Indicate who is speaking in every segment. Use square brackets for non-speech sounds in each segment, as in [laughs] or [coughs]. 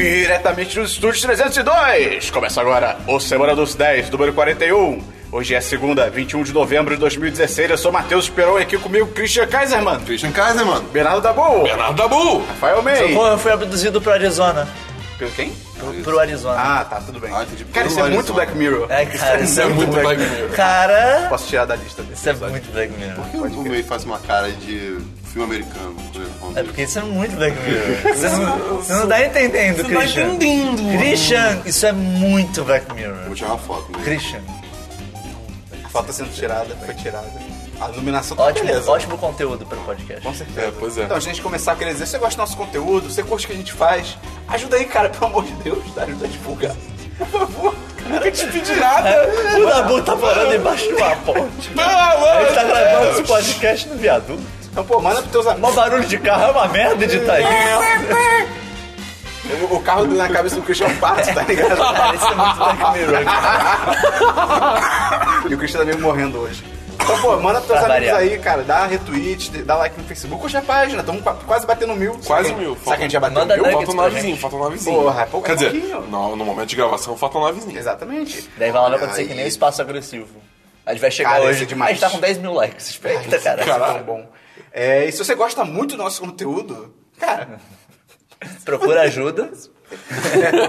Speaker 1: diretamente dos estúdios 302. Começa agora o Semana dos 10, número 41. Hoje é segunda, 21 de novembro de 2016. Eu sou Matheus Esperon e aqui comigo Christian Kaiserman,
Speaker 2: Christian Kaiser, mano.
Speaker 1: Bernardo Dabu,
Speaker 2: Bernardo Dabu.
Speaker 1: Rafael May.
Speaker 3: Bom, eu fui abduzido pro Arizona.
Speaker 1: Pelo quem?
Speaker 3: Pro, pro Arizona.
Speaker 1: Ah, tá, tudo bem.
Speaker 2: Ah, entendi.
Speaker 1: Cara, isso é
Speaker 2: Pelo
Speaker 1: muito
Speaker 2: Arizona.
Speaker 1: Black Mirror.
Speaker 3: É, cara, isso é
Speaker 2: É muito
Speaker 3: muito.
Speaker 2: Black Mirror.
Speaker 3: Cara,
Speaker 1: Posso tirar da lista desse.
Speaker 3: isso é muito Black Mirror.
Speaker 2: Por que o meio faz uma cara de filme americano?
Speaker 3: É porque isso é muito Black Mirror. Você não, você não tá entendendo, Christian. Christian, isso é muito Black
Speaker 2: Eu
Speaker 3: Mirror.
Speaker 2: vou tirar uma foto. Né?
Speaker 3: Christian,
Speaker 1: Falta tá sendo tirada, foi tirada. A iluminação tá
Speaker 3: ótimo,
Speaker 1: beleza.
Speaker 3: ótimo conteúdo pro podcast.
Speaker 1: Com certeza.
Speaker 2: É, pois é.
Speaker 1: Então, a gente começar querendo dizer, você gosta do nosso conteúdo, você curte o que a gente faz, ajuda aí, cara, pelo amor de Deus, tá? ajuda a divulgar. Por favor, nunca te pedi nada.
Speaker 3: O Dabu tá morando embaixo de uma ponte.
Speaker 1: Não,
Speaker 3: Ele
Speaker 1: mano.
Speaker 3: tá gravando esse podcast no viaduto.
Speaker 1: Então, pô, manda pros teus
Speaker 3: Mó
Speaker 1: amigos.
Speaker 3: barulho de carro é uma merda editar isso.
Speaker 1: O- O carro na cabeça do Christian é um pato, tá ligado?
Speaker 3: Cara, [laughs] isso é muito Black Mirror.
Speaker 1: E o Christian tá meio morrendo hoje. Então, pô, manda pros teus
Speaker 3: Pra
Speaker 1: amigos
Speaker 3: variar.
Speaker 1: aí, cara. Dá retweet, dê- dá like no Facebook. Curte a página. Estamos quase batendo mil.
Speaker 2: Quase
Speaker 1: Será que-
Speaker 2: mil,
Speaker 1: Será que a gente já bateu
Speaker 3: Manda
Speaker 1: mil?
Speaker 3: like.
Speaker 2: Falta um novezinho, falta um novezinho.
Speaker 1: Porra, é pouco-
Speaker 2: Quer
Speaker 1: é
Speaker 2: dizer,
Speaker 1: pouquinho.
Speaker 2: no, no momento de gravação falta um novezinho.
Speaker 1: Exatamente.
Speaker 3: Daí vai lá vai acontecer que nem
Speaker 2: Aí.
Speaker 3: espaço agressivo. A gente vai chegar
Speaker 1: Cara, esse
Speaker 3: hoje.
Speaker 1: é demais.
Speaker 3: A gente tá com 10 mil likes. Espera, cara.
Speaker 1: Isso é tão
Speaker 2: Caralho.
Speaker 1: bom. É, e se você gosta muito do nosso conteúdo, cara, [laughs]
Speaker 3: Procura ajuda.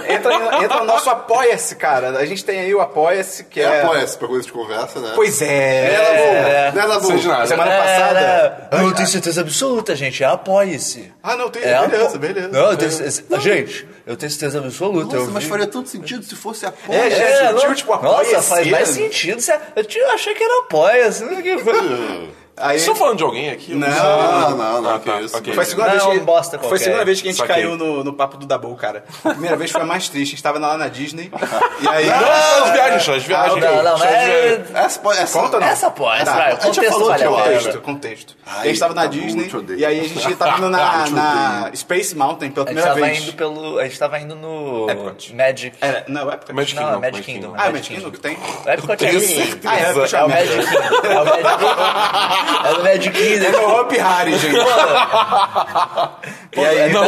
Speaker 1: entra, entra no nosso Apoia-se, cara. A gente tem aí o Apoia-se, que
Speaker 2: É,
Speaker 1: é.
Speaker 2: apoia-se pra coisa de conversa, né?
Speaker 1: Pois é.
Speaker 2: Nela boa,
Speaker 3: é.
Speaker 2: nela boa.
Speaker 1: Sei de nada. Semana passada-
Speaker 3: Não, eu tenho certeza absoluta, gente. É Apoie-se.
Speaker 1: Ah, não, tem.
Speaker 3: É, apo-
Speaker 1: beleza, beleza.
Speaker 3: Não, eu tenho certeza- Gente, eu tenho certeza absoluta. eu
Speaker 2: Nossa, mas
Speaker 3: vi-
Speaker 2: faria todo sentido se fosse apoia.
Speaker 1: É, gente,
Speaker 3: É,
Speaker 1: eu
Speaker 3: não-
Speaker 1: tive, tipo,
Speaker 3: Nossa,
Speaker 1: apoia-se.
Speaker 3: faz mais sentido. se- Eu tinha- eu achei que era apoia-se. Não, que
Speaker 1: [laughs]
Speaker 3: foi-
Speaker 1: Aí,
Speaker 4: Estou falando de alguém aqui?
Speaker 2: Não, não, não,
Speaker 4: Ah,
Speaker 2: que
Speaker 4: tá,
Speaker 2: isso.
Speaker 1: foi
Speaker 4: ok.
Speaker 1: a
Speaker 2: mano.
Speaker 1: segunda
Speaker 3: Não,
Speaker 1: vez que. foi
Speaker 3: bosta
Speaker 1: a
Speaker 3: qualquer.
Speaker 1: segunda vez que a gente
Speaker 4: Saquei.
Speaker 1: caiu no, no papo do Dabu, cara. A primeira vez foi mais triste. A gente tava lá na Disney. E aí.
Speaker 4: Não, só as viagens, só as viagens.
Speaker 3: Ah, Não, não,
Speaker 4: Só as viagens.
Speaker 3: mas. é
Speaker 2: Essa pode... Essa...
Speaker 1: Conta ou não?
Speaker 3: Essa apoia-se.
Speaker 1: Tá,
Speaker 3: vai,
Speaker 1: a
Speaker 3: o
Speaker 1: gente
Speaker 2: já
Speaker 3: contexto
Speaker 2: falou
Speaker 3: vale
Speaker 2: que
Speaker 3: a
Speaker 2: eu
Speaker 3: pena.
Speaker 1: Contexto, contexto.
Speaker 2: Ai,
Speaker 1: a gente tava na
Speaker 2: tá bom,
Speaker 1: Disney
Speaker 2: te odeio.
Speaker 1: e aí a gente tava indo na,
Speaker 2: [laughs] Te
Speaker 1: na
Speaker 2: odeio.
Speaker 1: Space Mountain pela
Speaker 3: A gente
Speaker 1: primeira vez.
Speaker 3: tava
Speaker 1: É,
Speaker 3: indo pelo. A gente tava indo no.
Speaker 4: Epcot.
Speaker 3: Magic.
Speaker 1: Era, não, Epcot.
Speaker 4: Magic
Speaker 3: Não,
Speaker 4: Kingdom.
Speaker 3: é Magic Kingdom.
Speaker 1: Ah, é Magic Kingdom que tem?
Speaker 3: O Epcot é
Speaker 4: Tenho
Speaker 3: mini.
Speaker 4: certeza.
Speaker 1: Ah, é, puxa
Speaker 3: É o
Speaker 1: merda.
Speaker 3: Magic Kingdom. É o Magic É o Magic
Speaker 1: É
Speaker 3: Kingdom.
Speaker 1: no Hop Harry,
Speaker 4: [laughs]
Speaker 1: gente. E aí, tá
Speaker 4: Na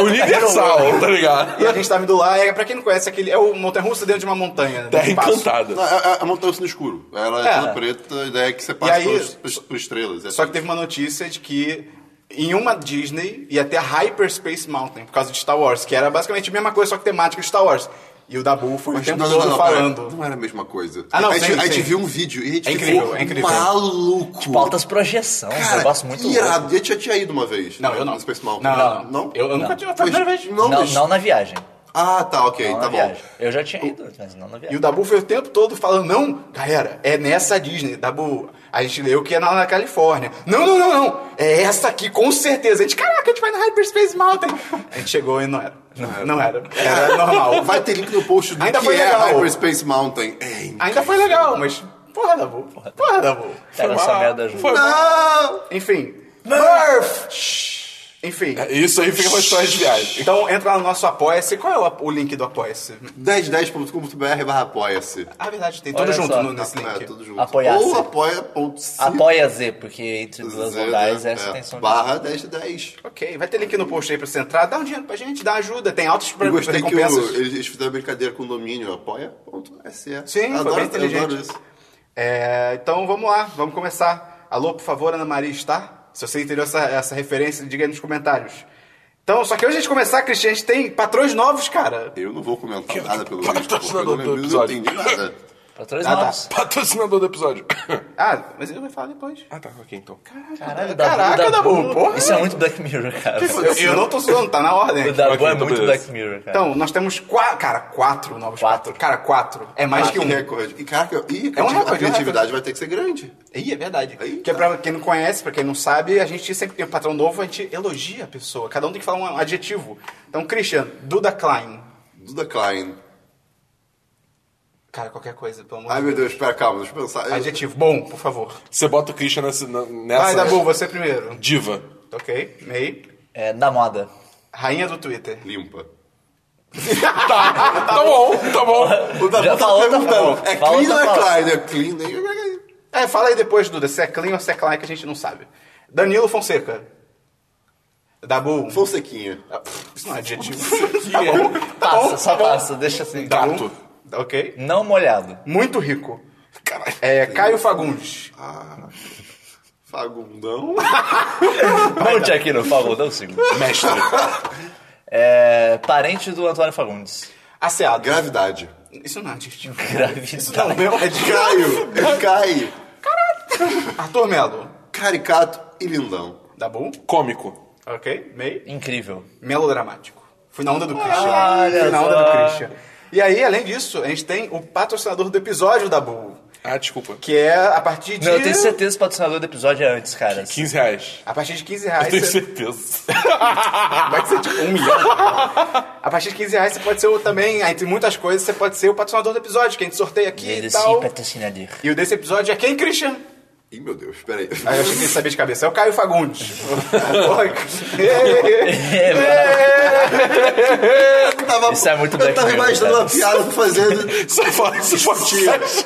Speaker 1: [laughs]
Speaker 4: Universal, tá ligado?
Speaker 1: e a gente tava indo lá, e pra quem não conhece, aquele, é o Montanha Russa dentro de uma montanha. né,
Speaker 4: Terra
Speaker 1: no espaço.
Speaker 4: encantada.
Speaker 2: Não, é, é a montanha no escuro. Ela é,
Speaker 1: É.
Speaker 2: toda preta, a ideia é que você
Speaker 1: E
Speaker 2: passa
Speaker 1: aí-
Speaker 2: pelas- pelas- por estrelas. é
Speaker 1: Só que
Speaker 2: tudo.
Speaker 1: teve uma notícia de que em uma Disney ia ter a Hyperspace Mountain por causa de Star Wars, que era basicamente a mesma coisa, só que temática de Star Wars. E o Dabu foi o
Speaker 2: Mas
Speaker 1: tempo
Speaker 2: não, não,
Speaker 1: todo
Speaker 2: não, pera,
Speaker 1: um falando.
Speaker 2: Não era a mesma coisa.
Speaker 1: Ah, não,
Speaker 2: a, gente,
Speaker 1: sim,
Speaker 2: a gente
Speaker 1: sim.
Speaker 2: viu um vídeo e a gente
Speaker 1: É incrível,
Speaker 2: ficou
Speaker 1: é incrível.
Speaker 2: maluco.
Speaker 3: Pautas projeção,
Speaker 1: É,
Speaker 3: um negócio muito louco.
Speaker 2: irado. E a gente já tinha ido uma vez.
Speaker 1: Não,
Speaker 2: né,
Speaker 1: eu não.
Speaker 2: No Space Mountain.
Speaker 1: Não, não, não. Eu, eu nunca
Speaker 3: Não.
Speaker 1: tinha. Foi a
Speaker 2: Pois-
Speaker 1: primeira vez.
Speaker 2: Não,
Speaker 3: Não,
Speaker 2: mas-
Speaker 3: não na viagem.
Speaker 2: Ah, tá, ok,
Speaker 3: Não
Speaker 2: tá
Speaker 3: na
Speaker 2: bom.
Speaker 1: é.
Speaker 3: viagem. Eu já tinha ido, mas não na
Speaker 1: E o
Speaker 3: viagem.
Speaker 1: Dabu foi o tempo todo falando, não, galera, é nessa Disney, Dabu. A gente leu que é na, na Califórnia. Não, não, não, não. É essa aqui, com certeza. A gente, caraca, a gente vai na Hyperspace Mountain. A gente chegou e não era. Não, era. Era normal.
Speaker 2: [laughs] Vai ter link no post do
Speaker 1: Ainda
Speaker 2: que
Speaker 1: foi
Speaker 2: é
Speaker 1: legal.
Speaker 2: Hyperspace Mountain. É incrível.
Speaker 1: Ainda foi legal, mas. Porra, Dabu. Porra, Dabu.
Speaker 3: Era essa merda junto.
Speaker 4: Foi bom.
Speaker 1: Não! Enfim. Murph! Shhh. Enfim.
Speaker 4: É, Isso aí fica uma história de viagem.
Speaker 1: Então entra lá no nosso Apoia-se. Qual é o, ap- o link do Apoia-se?
Speaker 2: 1010.com.br barra apoia-se.
Speaker 1: Ah, verdade, tem tudo
Speaker 3: Olha
Speaker 1: junto
Speaker 3: só.
Speaker 1: no- nesse link.
Speaker 2: É, tudo junto.
Speaker 3: Apoiar-se.
Speaker 2: Ou apoia.se.
Speaker 3: Apoia Z, porque entre duas
Speaker 2: Zero,
Speaker 3: vogais
Speaker 2: né,
Speaker 3: essa
Speaker 2: é,
Speaker 3: tem um som de-
Speaker 2: Barra 1010.
Speaker 1: Ok, vai ter link no post aí pra você entrar. Dá um dinheiro pra gente, dá ajuda. Tem altos
Speaker 2: Eu gostei que
Speaker 1: recompensas.
Speaker 2: o, eles fizeram brincadeira com o domínio apoia.se.
Speaker 1: Sim, foi
Speaker 2: adoro,
Speaker 1: bem inteligente.
Speaker 2: adoro isso.
Speaker 1: É, então vamos lá, vamos começar. Alô, por favor, Ana Maria está? Se você entendeu essa, essa referência, diga aí nos comentários. Então, só que antes de começar, Cristian, a gente tem patrões novos, cara.
Speaker 2: Eu não vou comentar nada pelo vídeo,
Speaker 4: patrocinador
Speaker 2: porque pelo
Speaker 4: do
Speaker 2: menos eu não
Speaker 4: episódio.
Speaker 2: entendi nada.
Speaker 3: Pra três
Speaker 1: Ah, tá.
Speaker 3: novos.
Speaker 4: Patrocinador do episódio. [coughs]
Speaker 1: Ah, mas ele vai falar depois.
Speaker 4: Ah, tá, ok, então.
Speaker 3: Caralho,
Speaker 1: Caraca, Dabu, porra.
Speaker 3: Isso é muito Black Mirror, cara.
Speaker 1: Eu, eu não tô zoando, tá na ordem.
Speaker 3: O Dabu
Speaker 4: Ok,
Speaker 3: é
Speaker 4: então
Speaker 3: muito
Speaker 4: beleza.
Speaker 3: Black Mirror, cara.
Speaker 1: Então, nós temos quatro. Cara, quatro novos
Speaker 3: Quatro.
Speaker 1: patrões. Cara, quatro. É mais
Speaker 2: Ah,
Speaker 1: que um.
Speaker 2: recorde. E, caraca, e
Speaker 1: É um recorde, é um
Speaker 2: a criatividade vai ter que ser grande.
Speaker 1: Ih, é verdade.
Speaker 2: Eita.
Speaker 1: Que é pra quem não conhece, pra quem não sabe, a gente sempre tem um patrão novo, a gente elogia a pessoa. Cada um tem que falar um adjetivo. Então, Christian, Duda Klein.
Speaker 2: Duda Klein.
Speaker 1: Cara, qualquer coisa, pelo amor
Speaker 2: Ai,
Speaker 1: de
Speaker 2: meu Deus, espera, calma, deixa eu pensar. Eu-
Speaker 1: Adjetivo. Bom, por favor.
Speaker 4: Você bota o Christian nessa. na-
Speaker 1: Vai, Dabu,
Speaker 4: nessa
Speaker 1: você primeiro.
Speaker 4: diva.
Speaker 1: Ok, May.
Speaker 3: É, na moda.
Speaker 1: Rainha do Twitter.
Speaker 2: Limpa.
Speaker 4: Tá, tá bom, tá bom.
Speaker 2: O Dabu
Speaker 3: Já
Speaker 2: tá
Speaker 3: falou, tá
Speaker 2: perguntando.
Speaker 3: falando.
Speaker 2: é
Speaker 3: Falou,
Speaker 2: clean
Speaker 3: tá
Speaker 2: ou é
Speaker 3: falando.
Speaker 2: Klein? É clean. é-
Speaker 1: É, fala aí depois, Duda, se é clean ou se é Klein, que a gente não sabe. Danilo Fonseca. Dabu, um.
Speaker 2: Fonsequinha.
Speaker 1: Isso não é adjetivo.
Speaker 4: Tá bom.
Speaker 1: bom,
Speaker 3: Passa, só
Speaker 1: tá bom.
Speaker 3: passa, deixa assim.
Speaker 1: Dabu.
Speaker 4: Gato.
Speaker 1: Ok.
Speaker 3: Não molhado.
Speaker 1: Muito rico.
Speaker 4: Caralho.
Speaker 1: É, Caio Fagundes.
Speaker 2: Fagundão.
Speaker 3: Monte aqui no favor, dá um segundo.
Speaker 1: Mestre.
Speaker 3: É, parente do Antônio Fagundes. [laughs]
Speaker 1: Asseado.
Speaker 2: Gravidade.
Speaker 1: Isso não é adjetivo.
Speaker 3: Gravidade.
Speaker 1: Não, meu.
Speaker 2: É de Caio. É de Caio.
Speaker 1: Arthur Melo.
Speaker 2: Caricato e lindão.
Speaker 1: Dabu.
Speaker 4: Cômico.
Speaker 1: Ok. Mei.
Speaker 3: Incrível.
Speaker 1: Melodramático. Fui na onda do Christian.
Speaker 3: Olha
Speaker 1: Fui na onda do
Speaker 3: só.
Speaker 1: Christian. E aí, além disso, a gente tem o patrocinador do episódio Dabu.
Speaker 4: Ah, desculpa.
Speaker 1: Que é a partir de.
Speaker 3: Não, eu tenho certeza que o patrocinador do episódio é antes, cara.
Speaker 4: 15 reais.
Speaker 1: A partir de 15
Speaker 4: Eu tenho
Speaker 1: reais. Você...
Speaker 4: certeza. [laughs]
Speaker 1: Vai ser tipo um milhão. a partir de 15 reais você pode ser o, também, ah, entre muitas coisas, você pode ser o patrocinador do episódio, que a gente sorteia aqui
Speaker 3: Ele
Speaker 1: e
Speaker 3: sim,
Speaker 1: tal.
Speaker 3: patrocinador.
Speaker 1: E o desse episódio é quem, Christian?
Speaker 2: Ih, meu Deus, peraí.
Speaker 1: Aí eu achei que ele sabia de cabeça. É o Caio Fagundes.
Speaker 3: [laughs] É,
Speaker 2: Eu
Speaker 3: mano,
Speaker 2: tava,
Speaker 3: Isso é muito
Speaker 2: Eu
Speaker 3: Black
Speaker 2: tava
Speaker 3: Mirror,
Speaker 2: imaginando
Speaker 1: né?
Speaker 3: cara.
Speaker 2: uma piada pra
Speaker 1: [laughs]
Speaker 2: fazer.
Speaker 4: Sai fora desse potinho.
Speaker 1: Vamos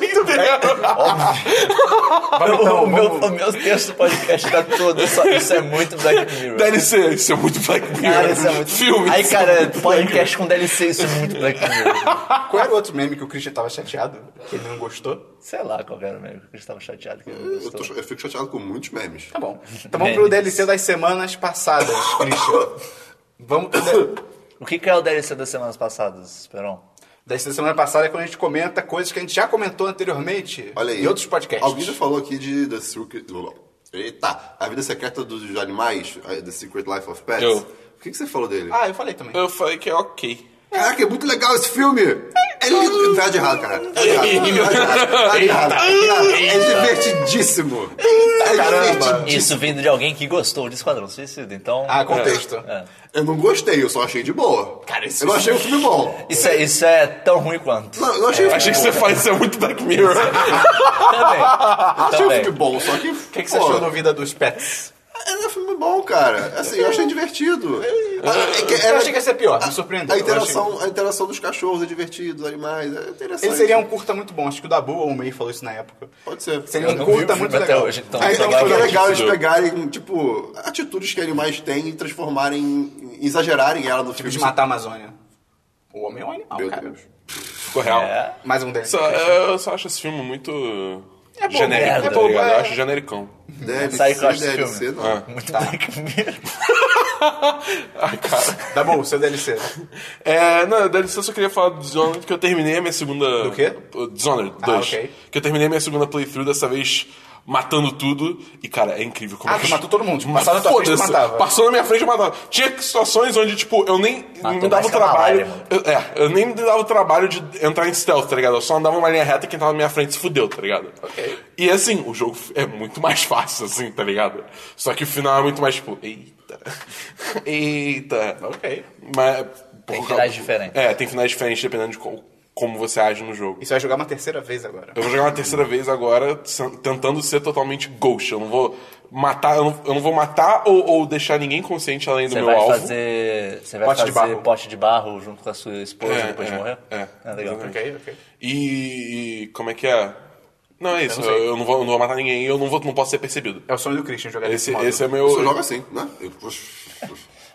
Speaker 1: então,
Speaker 3: o, meu,
Speaker 1: vamos-
Speaker 3: o meu texto do podcast tá todo. Isso, isso é muito Black Mirror.
Speaker 4: DLC, isso é muito Black Mirror.
Speaker 3: Cara, isso é muito.
Speaker 4: Filme.
Speaker 3: Aí,
Speaker 4: isso é
Speaker 3: cara,
Speaker 4: muito Black Mirror.
Speaker 3: podcast com DLC, isso é muito Black Mirror.
Speaker 1: Qual era o outro meme que o Christian tava chateado? Que ele não gostou?
Speaker 3: Sei lá qual era o meu, que eu estava chateado. Que eu não
Speaker 2: Eu,
Speaker 3: gostou.
Speaker 2: tô- eu fico chateado com muitos memes.
Speaker 1: Tá bom. Então
Speaker 3: É.
Speaker 1: vamos pro DLC das semanas passadas, Christian. Vamos pro DLC.
Speaker 3: O que, que é o DLC das semanas passadas, Esperon?
Speaker 1: Dessa semana passada é quando a gente comenta coisas que a gente já comentou anteriormente
Speaker 2: Olha aí.
Speaker 1: em outros podcasts.
Speaker 2: Alguém já falou aqui de The Secret. Eita, A Vida Secreta dos Animais, eh, The Secret Life of Pets.
Speaker 4: Eu.
Speaker 2: O que, que você falou dele?
Speaker 1: Ah, eu falei também.
Speaker 4: Eu falei que é ok.
Speaker 2: Caraca, é muito legal esse filme! É lindo! Tá de errado, cara. Tá
Speaker 1: [laughs]
Speaker 2: de errado. Tá de errado. Tá de errado. É divertidíssimo! É divertidíssimo!
Speaker 3: Isso vindo de alguém que gostou de Esquadrão Suicida, então.
Speaker 1: Ah, contexto.
Speaker 3: É.
Speaker 2: Eu não gostei, eu só achei de boa.
Speaker 1: Cara, esse
Speaker 2: eu não achei o filme bom.
Speaker 3: Isso, é, isso é tão ruim quanto.
Speaker 2: Não, eu não achei, o
Speaker 4: Achei
Speaker 2: filme
Speaker 4: que você faz isso é muito Black Mirror. [laughs]
Speaker 3: Também.
Speaker 2: bom. achei o
Speaker 3: também.
Speaker 2: filme bom, só que.
Speaker 1: tá O que, que você achou da vida dos pets?
Speaker 2: É um filme bom, cara. Assim, eu achei divertido. Ah, é que
Speaker 1: eu
Speaker 2: era-
Speaker 1: achei que ia ser pior, me
Speaker 2: a,
Speaker 1: surpreendeu.
Speaker 2: a
Speaker 1: Eu achei-
Speaker 2: interação, a interação dos cachorros é divertida, dos animais, é interessante.
Speaker 1: Ele seria um curta muito bom, acho que o Dabu ou o May falou isso na época.
Speaker 2: Pode ser.
Speaker 1: Seria
Speaker 3: Eu
Speaker 1: um
Speaker 3: não vi o
Speaker 1: curta
Speaker 3: filme
Speaker 1: muito
Speaker 3: até
Speaker 1: legal. Ah,
Speaker 3: hoje, então.
Speaker 2: Aí
Speaker 3: Então,
Speaker 2: então,
Speaker 3: vai-
Speaker 2: foi
Speaker 3: vai-
Speaker 2: legal eles
Speaker 4: Entendeu?
Speaker 2: pegarem, tipo, atitudes que animais têm e transformarem, em- exagerarem ela no
Speaker 1: Tipo
Speaker 2: filme.
Speaker 1: De matar a Amazônia. O homem é um animal,
Speaker 2: Meu
Speaker 1: cara.
Speaker 2: Deus.
Speaker 4: Ficou real.
Speaker 3: É.
Speaker 1: Mais um deles.
Speaker 4: Só- eu só acho esse filme muito.
Speaker 1: É bobo,
Speaker 4: genérico,
Speaker 3: é
Speaker 4: tá
Speaker 1: bobo,
Speaker 4: ligado?
Speaker 1: é.
Speaker 4: Eu acho genericão.
Speaker 2: Deve
Speaker 3: Sabe
Speaker 2: ser,
Speaker 3: que eu acho desse
Speaker 2: deve ser,
Speaker 3: filme? É.
Speaker 2: não.
Speaker 3: Muito
Speaker 1: Tá.
Speaker 3: Black Mirror.
Speaker 4: Ai, cara.
Speaker 1: Dabu, seu DLC.
Speaker 4: É, não, dá licença, eu só queria falar do Dishonored, porque eu terminei a minha segunda.
Speaker 1: Do quê? Ah,
Speaker 4: O Dishonored 2.
Speaker 1: ok.
Speaker 4: Que eu terminei a minha segunda playthrough, dessa vez matando tudo. E, cara, é incrível como
Speaker 1: Ah,
Speaker 4: eu
Speaker 1: tu
Speaker 4: acho-
Speaker 1: matou todo mundo.
Speaker 4: Mas
Speaker 1: Passava na tua frente, tu
Speaker 4: foda-se.
Speaker 1: matava.
Speaker 4: Passou na minha frente, eu matava. Tinha situações onde, tipo, eu nem
Speaker 3: Matou
Speaker 4: me dava
Speaker 3: mais
Speaker 4: o
Speaker 3: que a
Speaker 4: trabalho.
Speaker 3: malária,
Speaker 4: Eu, é, eu nem me dava o trabalho de entrar em stealth, tá ligado? Eu só andava uma linha reta e quem tava na minha frente se fudeu, tá ligado?
Speaker 1: Ok.
Speaker 4: E assim, o jogo é muito mais fácil, assim, tá ligado? Só que o final é muito mais, tipo, eita. [laughs] Eita.
Speaker 1: Ok.
Speaker 4: Mas,
Speaker 3: Tem
Speaker 4: porra,
Speaker 3: finais diferentes.
Speaker 4: É, tem finais diferentes dependendo de co- como você age no jogo.
Speaker 1: E você vai jogar uma terceira vez agora.
Speaker 4: Eu vou jogar uma terceira vez agora, sen- tentando ser totalmente ghost. Eu não vou matar, eu não, eu não vou matar ou, ou deixar ninguém consciente além do
Speaker 3: Você
Speaker 4: meu
Speaker 3: vai
Speaker 4: alvo.
Speaker 3: fazer. Você vai
Speaker 1: Pote de
Speaker 3: fazer
Speaker 1: barro.
Speaker 3: pote de barro junto com a sua esposa
Speaker 4: É,
Speaker 3: depois de
Speaker 4: é,
Speaker 3: morrer?
Speaker 4: é.
Speaker 3: Ah, legal.
Speaker 4: Exatamente.
Speaker 1: Ok, ok.
Speaker 4: E, e como é que é? Não, é isso.
Speaker 1: não
Speaker 4: Eu,
Speaker 1: sei.
Speaker 4: eu não, vou, eu não vou matar ninguém e eu não, vou, não posso ser percebido.
Speaker 1: É o sonho do Christian jogar
Speaker 4: Esse,
Speaker 1: desse modo.
Speaker 4: esse é meu.
Speaker 2: Você joga assim, né? Eu-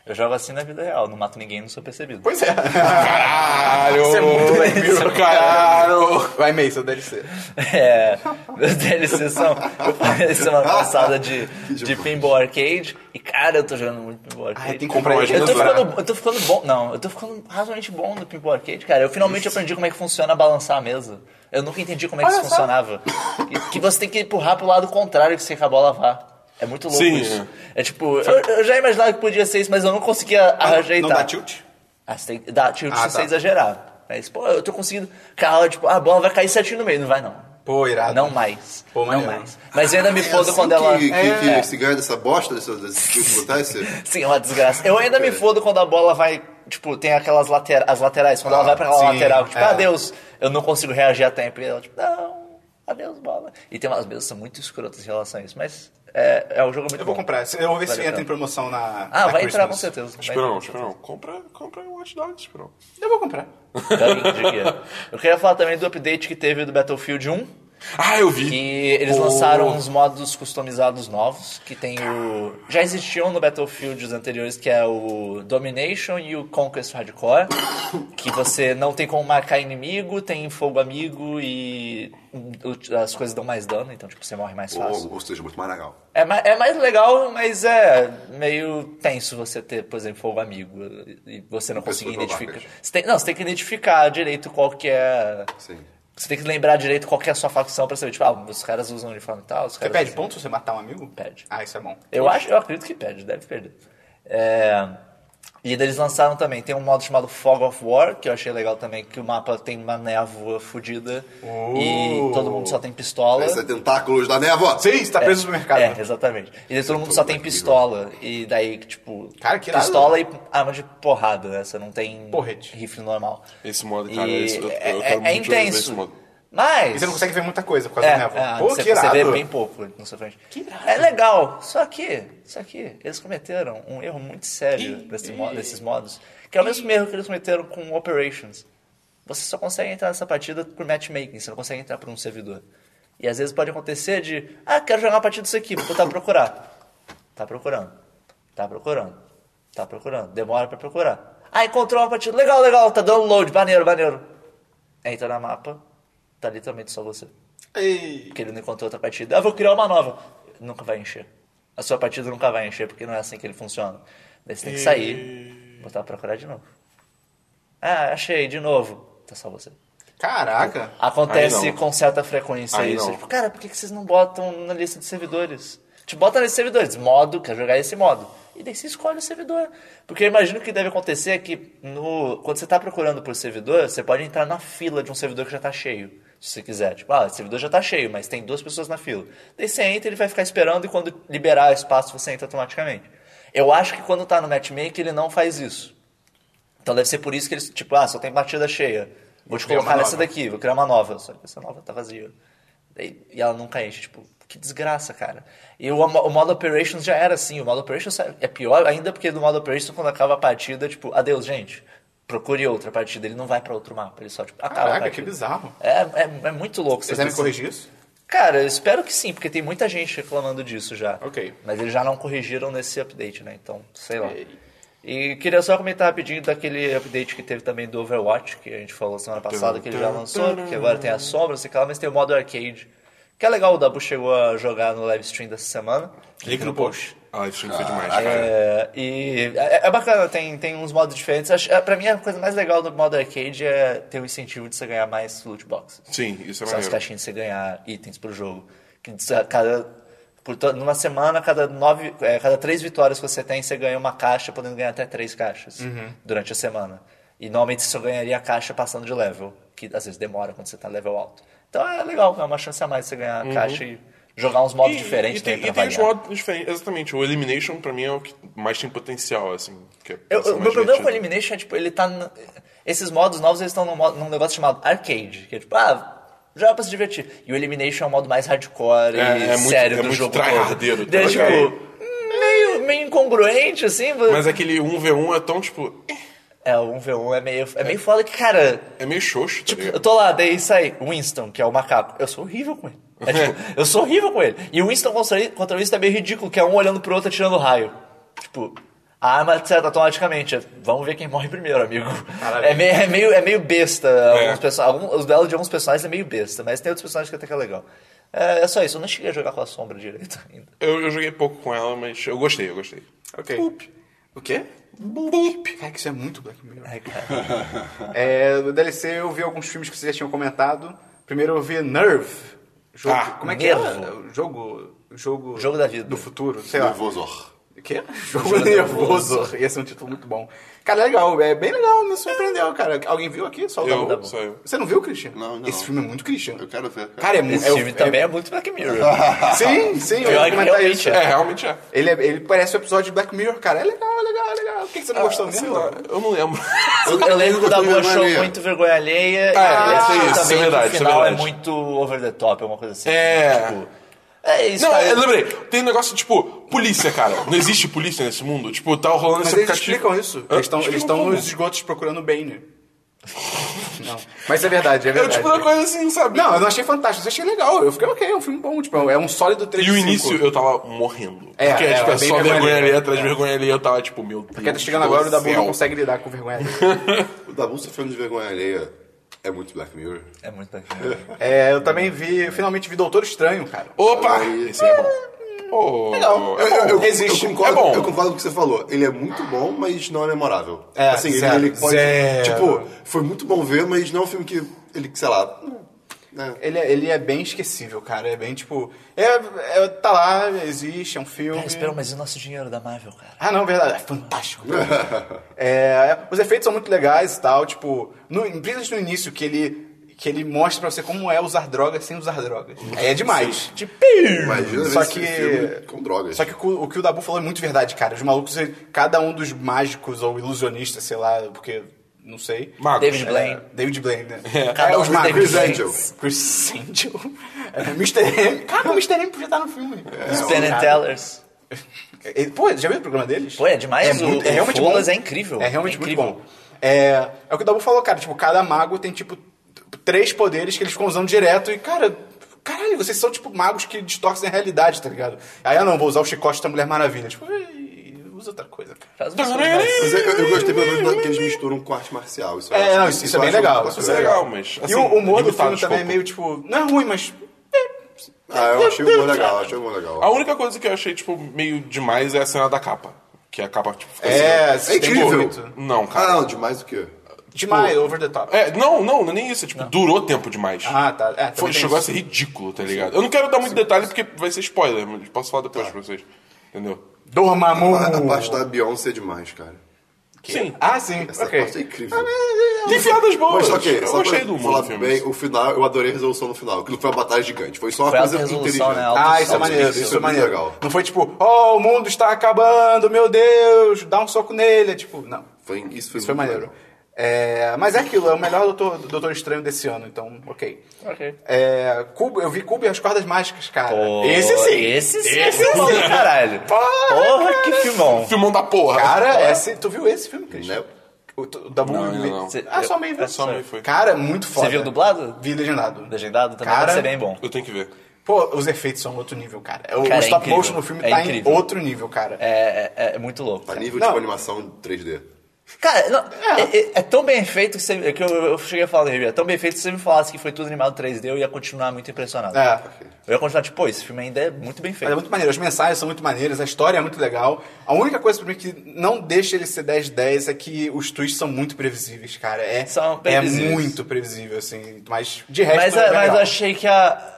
Speaker 3: Eu jogo assim na vida real, não mato ninguém, não sou percebido.
Speaker 1: Pois
Speaker 3: [laughs]
Speaker 1: é.
Speaker 4: Caralho!
Speaker 1: Isso é muito Black Mirror.
Speaker 4: Caralho!
Speaker 1: Vai, May, seu DLC.
Speaker 3: É, [laughs] meus DLCs são. Eu
Speaker 1: [laughs]
Speaker 3: falei semana passada de, de
Speaker 2: demais.
Speaker 3: Pinball Arcade. E cara, eu tô jogando muito Pinball Arcade.
Speaker 1: Ah, tem que comprar uma
Speaker 3: eu, tô
Speaker 1: agenda
Speaker 3: ficando, eu tô ficando bom. Não, eu tô ficando razoavelmente bom no Pinball Arcade, cara. Eu finalmente aprendi como é que funciona balançar a mesa. Eu nunca entendi como é que isso funcionava. E que você tem que empurrar pro lado contrário que você acabou a lavar. É muito louco
Speaker 4: Sim,
Speaker 3: isso. É, tipo, eu, eu já imaginava que podia ser isso, mas eu não conseguia ajeitar.
Speaker 1: Não dá tilt?
Speaker 3: Ah, você tem que dar tiro
Speaker 1: Ah,
Speaker 3: se
Speaker 1: tá.
Speaker 3: você exagerar. Mas, pô, eu tô conseguindo. Cara, tipo, a bola vai cair certinho no meio. Não vai, não.
Speaker 1: Pô, irado.
Speaker 3: Não mais.
Speaker 1: Pô,
Speaker 3: não
Speaker 1: maneiro.
Speaker 3: mais. Mas eu ainda me
Speaker 2: É
Speaker 3: fodo
Speaker 2: assim
Speaker 3: quando ela.
Speaker 2: Que, que, que
Speaker 3: É.
Speaker 2: se ganha dessa bosta, desse, desse tipo que acontece?
Speaker 3: Sim, é uma desgraça. Eu ainda
Speaker 1: É.
Speaker 3: me fodo quando a bola vai. Tipo, tem aquelas latera... as laterais. Quando ela vai pra aquela
Speaker 1: Ah, sim,
Speaker 3: lateral, tipo,
Speaker 1: é.
Speaker 3: adeus. Eu não consigo reagir a tempo. E ela, tipo, não. Adeus, bola. E tem umas mesas que são muito escrotas em relação a isso. Mas é, é um jogo muito
Speaker 1: Eu vou
Speaker 3: bom.
Speaker 1: comprar. Eu vou ver se
Speaker 3: Vale a
Speaker 1: entra
Speaker 3: pena.
Speaker 1: em promoção na. na
Speaker 3: Ah, vai entrar com
Speaker 1: Christmas. um
Speaker 3: certeza. Vai
Speaker 4: Espera, não,
Speaker 3: entrar, com
Speaker 4: espera, não. Compra, compra um Watch Dogs, espera. não.
Speaker 1: Eu vou comprar.
Speaker 3: Então, eu queria- Eu queria falar também do update que teve do Battlefield 1.
Speaker 4: Ah, eu vi.
Speaker 3: Que eles
Speaker 4: Oh.
Speaker 3: lançaram uns modos customizados novos, que tem o. Já existiam no Battlefield os anteriores, que é o Domination e o Conquest Hardcore. que você não tem como marcar inimigo, tem fogo amigo e o- as coisas dão mais dano, então tipo, você morre mais fácil.
Speaker 2: Ou, ou seja, muito mais legal.
Speaker 3: É, ma- é mais legal, mas é meio tenso você ter, por exemplo, fogo amigo e você não conseguir
Speaker 2: Pessoa
Speaker 3: identificar.
Speaker 2: babaca.
Speaker 3: Você tem- não, você tem que identificar direito qual que é.
Speaker 2: Sim.
Speaker 3: Você tem que lembrar direito qual que é a sua facção pra saber, tipo, ah, os caras usam uniforme e tal, os
Speaker 1: Você
Speaker 3: caras...
Speaker 1: pede ponto se você matar um amigo?
Speaker 3: Pede.
Speaker 1: Ah, isso é bom.
Speaker 3: É Eu acho, eu acredito que perde, deve perder. É, E daí eles lançaram também, tem um modo chamado Fog of War, que eu achei legal também, que o mapa tem uma névoa fodida
Speaker 4: Uh!
Speaker 3: e todo mundo só tem pistola.
Speaker 2: Esse é tentáculos da névoa.
Speaker 1: Sim, está preso no supermercado.
Speaker 3: É, exatamente. E daí todo mundo
Speaker 4: é
Speaker 3: só tem pistola. E daí, tipo,
Speaker 1: Cara, que irado.
Speaker 3: pistola e arma de porrada, né? Você não tem
Speaker 1: Porrete.
Speaker 3: rifle normal.
Speaker 4: Esse modo, cara,
Speaker 3: E
Speaker 4: esse- eu- eu
Speaker 3: é,
Speaker 4: quero
Speaker 3: é- é
Speaker 4: muito ver esse
Speaker 3: intenso.
Speaker 4: modo.
Speaker 1: E
Speaker 3: Mas.
Speaker 1: você não consegue ver muita coisa por
Speaker 3: É,
Speaker 1: causa da névoa.
Speaker 3: é,
Speaker 1: Pô,
Speaker 3: você,
Speaker 1: que irado.
Speaker 3: você vê bem pouco na sua frente. é legal, só que, só que eles cometeram um erro muito sério desse mo- desses modos, que é o mesmo erro que eles cometeram com Operations. Você só consegue entrar nessa partida por matchmaking, você não consegue entrar por um servidor. E às vezes pode acontecer de, ah, quero jogar uma partida disso aqui, vou botar procurar. Tá procurando, tá procurando, tá procurando, demora pra procurar. Ah, encontrou uma partida, legal, legal, tá dando load, maneiro, maneiro. Entra na mapa, tá literalmente só você
Speaker 1: Ei.
Speaker 3: porque ele não encontrou outra partida. Ah, vou criar uma nova. Nunca vai encher. A sua partida nunca vai encher, porque não é assim que ele funciona. Daí você tem que sair, botar pra procurar de novo. Ah, achei, de novo. Tá só você.
Speaker 1: Caraca.
Speaker 3: Acontece
Speaker 4: Aí não.
Speaker 3: com certa frequência
Speaker 4: Aí
Speaker 3: isso.
Speaker 4: não.
Speaker 3: Tipo, cara, por que que vocês não botam na lista de servidores? Te bota na lista de servidores, modo, quer jogar esse modo. E daí você escolhe o servidor. Porque eu imagino que deve acontecer é que no, quando você está procurando por servidor, você pode entrar na fila de um servidor que já está cheio. Se você quiser. Tipo, ah, esse servidor já está cheio, mas tem duas pessoas na fila. Daí você entra, ele vai ficar esperando e quando liberar espaço você entra automaticamente. Eu acho que quando está no matchmaking ele não faz isso. Então deve ser por isso que eles, tipo, ah, só tem partida cheia. Vou te
Speaker 1: criar
Speaker 3: colocar
Speaker 1: uma
Speaker 3: nessa
Speaker 1: nova.
Speaker 3: daqui, vou criar uma nova. Só que essa nova tá vazia. E, e ela nunca enche, tipo, que desgraça, cara. E o, o modo Operations já era assim. O modo Operations é pior ainda porque no modo Operations, quando acaba a partida, tipo, adeus, gente. Procure outra partida. Ele não vai pra outro mapa. Ele só, tipo, acaba a
Speaker 1: Caraca,
Speaker 3: partida.
Speaker 1: que bizarro.
Speaker 3: É, é, é muito louco.
Speaker 1: Vocês
Speaker 3: você
Speaker 1: devem
Speaker 3: pensar-
Speaker 1: corrigir isso?
Speaker 3: Cara, eu espero que sim, porque tem muita gente reclamando disso já.
Speaker 1: Ok.
Speaker 3: Mas eles já não corrigiram nesse update, né? Então, sei lá. E queria só comentar rapidinho daquele update que teve também do Overwatch, que a gente falou semana passada, que ele já lançou, que agora tem a sombra, sei lá, mas tem o modo arcade. Que é legal, o Dabu chegou a jogar no live stream dessa semana.
Speaker 1: Clique no post.
Speaker 4: A live stream Ah, foi demais, cara.
Speaker 3: É, e é, é bacana, tem, tem uns modos diferentes. Acho, é, pra mim, a coisa mais legal do modo arcade é ter o incentivo de você ganhar mais loot boxes
Speaker 4: Sim, isso
Speaker 3: são
Speaker 4: é
Speaker 3: as
Speaker 4: maneiro.
Speaker 3: caixinhas de você ganhar itens pro jogo. Que diz- a cada, por to- numa semana, cada, nove, é, cada três vitórias que você tem, você ganha uma caixa, podendo ganhar até três caixas
Speaker 4: Uhum.
Speaker 3: durante a semana. E normalmente você só ganharia a caixa passando de level, que às vezes demora quando você tá level alto. Então é legal, é uma chance a mais você ganhar a caixa e jogar uns modos
Speaker 4: Uhum. E-
Speaker 3: diferentes
Speaker 4: e tem,
Speaker 3: também pra
Speaker 4: e tem os
Speaker 3: variar.
Speaker 4: modos diferentes, exatamente. O Elimination, pra mim, é o que mais tem potencial, assim. Que é pra
Speaker 3: Eu,
Speaker 4: ser
Speaker 3: eu-
Speaker 4: mais
Speaker 3: meu problema com o
Speaker 4: divertido.
Speaker 3: Elimination é, tipo, ele tá. n- Esses modos novos, eles estão num, mo- num negócio chamado arcade, que é tipo, ah, joga pra se divertir. E o Elimination é o modo mais hardcore
Speaker 4: É,
Speaker 3: e
Speaker 4: é muito-
Speaker 3: sério
Speaker 4: é
Speaker 3: do
Speaker 4: muito
Speaker 3: jogo.
Speaker 4: tryhardeiro,
Speaker 3: todo. Daí,
Speaker 4: tá
Speaker 3: tipo,
Speaker 4: ligado?
Speaker 3: meio, meio incongruente, assim.
Speaker 4: Mas aquele 1v1 é tão, tipo... eh,
Speaker 3: É, o 1v1 é meio, é meio foda que, cara,
Speaker 4: É meio xoxo, tá
Speaker 3: eu
Speaker 4: ligado?
Speaker 3: tô lá, daí sai Winston, que é o macaco. Eu sou horrível com ele. É,
Speaker 4: [laughs]
Speaker 3: tipo, eu sou horrível com ele. E o Winston contra ele- contra o Winston é meio ridículo, que é um olhando pro outro atirando raio. Tipo, a arma acerta automaticamente. É, Vamos ver quem morre primeiro, amigo. É meio, é, meio, é meio besta. Alguns perso- algum- os duelos de alguns personagens é meio besta, mas tem outros personagens que até que é legal. É, é só isso, eu não cheguei a jogar com a sombra direito ainda.
Speaker 4: Eu, eu joguei pouco com ela, mas eu gostei, eu gostei.
Speaker 1: Ok. O quê?
Speaker 4: Boop.
Speaker 1: Cara, que isso é muito Black Mirror.
Speaker 3: Ai, cara.
Speaker 1: É, no DLC eu vi alguns filmes que vocês já tinham comentado. Primeiro eu vi Nerve. Jogo,
Speaker 4: Ah,
Speaker 1: como é que
Speaker 3: Nervo.
Speaker 1: é? O Jogo, jogo.
Speaker 3: Jogo da vida.
Speaker 1: Do futuro, sei lá.
Speaker 2: Nervosor.
Speaker 1: O quê? [laughs] Jogo nervoso. Ia ser um título muito bom. Cara, é legal, é bem legal, me surpreendeu, cara. Alguém viu aqui? Só o
Speaker 4: Eu,
Speaker 1: Dabu.
Speaker 4: só eu.
Speaker 1: Você não viu, Christian?
Speaker 2: Não, ainda
Speaker 1: Esse
Speaker 2: não.
Speaker 1: filme é muito Christian.
Speaker 2: Eu quero ver.
Speaker 1: Cara, é muito.
Speaker 3: Esse filme também é muito Black
Speaker 4: [laughs]
Speaker 3: Mirror.
Speaker 1: [laughs] Sim, sim, eu ia
Speaker 3: Pior que
Speaker 1: comentar
Speaker 3: realmente
Speaker 1: isso.
Speaker 4: É, realmente é.
Speaker 1: Ele, é- ele parece um episódio de Black Mirror, cara. É legal, é legal, é legal. Por que que você não
Speaker 3: Tá
Speaker 1: gostou
Speaker 4: Ah, Sei
Speaker 1: mesmo?
Speaker 4: lá, eu não
Speaker 3: [laughs]
Speaker 4: lembro.
Speaker 3: Eu lembro que o
Speaker 2: da
Speaker 3: Dabu achou muito vergonha alheia.
Speaker 4: Ah,
Speaker 3: e
Speaker 4: isso é
Speaker 3: ele achou
Speaker 4: isso,
Speaker 3: também
Speaker 4: é verdade,
Speaker 3: que
Speaker 4: isso
Speaker 3: o
Speaker 4: é
Speaker 3: final é
Speaker 4: verdade.
Speaker 3: muito over the top, é uma coisa assim.
Speaker 4: É.
Speaker 3: Tipo, é isso.
Speaker 4: Não,
Speaker 3: cara.
Speaker 4: eu lembrei. Tem um negócio, tipo, polícia, cara. Não existe polícia nesse mundo. Tipo, Ah, um tá rolando
Speaker 1: Mas
Speaker 4: esse
Speaker 1: eles
Speaker 4: aplicativo.
Speaker 1: explicam isso.
Speaker 4: Hã?
Speaker 1: Eles estão- eles
Speaker 4: Explicam
Speaker 1: estão
Speaker 4: como? [laughs]
Speaker 1: nos esgotos procurando o Bane. Não. Mas é verdade, é
Speaker 4: Eu,
Speaker 1: verdade.
Speaker 4: tipo, uma coisa assim, sabe?
Speaker 1: Não, eu não achei fantástico, eu achei legal. Eu fiquei ok, é um filme bom, tipo, é um sólido 3
Speaker 4: E o início, eu tava morrendo.
Speaker 1: É,
Speaker 4: porque,
Speaker 1: é,
Speaker 4: tipo,
Speaker 1: é bem
Speaker 4: é só
Speaker 1: vergonha
Speaker 4: vergonha ali
Speaker 1: alheia,
Speaker 4: atrás de vergonha ali, eu tava, tipo, meu Deus.
Speaker 1: Porque tá chegando
Speaker 4: do
Speaker 1: agora o Dabu
Speaker 4: céu.
Speaker 1: não consegue lidar com vergonha.
Speaker 2: O Dabu sofrendo de vergonha alheia é muito Black Mirror.
Speaker 3: É muito bacana.
Speaker 1: É, eu também vi, eu finalmente vi Doutor Estranho, cara.
Speaker 4: Opa!
Speaker 2: Aí-
Speaker 4: Esse é bom. Oh,
Speaker 1: Legal.
Speaker 4: é
Speaker 2: Eu, eu- eu-
Speaker 1: Existe.
Speaker 2: eu concordo,
Speaker 4: É bom.
Speaker 2: eu concordo com o que você falou. Ele é muito bom, mas não é memorável.
Speaker 1: É,
Speaker 2: assim, ele-
Speaker 1: zero,
Speaker 2: ele, pode.
Speaker 1: zero.
Speaker 2: Tipo, foi muito bom ver, mas não é um filme que ele, sei lá. né?
Speaker 1: Ele, é- ele é bem esquecível, cara. É bem tipo. É, é- tá lá, existe, é um filme.
Speaker 3: Cara, espera, mas e o nosso dinheiro é da Marvel, cara?
Speaker 1: Ah, não, verdade. É fantástico. É, os efeitos são muito legais e tal. Tipo, no, principalmente no início, que ele. Que ele mostra pra você como é usar drogas sem usar drogas. Aí é demais. Tipo,
Speaker 2: Imagina
Speaker 1: Só
Speaker 2: ver esse
Speaker 1: que-
Speaker 2: filme com drogas.
Speaker 1: Só que o o que o Dabu falou é muito verdade, cara. Os malucos, ele- cada um dos mágicos ou ilusionistas, sei lá, porque. Não sei.
Speaker 4: Magos.
Speaker 3: David
Speaker 1: É,
Speaker 3: Blaine.
Speaker 1: David Blaine, né?
Speaker 3: Cada um
Speaker 1: os
Speaker 3: dos
Speaker 1: magos.
Speaker 3: David
Speaker 2: Chris Angel.
Speaker 1: Chris Angel. É, Mr. M. Cara, o Mr. M podia estar no filme.
Speaker 3: Os Penn and Tellers.
Speaker 1: É, Pô, já viu o programa deles?
Speaker 3: Pô, é demais, o- o Follas é incrível.
Speaker 1: É realmente
Speaker 3: É
Speaker 1: muito
Speaker 3: incrível.
Speaker 1: bom. É, é o que o Dabu falou, cara. Tipo, cada mago tem, tipo, t- três poderes que eles ficam usando direto. E, cara, caralho, vocês são, tipo, magos que distorcem a realidade, tá ligado? Aí, ah, não, vou usar o chicote da Mulher Maravilha. Tipo, "Ei, usa outra coisa, cara.
Speaker 3: Faz um umas coisas mais.
Speaker 2: Mas é eu, eu gostei pelo menos da- que eles misturam com arte marcial. Isso eu
Speaker 1: É,
Speaker 2: acho-
Speaker 1: não, isso- isso é
Speaker 2: eu
Speaker 1: bem
Speaker 2: acho
Speaker 1: legal,
Speaker 2: uma
Speaker 1: isso
Speaker 2: coisa
Speaker 4: Isso é legal, mas.
Speaker 1: e
Speaker 4: assim,
Speaker 1: o humor do
Speaker 4: limitado
Speaker 1: filme também é
Speaker 4: de escopo.
Speaker 1: meio, tipo, não é ruim, mas...
Speaker 2: Ah, eu achei o humor legal, achei o humor legal.
Speaker 4: A única coisa que eu achei, tipo, meio demais é a cena da capa. Que a capa, tipo, fica
Speaker 1: É,
Speaker 4: assim,
Speaker 1: se tem
Speaker 2: incrível.
Speaker 1: muito.
Speaker 4: Não,
Speaker 2: Ah,
Speaker 4: cara.
Speaker 2: não, demais do que?
Speaker 1: Demais, over the top.
Speaker 4: É, não, não, não é nem isso. Tipo, durou tempo demais.
Speaker 1: Ah, tá. É, também
Speaker 4: Foi,
Speaker 1: tem
Speaker 4: chegou a
Speaker 1: isso.
Speaker 4: ser ridículo, tá ligado? Eu não quero dar muito detalhe porque vai ser spoiler, mas posso falar depois pra vocês. Entendeu?
Speaker 1: Dormammu!
Speaker 2: A, a parte da Beyoncé é demais, cara.
Speaker 4: Sim.
Speaker 1: Ah, sim.
Speaker 2: Essa
Speaker 1: ok. Ah, né?
Speaker 2: parte é incrível.
Speaker 4: Tem piadas boas.
Speaker 2: Mas só que,
Speaker 4: eu
Speaker 2: só
Speaker 4: gostei
Speaker 2: pra
Speaker 4: do humor
Speaker 2: falar
Speaker 4: do filme.
Speaker 2: bem, o final, eu adorei a resolução no final, que não foi uma batalha gigante, foi só uma
Speaker 3: Foi alta
Speaker 2: coisa
Speaker 3: resolução,
Speaker 2: inteligente.
Speaker 3: né? Alta
Speaker 1: Ah, isso é
Speaker 3: Alto
Speaker 1: maneiro,
Speaker 2: Isso
Speaker 1: isso,
Speaker 2: é
Speaker 1: é
Speaker 2: muito
Speaker 1: maneiro.
Speaker 2: legal.
Speaker 1: Não foi tipo, oh, o mundo está acabando, meu Deus, dá um soco nele. É tipo, não,
Speaker 2: Foi, isso foi,
Speaker 1: isso foi
Speaker 2: muito
Speaker 1: maneiro.
Speaker 2: legal.
Speaker 1: É, mas é aquilo, é o melhor Doutor, Doutor Estranho desse ano, então, ok.
Speaker 3: Ok.
Speaker 1: É, Cubo, eu vi Cubo e as Cordas Mágicas, cara.
Speaker 3: Pô,
Speaker 1: esse sim!
Speaker 3: É, Esse sim!
Speaker 1: Esse
Speaker 3: filmão
Speaker 1: sim.
Speaker 3: do [laughs] caralho!
Speaker 1: Porra,
Speaker 3: Porra, que filmão!
Speaker 4: Filmão da porra.
Speaker 1: Cara, esse, tu viu esse filme, Cris?
Speaker 2: Não.
Speaker 1: O, o Dabu...
Speaker 4: Não, ainda não.
Speaker 1: Ah, só meio.
Speaker 3: É só meio,
Speaker 4: foi.
Speaker 1: Cara, muito foda.
Speaker 3: viu dublado?
Speaker 1: Vi legendado.
Speaker 3: Legendado também
Speaker 1: Cara,
Speaker 3: deve ser bem bom.
Speaker 4: Eu tenho que ver.
Speaker 1: Pô, os efeitos são outro nível, cara. O,
Speaker 3: Cara, é
Speaker 1: o stop
Speaker 3: incrível.
Speaker 1: motion no filme
Speaker 3: É
Speaker 1: tá
Speaker 3: incrível.
Speaker 1: em outro nível, cara.
Speaker 3: É, é- é muito louco.
Speaker 2: A
Speaker 3: cara.
Speaker 2: nível,
Speaker 1: Não.
Speaker 2: tipo, animação 3D.
Speaker 3: Cara, não, é, é- é tão bem feito que, você- que eu, eu cheguei a falar na review. É tão bem feito que se você me falasse que foi tudo animado 3D, eu ia continuar muito impressionado.
Speaker 1: É.
Speaker 3: Eu ia continuar tipo, pô, esse filme ainda é muito bem
Speaker 1: Mas é
Speaker 3: feito.
Speaker 1: muito maneiro, as mensagens são muito maneiras, a história é muito legal. A única coisa pra mim que não deixa ele ser 10-10 é que os twists são muito previsíveis, cara. É,
Speaker 3: São previsíveis.
Speaker 1: é muito previsível, assim. Mas de resto.
Speaker 3: Mas,
Speaker 1: é,
Speaker 3: a- mas
Speaker 1: legal.
Speaker 3: eu achei que a.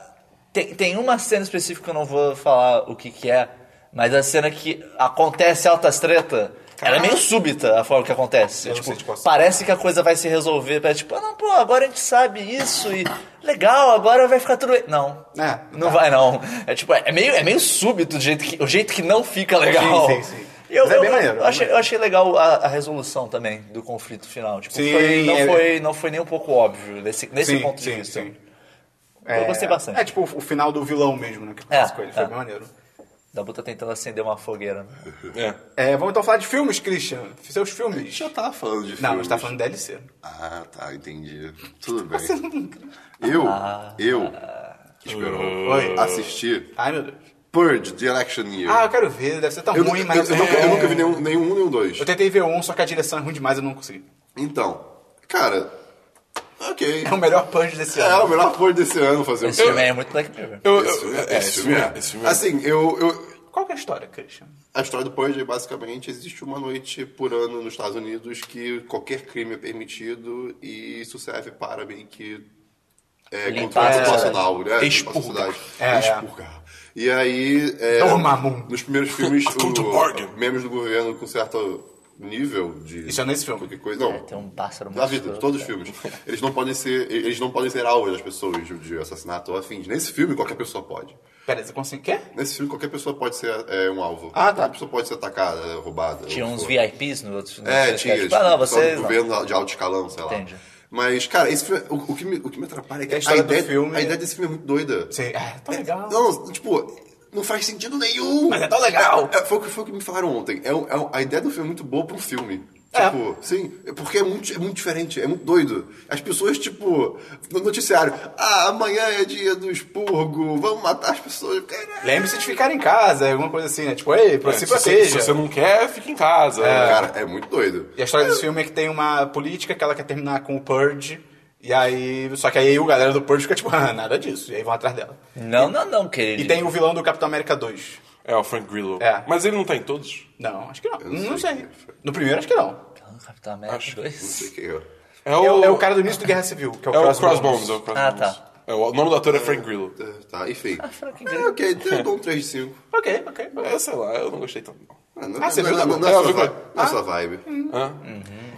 Speaker 3: Tem, tem uma cena específica que eu não vou falar o que, que é, mas a cena que acontece altas treta. Ela é meio súbita a forma que acontece.
Speaker 1: Eu não
Speaker 3: tipo,
Speaker 1: sei de qual cena.
Speaker 3: parece que a coisa vai se resolver. Parece tipo, ah, não, pô, agora a gente sabe isso e legal, agora vai ficar tudo. bem. Não.
Speaker 1: É,
Speaker 3: não vai, não. É tipo, é meio, é meio súbito o jeito, que, o jeito que não fica legal.
Speaker 1: Sim, sim, sim.
Speaker 3: Eu,
Speaker 1: Mas é
Speaker 3: eu-
Speaker 1: bem maneiro,
Speaker 3: eu achei, eu achei legal a, a resolução também do conflito final. Tipo,
Speaker 1: Sim,
Speaker 3: foi- não,
Speaker 1: é-
Speaker 3: foi, não foi nem um pouco óbvio nesse, nesse
Speaker 1: Sim,
Speaker 3: ponto de
Speaker 1: sim,
Speaker 3: vista.
Speaker 1: sim.
Speaker 3: Eu gostei bastante.
Speaker 1: É tipo o final do vilão mesmo, né? Que
Speaker 3: É,
Speaker 1: acontece com ele. Foi
Speaker 3: é.
Speaker 1: bem maneiro.
Speaker 3: Dabu tá tentando acender uma fogueira. né?
Speaker 4: É.
Speaker 1: É, vamos então falar de filmes, Christian. Seus filmes.
Speaker 2: Já tava falando de
Speaker 1: Não, a
Speaker 2: filmes.
Speaker 1: gente tá falando de DLC.
Speaker 2: Ah, tá, entendi. Tudo bem. Eu, eu, esperou,
Speaker 1: Oi.
Speaker 2: assisti
Speaker 1: [laughs] Ai, meu Deus.
Speaker 2: Purge, The Election Year.
Speaker 1: Ah, eu quero ver, deve ser tão
Speaker 2: eu,
Speaker 1: ruim,
Speaker 2: eu-
Speaker 1: mas.
Speaker 2: eu nunca, eu nunca vi nenhum, nenhum um, nenhum dois.
Speaker 1: Eu tentei ver um, só que a direção é ruim demais, eu não consegui.
Speaker 2: Então, cara, ok.
Speaker 1: É o melhor punch desse
Speaker 2: É
Speaker 1: ano.
Speaker 2: o melhor Purge desse ano fazer um
Speaker 3: Esse filme aí é muito Black Mirror.
Speaker 4: Eu,
Speaker 2: Esse-
Speaker 4: eu-
Speaker 2: esse
Speaker 4: é, esse filme é. Esse filme é.
Speaker 2: Assim, eu, eu,
Speaker 1: Qual que é a história, Christian?
Speaker 2: A história do Purge é basicamente existe uma noite por ano nos Estados Unidos que qualquer crime é permitido e isso serve para meio que é,
Speaker 3: Limpar
Speaker 2: controle
Speaker 3: a
Speaker 2: populacional, né?
Speaker 4: Expurgar.
Speaker 2: Limpar a sociedade.
Speaker 1: É, é.
Speaker 2: Expurgar. E aí. É,
Speaker 1: Dormammu.
Speaker 2: Nos primeiros
Speaker 4: [laughs]
Speaker 2: filmes,
Speaker 4: Come to Oregon.
Speaker 2: o, membros do governo com certo nível de.
Speaker 1: Isso é então, nesse filme.
Speaker 2: Qualquer coisa. Não.
Speaker 3: Tem um pássaro
Speaker 2: Da
Speaker 3: monstruoso,
Speaker 2: vida, de todos os
Speaker 3: cara.
Speaker 2: filmes. Eles não podem ser. Eles não podem ser alvos das pessoas de- de assassinato ou afins. Nesse filme, qualquer pessoa pode.
Speaker 1: Pera, você consegue. Quê?
Speaker 2: Nesse filme, qualquer pessoa pode ser é, um alvo.
Speaker 1: Ah, tá.
Speaker 2: Qualquer pessoa pode ser atacada, roubada.
Speaker 3: Tinha
Speaker 2: ou o que
Speaker 3: uns
Speaker 2: for.
Speaker 3: VIPs no outro filme.
Speaker 2: É,
Speaker 3: Vocês
Speaker 2: tinha. Tipo,
Speaker 3: ficaram, Tipo, ah, não,
Speaker 2: só
Speaker 3: vocês.
Speaker 2: do
Speaker 3: não.
Speaker 2: governo de alto escalão, sei lá.
Speaker 3: Entendi.
Speaker 2: Mas, cara, esse filme- o, o que me, o que me atrapalha é que
Speaker 1: a história do
Speaker 2: ideia,
Speaker 1: filme-
Speaker 2: a ideia desse filme é muito doida.
Speaker 1: Sim. É, tá legal.
Speaker 2: Não, tipo, não faz sentido nenhum.
Speaker 1: Mas é tão legal.
Speaker 2: É, é, foi, o que- foi o que me falaram ontem. É, um- é um- a ideia do filme é muito boa pra um filme.
Speaker 1: É.
Speaker 2: Tipo, sim, é porque é muito, é muito diferente, é muito doido. As pessoas, tipo, no noticiário, ah, amanhã é dia do expurgo, vamos matar as pessoas. Caralho.
Speaker 1: Lembre-se de ficar em casa, alguma coisa assim, né? Tipo, ei, pra
Speaker 4: É,
Speaker 1: se
Speaker 4: se, você, se
Speaker 1: proteja.
Speaker 4: você não quer, fica em casa.
Speaker 2: Cara, é muito doido.
Speaker 1: E a história desse filme é que tem uma política que ela quer terminar com o Purge. E aí. Só que aí o galera do Purge fica tipo, [laughs] ah, nada disso. E aí vão atrás dela.
Speaker 3: Não, não, não, querido.
Speaker 1: E tem o vilão do Capitão América 2.
Speaker 4: É, o Frank Grillo.
Speaker 1: É.
Speaker 4: Mas ele não tá em todos?
Speaker 1: Não, acho que não.
Speaker 2: não
Speaker 1: não
Speaker 2: sei
Speaker 1: sei. No primeiro, acho que não.
Speaker 3: Ah, Capitão América
Speaker 4: Acho-
Speaker 3: 2.
Speaker 2: Não sei quem é.
Speaker 1: É o, é o cara do início do Guerra Civil, que é o
Speaker 4: É o
Speaker 1: Crossbones.
Speaker 4: Crossbones, é o Crossbones.
Speaker 3: Ah, tá.
Speaker 4: É, o nome do ator é Frank Grillo.
Speaker 2: É, Tá, enfim.
Speaker 3: Frank
Speaker 2: É, ok, então eu dou um 3 de 5.
Speaker 1: Ok, ok.
Speaker 4: É, sei lá, eu não gostei tanto. não.
Speaker 2: Ah, não,
Speaker 1: Ah, você
Speaker 2: não,
Speaker 1: viu? Ah.
Speaker 2: não, não, não é
Speaker 4: É, eu
Speaker 2: sua
Speaker 4: vi
Speaker 2: vibe.
Speaker 4: qual-
Speaker 2: Não é sua vibe.
Speaker 4: Hã?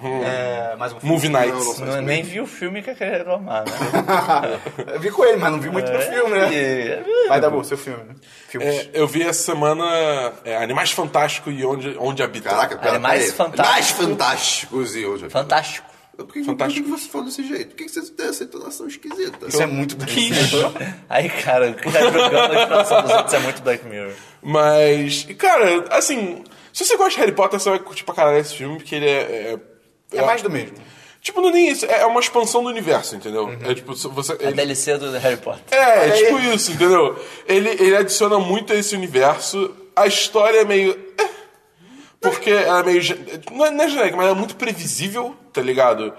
Speaker 1: É, mais um filme.
Speaker 4: Movie Nights.
Speaker 2: Não, não faz
Speaker 3: Não, nem vi o filme que eu
Speaker 2: [laughs]
Speaker 3: queria reclamar, né? É,
Speaker 1: Eu vi com ele, mas não vi muito do filme, né?
Speaker 3: E-
Speaker 1: Vai dar bom, seu filme, né? Filmes.
Speaker 4: É, eu vi essa semana é, Animais Fantástico e Onde, onde Habitam.
Speaker 2: Caraca, pera,
Speaker 3: Animais
Speaker 2: pera aí.
Speaker 3: fantásticos.
Speaker 2: Mais fantásticos e hoje.
Speaker 3: Fantástico.
Speaker 2: Por que, Fantástico.
Speaker 4: Fantástico.
Speaker 2: Por que você falou desse jeito? Por que você tem essa entonação esquisita?
Speaker 1: Isso é muito
Speaker 4: isso?
Speaker 3: Aí, cara, o cara jogando a informação dos outros é muito Black Mirror.
Speaker 4: Mas, e, cara, assim, se você gosta de Harry Potter, você vai curtir pra caralho esse filme, porque ele é... é-
Speaker 1: É mais do mesmo.
Speaker 4: Tipo, não é nem isso, é é uma expansão do universo, entendeu?
Speaker 3: Uhum.
Speaker 4: É tipo, se você...
Speaker 3: A
Speaker 4: ele-
Speaker 3: DLC do Harry Potter.
Speaker 4: É,
Speaker 1: Olha aí.
Speaker 4: tipo isso, entendeu? Ele, ele adiciona muito a esse universo. A história é meio. eh, Porque ela é meio. gen- Não é, não é genérica, mas ela é muito previsível, tá ligado?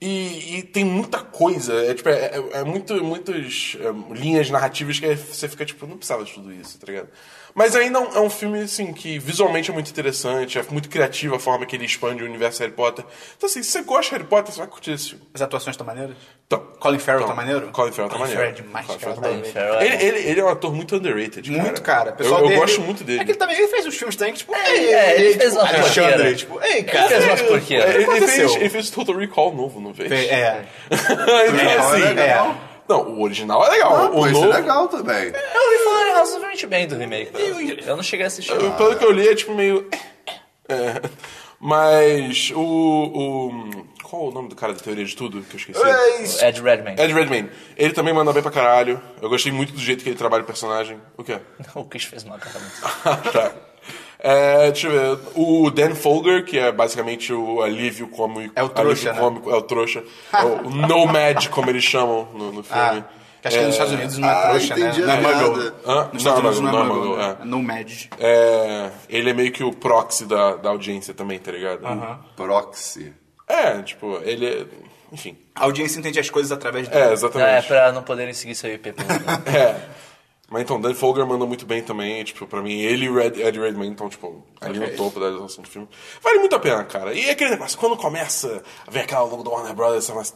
Speaker 4: E, e tem muita coisa. É, tipo, é, é- é muito, muitas é, linhas narrativas que você fica tipo, não precisava de tudo isso, tá ligado? Mas ainda é um, é um filme, assim, que visualmente é muito interessante, é muito criativo a forma que ele expande o universo Harry Potter. Então, assim, se você gosta de Harry Potter, você vai curtir esse filme.
Speaker 1: As atuações estão maneiras?
Speaker 4: Então,
Speaker 1: Colin Farrell
Speaker 4: então,
Speaker 1: tá maneiro?
Speaker 4: Colin Farrell tá
Speaker 1: Colin
Speaker 4: maneiro.
Speaker 1: Farrell é demais,
Speaker 4: Colin
Speaker 1: cara.
Speaker 4: Farrell tá maneiro.
Speaker 3: Colin Farrell é
Speaker 4: Ele, ele, ele é um ator muito underrated, cara.
Speaker 1: Muito, cara. O
Speaker 4: Eu,
Speaker 1: pessoal
Speaker 4: eu
Speaker 1: dele-
Speaker 4: gosto muito dele.
Speaker 1: É que ele também ele fez uns filmes também que, tipo,
Speaker 3: É,
Speaker 1: ei,
Speaker 3: é, ele
Speaker 1: ei,
Speaker 3: fez
Speaker 1: tipo,
Speaker 3: uma
Speaker 1: Alexandre,
Speaker 3: porqueira.
Speaker 1: tipo, ei,
Speaker 2: É,
Speaker 3: Ele fez umas
Speaker 1: cara.
Speaker 3: porqueiras.
Speaker 4: É, ele, ele fez,
Speaker 1: aconteceu?
Speaker 4: ele fez Total Recall novo, não fez? [laughs]
Speaker 1: É.
Speaker 4: então,
Speaker 1: É,
Speaker 4: assim,
Speaker 1: é legal.
Speaker 4: Não, o original é legal.
Speaker 2: Ah,
Speaker 4: o
Speaker 2: pô, isso
Speaker 4: novo,
Speaker 2: é legal também.
Speaker 3: Eu ouvi falar razoavelmente bem do remake. Eu não cheguei a assistir.
Speaker 4: eu- pelo que eu li, é tipo meio... É. Mas o, o... Qual é o nome do cara da teoria de tudo que eu esqueci?
Speaker 1: Ei,
Speaker 3: Ed Redman.
Speaker 4: Ed Redmayne. Ele também manda bem pra caralho. Eu gostei muito do jeito que ele trabalha o personagem. O quê?
Speaker 2: É.
Speaker 3: O Chris fez uma cara muito...
Speaker 4: [laughs] tá. É, deixa eu ver. O Dan Folger, que é basicamente o alívio cômico.
Speaker 1: É o trouxa,
Speaker 4: alívio
Speaker 1: né?
Speaker 4: cômico, É o trouxa. É o Nomad, como eles chamam no, no
Speaker 1: Ah,
Speaker 4: filme.
Speaker 1: que acho que nos Estados Unidos não é
Speaker 2: Ah,
Speaker 1: trouxa, né?
Speaker 2: entendi a
Speaker 1: Não é
Speaker 2: piada.
Speaker 1: muggle.
Speaker 4: Hã?
Speaker 1: Nos Estados
Speaker 4: Não,
Speaker 1: Unidos não,
Speaker 4: não,
Speaker 1: é
Speaker 4: não é
Speaker 1: muggle,
Speaker 4: muggle,
Speaker 1: né? No Mad.
Speaker 4: É, ele é meio que o proxy da, da audiência também, tá ligado?
Speaker 2: Proxy.
Speaker 4: É, tipo, ele é... Enfim.
Speaker 1: A audiência entende as coisas através dele.
Speaker 4: É,
Speaker 3: Não, é
Speaker 4: exatamente.
Speaker 3: pra não poderem seguir seu IP. pelo menos.
Speaker 4: É. Mas então, Dan Folger manda muito bem também. Tipo, pra mim, ele e o Red, Ed Redman estão, tipo, ali no topo da realização do filme. Vale muito a pena, cara. E é aquele negócio, quando começa, vem aquela logo do Warner Brothers, essa mais...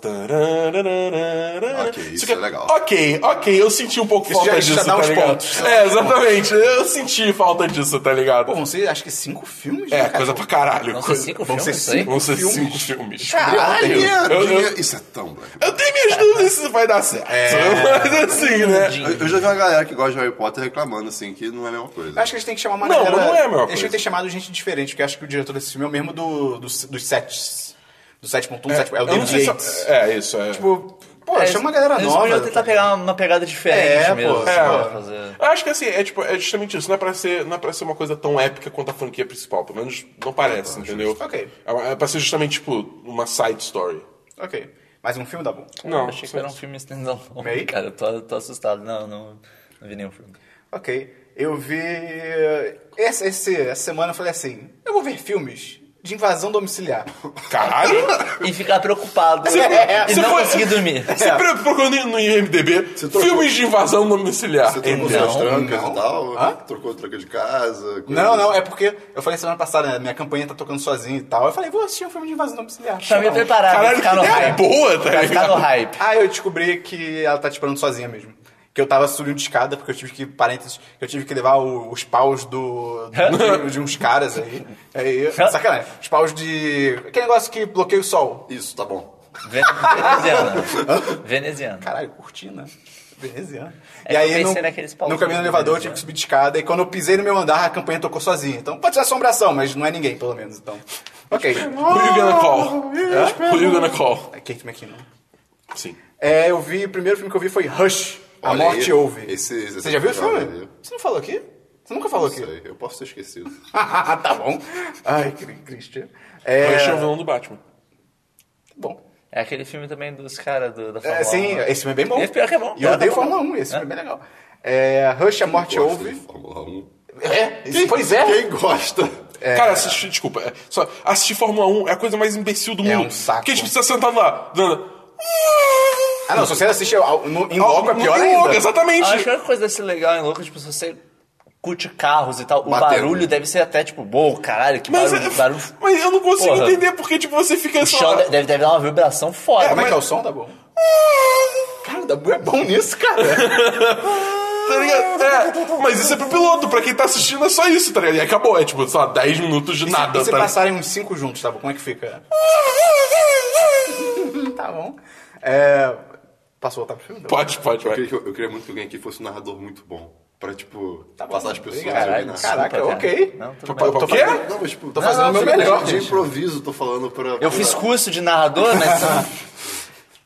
Speaker 2: Ok, isso
Speaker 4: que-
Speaker 2: é legal.
Speaker 4: Ok, ok, eu senti um pouco
Speaker 1: Isso
Speaker 4: falta
Speaker 1: já- isso
Speaker 4: disso,
Speaker 1: já dá
Speaker 4: tá
Speaker 1: uns
Speaker 4: ligado?
Speaker 1: pontos. né?
Speaker 4: É, exatamente. Eu senti falta disso, tá ligado?
Speaker 1: Pô, vão ser, acho que cinco filmes,
Speaker 4: é,
Speaker 1: né, cara?
Speaker 4: coisa pra caralho.
Speaker 3: Não sei
Speaker 4: coisa... [laughs]
Speaker 3: cinco
Speaker 1: vão
Speaker 3: filmes
Speaker 1: ser
Speaker 3: isso aí.
Speaker 1: cinco.
Speaker 4: Vão ser
Speaker 1: filmes?
Speaker 4: cinco filmes.
Speaker 1: Caralho!
Speaker 4: eu-
Speaker 2: Dinheiro- Isso é tão Black
Speaker 4: Eu tenho minhas dúvidas se isso vai dar certo.
Speaker 1: É.
Speaker 4: [laughs] Mas assim, né?
Speaker 2: Eu, eu já vi uma galera que gosta de Harry Potter reclamando, assim, que não é a mesma coisa.
Speaker 1: Acho que eles têm que chamar uma
Speaker 4: Não,
Speaker 1: galera-
Speaker 4: não é a mesma
Speaker 1: Eles
Speaker 4: coisa.
Speaker 1: têm que ter chamado gente diferente, porque eu acho que o diretor desse filme é o mesmo do, do- dos sets. Do 7.1, 7.1. É o
Speaker 4: Eu não
Speaker 1: David
Speaker 4: sei se-
Speaker 1: Yates.
Speaker 4: É, isso, é.
Speaker 1: Tipo, pô, chama uma galera
Speaker 3: eles
Speaker 1: nova. tá
Speaker 3: Eles tentar pegar uma, uma pegada diferente
Speaker 1: É,
Speaker 3: mesmo.
Speaker 1: pô.
Speaker 3: assim,
Speaker 4: É.
Speaker 3: pra fazer.
Speaker 4: Eu acho que assim, é, tipo, é justamente isso. Não é, pra ser, não é pra ser uma coisa tão épica quanto a franquia principal. Pelo menos não parece, entendeu?
Speaker 1: Ok.
Speaker 4: É, uma- é pra ser justamente, tipo, uma side story.
Speaker 1: Ok. Mais um filme, dá bom.
Speaker 4: Não,
Speaker 3: Eu achei que era um filme standalone.
Speaker 1: Meio?
Speaker 3: Cara, eu tô, eu tô assustado. Não, não, não vi nenhum filme.
Speaker 1: Ok. Eu vi. Essa, esse- essa semana eu falei assim: eu vou ver filmes de invasão domiciliar.
Speaker 4: Caralho!
Speaker 3: E ficar
Speaker 1: [laughs]
Speaker 3: preocupado
Speaker 1: Você-
Speaker 3: e
Speaker 1: É, você
Speaker 3: não
Speaker 4: foi-
Speaker 3: conseguir dormir.
Speaker 4: Você pro- procurou no no IMDB
Speaker 2: trocou-
Speaker 4: filmes de invasão domiciliar.
Speaker 2: Você trocou
Speaker 4: Entendeu?
Speaker 2: suas trancas
Speaker 1: não.
Speaker 2: e tal?
Speaker 1: Hã?
Speaker 2: Trocou tranca de casa? coisa
Speaker 1: não,
Speaker 2: assim.
Speaker 1: não, é porque eu falei semana passada, né, minha campanha tá tocando sozinho e tal. Eu falei, vou assistir um filme de invasão domiciliar.
Speaker 3: Pra me
Speaker 1: Não.
Speaker 3: preparar, pra
Speaker 4: Caralho,
Speaker 1: [laughs]
Speaker 3: ficar no
Speaker 1: é,
Speaker 4: que ideia
Speaker 3: hype.
Speaker 4: boa, tá
Speaker 3: Pra ficar no
Speaker 4: ligado?
Speaker 3: hype.
Speaker 1: Ah, eu descobri que ela tá te parando sozinha mesmo. Que eu tava subindo de escada, porque eu tive que, parênteses, eu tive que levar o- os paus do, do- de uns caras aí. aí. Sacanagem. Os paus de. Aquele negócio que bloqueia o sol.
Speaker 2: Isso, tá bom.
Speaker 1: [laughs]
Speaker 3: Ve- Veneziana. Veneziana.
Speaker 1: Caralho, cortina. Veneziano. e
Speaker 3: É que eu
Speaker 1: aí, no,
Speaker 3: pensei naqueles paus né?
Speaker 1: no caminho do
Speaker 3: de
Speaker 1: elevador, eu
Speaker 3: veneziano.
Speaker 1: tive que subir de escada. E quando eu pisei no meu andar, a campanha tocou sozinha. Então, pode ser assombração, mas não é ninguém, pelo menos. Então, ok.
Speaker 4: Who you gonna call? Who you gonna call?
Speaker 1: É Kate McKinnon.
Speaker 4: Sim.
Speaker 1: É, eu vi, o primeiro filme que eu vi foi Rush, A
Speaker 2: Olha
Speaker 1: Morte
Speaker 2: aí,
Speaker 1: Ouve.
Speaker 2: esse- esse
Speaker 1: Você já viu o
Speaker 2: legal,
Speaker 1: filme?
Speaker 2: né?
Speaker 1: Você não falou aqui? Você nunca falou [laughs] aqui.
Speaker 2: sei, eu posso ter esquecido.
Speaker 1: tá bom. Ai, Cri- Christian.
Speaker 4: É...
Speaker 1: É,
Speaker 4: Rush é o
Speaker 1: tá
Speaker 4: vilão do Batman.
Speaker 1: bom.
Speaker 3: É aquele filme também dos caras do- da Fórmula
Speaker 1: É, sim,
Speaker 3: 1, né?
Speaker 1: esse filme é bem bom.
Speaker 3: Esse pior que é bom.
Speaker 1: E eu
Speaker 3: É,
Speaker 1: odeio
Speaker 3: tá bom.
Speaker 1: Fórmula 1, esse filme é bem legal. É, Rush, a morte
Speaker 2: Gosto
Speaker 1: ouve.
Speaker 2: de Fórmula 1.
Speaker 1: É, pois é.
Speaker 2: Quem [laughs] gosta?
Speaker 4: Cara, assistir, desculpa, é, só, assistir Fórmula 1 é a coisa mais imbecil do
Speaker 1: É
Speaker 4: mundo.
Speaker 1: um saco.
Speaker 4: Porque a gente precisa sentar lá, dando.
Speaker 1: Ah, não, se você assiste ao- no- em logo é
Speaker 4: Não,
Speaker 1: pior
Speaker 4: não,
Speaker 1: ainda.
Speaker 4: Exatamente.
Speaker 3: Acho que a única coisa desse legal em louco, tipo, se você curte carros e tal, o
Speaker 2: Batendo.
Speaker 3: barulho deve ser até tipo, uou, caralho, que
Speaker 4: Mas,
Speaker 3: barulho.
Speaker 4: é-
Speaker 3: barulho.
Speaker 4: mas eu não consigo
Speaker 3: Porra.
Speaker 4: entender porque, tipo, você fica
Speaker 3: O chão
Speaker 4: só.
Speaker 3: deve, deve dar uma vibração foda.
Speaker 1: Como é
Speaker 3: mas-
Speaker 1: que é o som, tá bom? Cara, o Dabu é bom nisso, cara.
Speaker 4: Tá ligado? É, mas isso é pro piloto, pra quem tá assistindo é só isso, tá ligado? E acabou, é tipo, sei lá, 10 minutos de nada,
Speaker 1: E se
Speaker 4: tá ligado?
Speaker 1: passarem uns cinco juntos, tá bom? Como é que fica? [laughs] tá bom. É, Posso voltar pro filme? Dabu?
Speaker 4: Pode, pode,
Speaker 2: Eu
Speaker 4: vai.
Speaker 2: queria, que- eu queria muito que alguém aqui fosse um narrador muito bom. Pra, tipo,
Speaker 1: bom.
Speaker 2: passar as pessoas
Speaker 1: Obrigado.
Speaker 2: ali na
Speaker 1: Caralho, Caraca,
Speaker 3: Desculpa, cara.
Speaker 1: ok. Tipo,
Speaker 3: Não, tudo
Speaker 4: Pra-
Speaker 3: bem.
Speaker 4: pra-
Speaker 1: Tô
Speaker 4: pra-
Speaker 1: fazendo-
Speaker 4: quê?
Speaker 2: Não, mas, tipo,
Speaker 1: Tô fazendo o meu melhor,
Speaker 2: De improviso, tô falando pra...
Speaker 3: Eu fiz curso de narrador, mas.
Speaker 1: [laughs]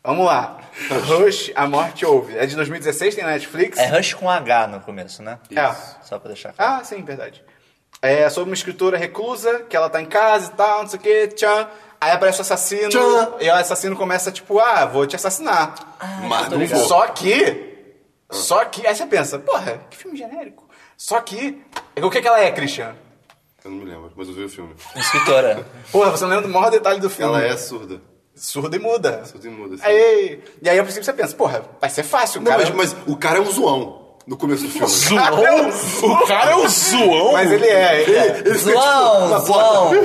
Speaker 1: Vamos lá. Rush, A Morte Ouve. É de 2016, tem na Netflix.
Speaker 3: é Rush com H no começo, né?
Speaker 1: É.
Speaker 3: Só pra deixar claro.
Speaker 1: Ah, sim, verdade. É sobre uma escritora reclusa, que ela tá em casa e tal, não sei o que, tchan. Aí aparece o assassino,
Speaker 2: Tchan. Ah,
Speaker 1: e o assassino começa tipo, ah, vou te assassinar. Ah,
Speaker 2: Mas não vou.
Speaker 1: Só que. Só que. Aí você pensa, porra, que filme genérico. Só que. O que, que ela é, Christian?
Speaker 2: Eu não me lembro, mas eu vi o filme.
Speaker 3: Escritora.
Speaker 1: Porra, você não lembra do maior detalhe do filme.
Speaker 2: Ela é surda.
Speaker 1: surda e muda.
Speaker 2: Surda e muda, sim.
Speaker 1: Aí, e aí, a princípio, você pensa, porra, vai ser fácil,
Speaker 2: Não,
Speaker 1: cara.
Speaker 2: mas,
Speaker 1: [laughs]
Speaker 2: mas o cara é um zoão no começo do filme.
Speaker 4: Zoão? O cara é um zoão?
Speaker 1: Mas ele é, ele é.
Speaker 2: [laughs] Ele fica,
Speaker 3: Zoão,
Speaker 2: tipo, na
Speaker 3: zoão.
Speaker 2: porta.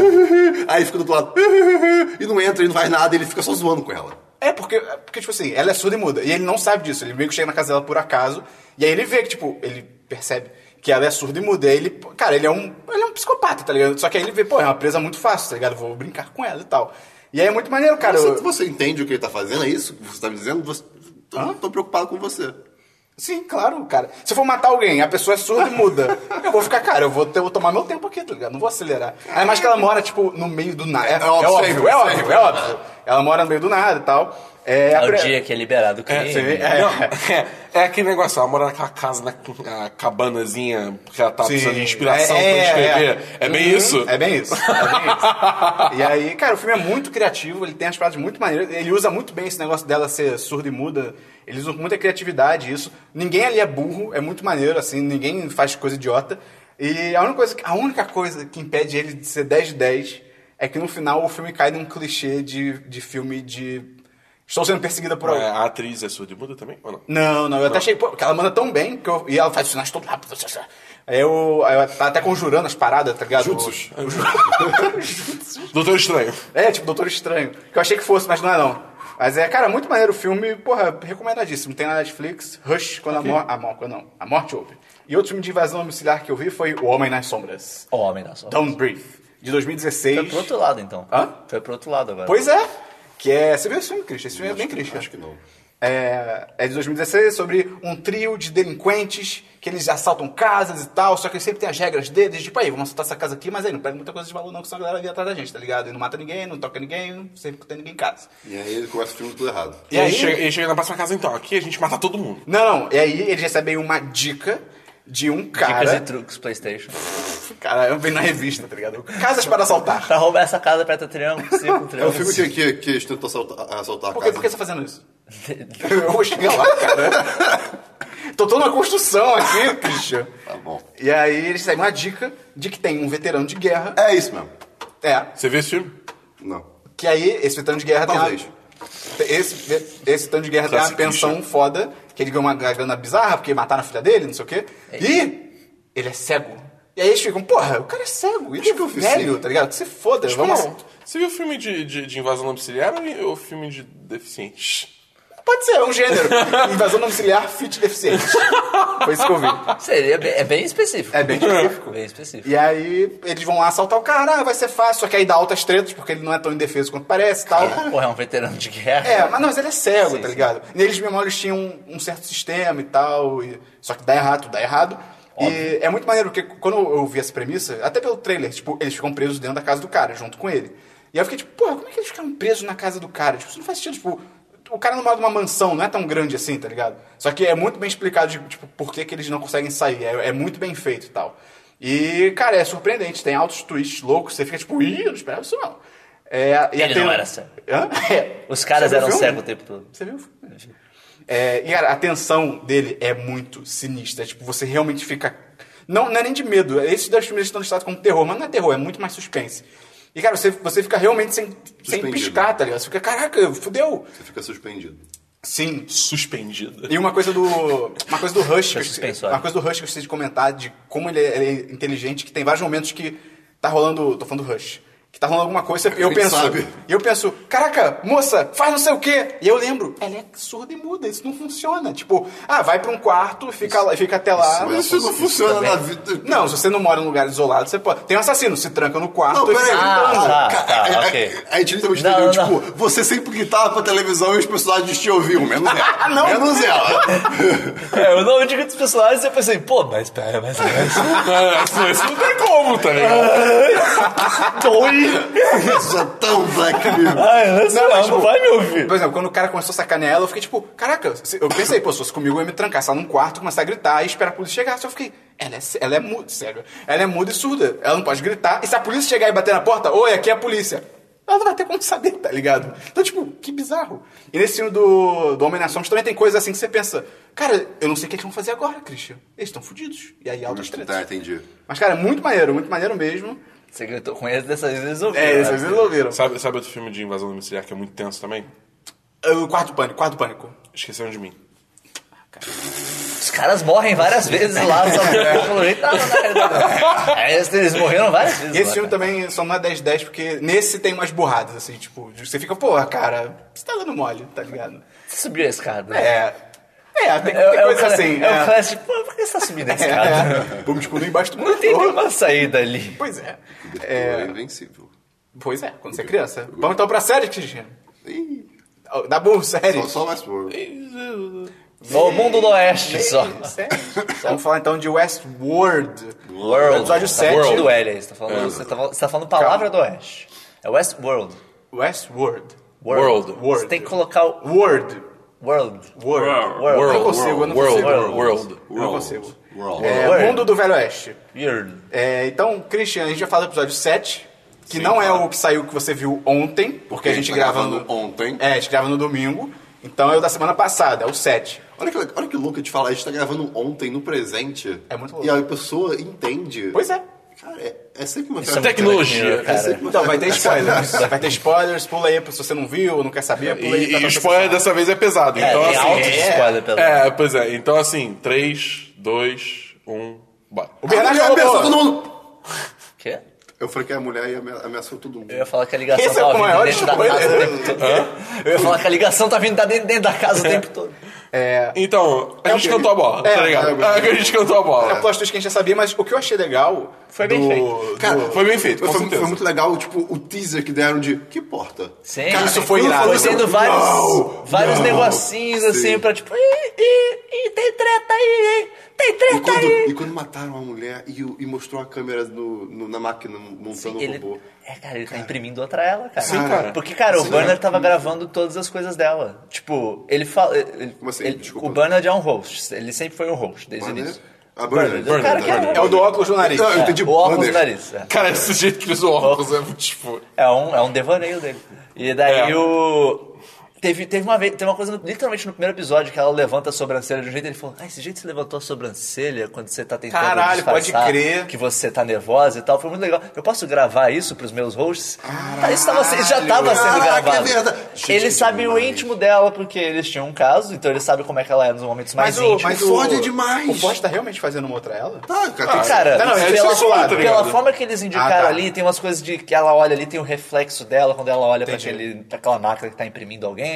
Speaker 2: [laughs] Aí fica do outro lado. [laughs] E não entra, e não faz nada, ele fica só zoando com ela.
Speaker 1: É, porque, porque, tipo assim, ela é surda e muda. E ele não sabe disso. Ele meio que chega na casa dela por acaso. E aí ele vê que, tipo, ele percebe que ela é surda e muda. E aí ele, cara, ele é um. Ele é um psicopata, tá ligado? Só que aí ele vê, pô, é uma presa muito fácil, tá ligado? Vou brincar com ela e tal. E aí é muito maneiro, cara.
Speaker 2: Você,
Speaker 1: Eu-
Speaker 2: você entende o que ele tá fazendo? É isso que você tá me dizendo? Você, tô, tô preocupado com você.
Speaker 1: Sim, claro, cara. Se eu for matar alguém, a pessoa é surda e muda. Eu vou ficar, cara, eu vou, ter- eu vou tomar meu tempo aqui, tá ligado? Não vou acelerar. Ainda mais que ela mora, tipo, no meio do nada. É, é óbvio,
Speaker 2: sempre,
Speaker 1: é óbvio,
Speaker 2: sempre.
Speaker 1: é óbvio. Ela mora no meio do nada e tal. É,
Speaker 3: É
Speaker 1: a
Speaker 3: o
Speaker 1: pre-
Speaker 3: dia que é liberado o crime.
Speaker 1: Você vê? É.
Speaker 4: Não, é, é aquele negócio, ela mora naquela casa, na cabanazinha, porque ela tá
Speaker 1: Sim.
Speaker 4: precisando de inspiração
Speaker 1: É, é,
Speaker 4: pra escrever. É, bem
Speaker 1: Uhum.
Speaker 4: isso?
Speaker 1: É bem
Speaker 4: [laughs]
Speaker 1: isso. é bem isso. e aí, cara, o filme é muito criativo, ele tem as paradas muito maneiras, ele usa muito bem esse negócio dela ser surda e muda, eles usam com muita criatividade isso. Ninguém ali é burro, é muito maneiro, assim, ninguém faz coisa idiota. E a única coisa, que- a única coisa que impede ele de ser 10 de 10 é que no final o filme cai num clichê de, de filme de... Estou sendo perseguida por alguém.
Speaker 4: É, a atriz é surda e muda também? Ou não?
Speaker 1: Não, não, eu até achei, pô, porque ela manda tão bem que eu- e ela faz sinais todo rápido. Aí eu, aí eu tá até conjurando as paradas, tá ligado?
Speaker 2: Jutsus.
Speaker 4: Doutor Estranho.
Speaker 1: É, tipo Doutor Estranho. Que eu achei que fosse, mas não é não. Mas é, cara, muito maneiro o filme, porra, recomendadíssimo. Tem na Netflix, Rush, quando a morte. A morte, quando não, a morte houve. E outro filme de invasão domiciliar que eu vi foi O Homem nas Sombras.
Speaker 3: Ó, Homem da Sombra.
Speaker 1: Don't Breathe, de
Speaker 2: Tá
Speaker 3: Foi pro
Speaker 1: 2016.
Speaker 3: outro lado, então.
Speaker 1: Hã?
Speaker 3: Foi pro outro lado agora.
Speaker 1: Pois é, que é. Você viu esse filme, Christian? Esse filme é bem
Speaker 2: acho,
Speaker 1: Christian.
Speaker 2: acho que não.
Speaker 1: É, é de 2016, sobre um trio de delinquentes que eles assaltam casas e tal, só que eles sempre tem as regras deles, tipo, aí, vamos assaltar essa casa aqui, mas aí não pega muita coisa de valor não, que senão a galera vem atrás da gente, tá ligado? E não mata ninguém, não toca ninguém, sempre que tem ninguém em casa.
Speaker 2: E aí ele começa o filme tudo errado.
Speaker 1: E
Speaker 4: E aí
Speaker 1: aí-
Speaker 4: chega, ele chega na próxima casa, então, aqui a gente mata todo mundo.
Speaker 1: Não, não, e aí eles recebem uma dica de um
Speaker 3: Dicas e
Speaker 1: cara...
Speaker 3: truques, Playstation.
Speaker 1: Cara, eu vi na revista, tá ligado? Casas para assaltar.
Speaker 3: Pra roubar essa casa, aperta
Speaker 1: [laughs]
Speaker 3: triângulo, círculo,
Speaker 2: É o
Speaker 3: triângulo.
Speaker 2: filme que, que, que eles tentam assaltar, assaltar a
Speaker 1: Por que,
Speaker 2: casa.
Speaker 1: por que você tá fazendo isso? Eu vou chegar lá, cara. Tô toda uma construção aqui, Christian.
Speaker 2: Tá bom.
Speaker 1: E aí eles recebem uma dica de que tem um veterano de guerra...
Speaker 2: É isso mesmo.
Speaker 1: É,
Speaker 4: Você vê esse filme?
Speaker 2: Não.
Speaker 1: Que aí, esse veterano de guerra
Speaker 2: Talvez.
Speaker 1: tem uma, esse, esse veterano de guerra
Speaker 4: Classic
Speaker 1: tem uma pensão foda, que ele ganhou uma grana bizarra, porque mataram a filha dele, não sei o quê. E ele é cego. E aí eles ficam, porra, o cara é cego, ele
Speaker 2: que eu
Speaker 1: é
Speaker 2: vi
Speaker 1: velho,
Speaker 2: cego.
Speaker 1: tá ligado? Que se foda,
Speaker 4: Tipo,
Speaker 1: vamos...
Speaker 4: não. Você viu o filme de, de, de invasão domiciliar ou o filme de deficientes?
Speaker 1: Pode ser, é um gênero. [laughs] Invasão domiciliar, fit
Speaker 2: [laughs]
Speaker 1: deficiente. Foi isso que eu vi.
Speaker 3: Seria bem, é bem específico.
Speaker 1: É bem específico.
Speaker 3: Bem específico.
Speaker 1: E aí, eles vão lá assaltar o cara, ah, vai ser fácil, só que aí dá altas tretas, porque ele não é tão indefeso quanto parece e tal.
Speaker 3: [laughs] Porra, é um veterano de guerra.
Speaker 1: É, mas não, mas ele é cego,
Speaker 3: Sim,
Speaker 1: tá
Speaker 3: sim.
Speaker 1: ligado? Neles mesmo eles tinham um, um certo sistema e tal, e- só que dá errado, tudo dá errado. E é muito maneiro, porque quando eu vi essa premissa, até pelo trailer, tipo, eles ficam presos dentro da casa do cara, junto com ele. E aí eu fiquei tipo, porra, como é que eles ficaram presos na casa do cara? Tipo, isso não faz sentido, tipo, O cara não mora numa mansão, não é tão grande assim, tá ligado? Só que é muito bem explicado, de, tipo, por que, que eles não conseguem sair. É, é muito bem feito e tal. E, cara, é surpreendente. Tem altos twists loucos. Você fica tipo, ih, eu não esperava isso não. É, e
Speaker 3: Ele
Speaker 1: tem-
Speaker 3: não era cego.
Speaker 1: Hã? [laughs] É.
Speaker 3: Os caras
Speaker 1: Você viu
Speaker 3: eram
Speaker 1: filme?
Speaker 3: cegos o tempo todo.
Speaker 1: Você viu o filme? É, e cara, a tensão dele é muito sinistra. Tipo, você realmente fica. Não, não é nem de medo. Esses dois filmes estão listados como terror, mas não é terror, é muito mais suspense. E, cara, você, você fica realmente sem, sem
Speaker 2: Suspendido.
Speaker 1: piscar, tá ligado? Você fica, caraca, fudeu.
Speaker 2: Você fica suspendido.
Speaker 1: Sim.
Speaker 4: Suspendida.
Speaker 1: E uma coisa do. Uma coisa do Rush. que eu-
Speaker 3: suspensório.
Speaker 1: uma coisa do Rush que eu preciso de comentar, de como ele é, ele é inteligente, que tem vários momentos que tá rolando. Tô falando do Rush. Que tá rolando alguma coisa, eu
Speaker 2: gente
Speaker 1: penso.
Speaker 2: sabe.
Speaker 1: E eu penso, caraca, moça, faz não sei o quê. E eu lembro, ela é surda e muda, isso não funciona. Tipo, ah, vai pra um quarto, fica, lá, fica até lá.
Speaker 2: Ah, Mas isso não funciona na vida.
Speaker 1: Não, se você não mora em um lugar isolado, você pode. Tem um assassino, se tranca no quarto.
Speaker 2: Não,
Speaker 1: e
Speaker 2: peraí.
Speaker 1: fica
Speaker 3: Ah,
Speaker 1: gritando.
Speaker 3: tá,
Speaker 2: Cara,
Speaker 3: tá,
Speaker 2: é-
Speaker 3: ok.
Speaker 2: é- A gente não tem um
Speaker 3: Não,
Speaker 2: estereótipo,
Speaker 3: não.
Speaker 2: tipo, você sempre gritava pra televisão e os personagens te ouviam, menos [laughs] ela.
Speaker 1: Não.
Speaker 2: Menos ela. [laughs]
Speaker 3: É, eu não digo dos personagens eu pensei, pô, mas pera, mas pera.
Speaker 4: Ah, isso- Isso não tem como, tá ligado?
Speaker 3: Toi!
Speaker 2: Isso é tão Black Mirror.
Speaker 3: Ai, não, sei
Speaker 1: Não,
Speaker 3: lá,
Speaker 1: mas,
Speaker 3: não
Speaker 1: tipo,
Speaker 3: vai me ouvir.
Speaker 1: Por exemplo, quando o cara começou a sacanear ela, eu fiquei tipo, caraca, se- eu pensei, pô, se fosse comigo eu ia me trancar, sair num quarto, começar a gritar e esperar a polícia chegar. Só eu fiquei, ela é, se- ela é muda, sério. Ela é muda e surda. Ela não pode gritar. E se a polícia chegar e bater na porta, oi, aqui é a polícia. Ela não vai ter como saber, tá ligado? Então, tipo, que bizarro. E nesse filme do, do Homem nas Sombras também tem coisas assim que você pensa, cara, eu não sei o que eles vão fazer agora, Christian. Eles estão fudidos. E aí, altas
Speaker 2: Tá,
Speaker 1: tretas.
Speaker 2: entendi.
Speaker 1: Mas, cara, é muito maneiro, muito maneiro mesmo.
Speaker 3: Você gritou com eles, dessa vez eles ouviram.
Speaker 1: É,
Speaker 3: né?
Speaker 1: vocês resolveram.
Speaker 4: Sabe, sabe outro filme de invasão domiciliar que é muito tenso também?
Speaker 1: O quarto pânico, quarto pânico.
Speaker 4: Esqueceram de mim.
Speaker 3: Os caras morrem várias vezes lá, só
Speaker 1: [laughs] É.
Speaker 3: que pelo jeito tava na realidade. Aí eles- eles morreram várias vezes.
Speaker 1: E esse
Speaker 3: lá,
Speaker 1: filme
Speaker 3: cara.
Speaker 1: também só não é 10-10, porque nesse tem umas burradas, assim, tipo, de- você fica, porra, cara, você tá dando mole, tá ligado?
Speaker 3: Você subiu a escada.
Speaker 1: É. É, tem, tem
Speaker 3: É, é o
Speaker 1: coisa
Speaker 3: cla-
Speaker 1: assim.
Speaker 3: É o
Speaker 1: É,
Speaker 3: clássico, pô, por que você tá subindo
Speaker 1: [laughs]
Speaker 3: a
Speaker 1: é,
Speaker 3: escada?
Speaker 1: Vamos descobrir embaixo do
Speaker 3: Não
Speaker 1: [laughs]
Speaker 3: tem
Speaker 1: mundo.
Speaker 3: nenhuma saída ali.
Speaker 1: Pois é.
Speaker 2: É...
Speaker 1: é.
Speaker 2: invencível.
Speaker 1: Pois é, quando você é criança. Vamos então pra série, Cristiano.
Speaker 2: Ih,
Speaker 1: Da boa, série.
Speaker 2: só, só
Speaker 3: É.
Speaker 2: Westworld.
Speaker 3: No mundo do oeste só.
Speaker 1: Série. Vamos falar então de Westworld.
Speaker 3: World.
Speaker 1: Episódio 7.
Speaker 3: World do L, aí, você tá falando, você tá, fal- você tá falando palavra do oeste. É Westworld.
Speaker 1: Westworld.
Speaker 3: World.
Speaker 4: World.
Speaker 3: Você tem que colocar o
Speaker 1: Word.
Speaker 3: world.
Speaker 1: World.
Speaker 3: World.
Speaker 1: Eu não consigo, eu não
Speaker 4: world,
Speaker 1: consigo.
Speaker 4: World, world.
Speaker 1: Eu não consigo.
Speaker 2: World.
Speaker 1: É,
Speaker 3: World.
Speaker 1: Mundo do Velho Oeste.
Speaker 3: World.
Speaker 1: É, então, Christian, a gente vai falar do episódio 7, que
Speaker 2: Sim,
Speaker 1: não é
Speaker 2: claro.
Speaker 1: o que saiu que você viu ontem, porque, a gente,
Speaker 2: tá
Speaker 1: grava
Speaker 2: gravando
Speaker 1: no-
Speaker 2: ontem.
Speaker 1: É, a gente grava no domingo. Então é o da semana passada, é o 7.
Speaker 2: Olha que, olha que louco de falar, a gente tá gravando ontem, no presente.
Speaker 1: É muito louco.
Speaker 2: E a pessoa entende.
Speaker 1: Pois é.
Speaker 2: Cara, é, é sempre uma
Speaker 3: é
Speaker 2: ferramenta-
Speaker 4: Tecnologia.
Speaker 2: É sempre uma
Speaker 1: Então vai ter
Speaker 2: ferramenta-
Speaker 1: spoilers. vai ter spoilers, pula aí se você não viu, não quer saber,
Speaker 4: E,
Speaker 1: pula aí. pra
Speaker 4: e o
Speaker 1: outra
Speaker 4: spoiler
Speaker 1: pessoa.
Speaker 4: dessa vez é pesado.
Speaker 3: É,
Speaker 4: Então,
Speaker 3: tem
Speaker 4: assim.
Speaker 3: altos
Speaker 1: Tá é.
Speaker 3: spoiler pelo
Speaker 4: É, pois é. Então, assim, um, 3, 2, 1, bora.
Speaker 1: O
Speaker 2: A
Speaker 1: Bernardo
Speaker 2: mulher ameaçou todo
Speaker 1: roubou.
Speaker 2: mundo.
Speaker 3: Quê?
Speaker 2: Eu falei que a mulher ia amea- ameaçou todo mundo.
Speaker 3: Eu ia falar que a ligação
Speaker 1: Esse é
Speaker 3: tava
Speaker 1: o
Speaker 3: vindo
Speaker 1: maior
Speaker 3: dentro da
Speaker 1: spoiler.
Speaker 3: casa o
Speaker 2: né?
Speaker 3: tempo todo. Eu ia falar que a ligação tá vindo da- dentro, dentro da casa o tempo todo.
Speaker 4: Então, a
Speaker 1: É
Speaker 4: gente
Speaker 1: o-
Speaker 4: cantou a bola,
Speaker 1: é,
Speaker 4: tá
Speaker 1: é
Speaker 4: ligado?
Speaker 1: o-
Speaker 4: É, que a gente cantou a
Speaker 1: É um
Speaker 4: bola.
Speaker 1: plot twist que a gente já sabia, mas o que eu achei legal.
Speaker 3: Foi bem
Speaker 1: do-
Speaker 3: feito.
Speaker 2: Cara,
Speaker 4: Foi bem feito, com
Speaker 2: foi, muito-
Speaker 4: certeza.
Speaker 2: foi muito legal, tipo, o teaser que deram de que porta?
Speaker 3: Sim.
Speaker 1: Cara, isso foi irado.
Speaker 3: Foi sendo vários, vários
Speaker 2: não,
Speaker 3: negocinhos assim
Speaker 2: sim.
Speaker 3: pra tipo. Ih, ih, ih, tem treta aí, hein? Tem
Speaker 2: E
Speaker 3: treta
Speaker 2: quando,
Speaker 3: aí.
Speaker 2: e quando mataram a mulher e, o- e mostrou a câmera no- no- na máquina montando o robô.
Speaker 3: Ele, é, cara, ele tá imprimindo outra ela, cara.
Speaker 2: Sim, cara.
Speaker 3: Porque, cara, o
Speaker 2: Sim.
Speaker 3: Bernard tava gravando todas as coisas dela. Tipo, ele fala. ele-
Speaker 2: Como assim?
Speaker 3: ele-
Speaker 2: Desculpa.
Speaker 3: o Bernard é um host. Ele sempre foi um host desde o
Speaker 2: Banner?
Speaker 3: início.
Speaker 2: Ah, Banner.
Speaker 3: Bernard, o cara
Speaker 2: Banner,
Speaker 3: que é-
Speaker 2: Banner.
Speaker 1: É o do óculos do nariz.
Speaker 2: Não, eu
Speaker 1: É.
Speaker 2: entendi
Speaker 3: o óculos do
Speaker 2: Banner.
Speaker 3: nariz. é.
Speaker 4: Cara, esse jeito que eles usam óculos é muito tipo.
Speaker 3: É um, é um devaneio dele. E daí
Speaker 4: É.
Speaker 3: o. Teve, teve uma vez, teve uma coisa no- literalmente no primeiro episódio que ela levanta a sobrancelha de um jeito e ele falou: Ah, esse jeito que você levantou a sobrancelha quando você tá tentando.
Speaker 1: Caralho, pode
Speaker 3: disfarçar
Speaker 1: crer.
Speaker 3: Que você tá nervosa e tal. Foi muito legal. Eu posso gravar isso pros meus hosts? Tá, isso tava, se- já tava sendo
Speaker 2: Caraca,
Speaker 3: gravado.
Speaker 2: é verdade.
Speaker 3: ele
Speaker 2: Gente,
Speaker 3: sabe o
Speaker 2: demais.
Speaker 3: íntimo dela porque eles tinham um caso, então ele sabe como é que ela é nos momentos mais íntimos.
Speaker 2: mas o Ford é demais.
Speaker 1: O Ford tá realmente fazendo uma outra ela?
Speaker 2: Tá, cara, tem que-
Speaker 3: Ah, Cara,
Speaker 1: Não, não, é
Speaker 3: pela,
Speaker 1: sensual, tá
Speaker 3: pela
Speaker 4: ligado?
Speaker 3: forma que eles indicaram
Speaker 1: Ah, tá.
Speaker 3: ali, tem umas coisas de que ela olha ali, tem o reflexo dela quando ela olha pra,
Speaker 1: Entendi. Hum,
Speaker 3: aquele, pra aquela máquina que tá imprimindo alguém.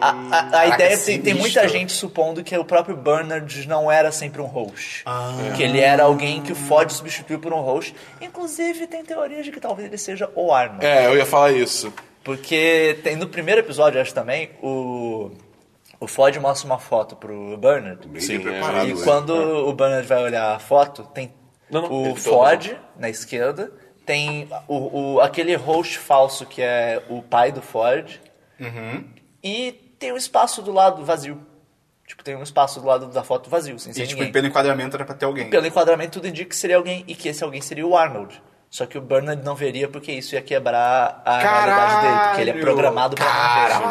Speaker 3: A, a- a ideia é que tem, tem muita
Speaker 1: sinistro.
Speaker 3: gente supondo que o próprio Bernard não era sempre um host.
Speaker 1: Ah.
Speaker 3: Que ele era alguém que o Ford substituiu por um host. Inclusive, tem teorias de que talvez ele seja o Arnold.
Speaker 4: É, eu ia falar isso.
Speaker 3: Porque tem, no primeiro episódio, acho também, o, o Ford mostra uma foto pro Bernard.
Speaker 2: Bem
Speaker 4: Sim,
Speaker 2: preparado,
Speaker 4: é,
Speaker 3: E
Speaker 2: né?
Speaker 3: quando o Bernard vai olhar a foto, tem
Speaker 4: Não, não,
Speaker 3: o
Speaker 4: ele tá
Speaker 3: Ford na esquerda, tem
Speaker 1: Uhum.
Speaker 3: o, o- aquele host falso que é o pai do Ford, e tem um espaço do lado vazio. Tipo, tem um espaço do lado da foto vazio, sem ser
Speaker 1: E, tipo,
Speaker 3: ninguém.
Speaker 1: pelo enquadramento era pra ter alguém.
Speaker 3: Pelo enquadramento, tudo indica que seria alguém e que esse alguém seria o Arnold. Só que o Bernard não veria porque isso ia quebrar a realidade dele, porque ele é programado pra não ver.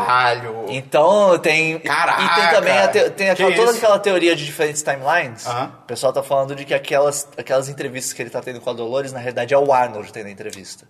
Speaker 1: Caralho!
Speaker 3: Então tem. E tem
Speaker 1: Caraca!
Speaker 3: também a te- tem aquela-
Speaker 1: Que
Speaker 3: toda
Speaker 1: isso?
Speaker 3: aquela teoria de diferentes timelines.
Speaker 1: Aham.
Speaker 3: O pessoal tá falando de que aquelas, aquelas entrevistas que ele tá tendo com a Dolores, na realidade, é o Arnold tendo a entrevista.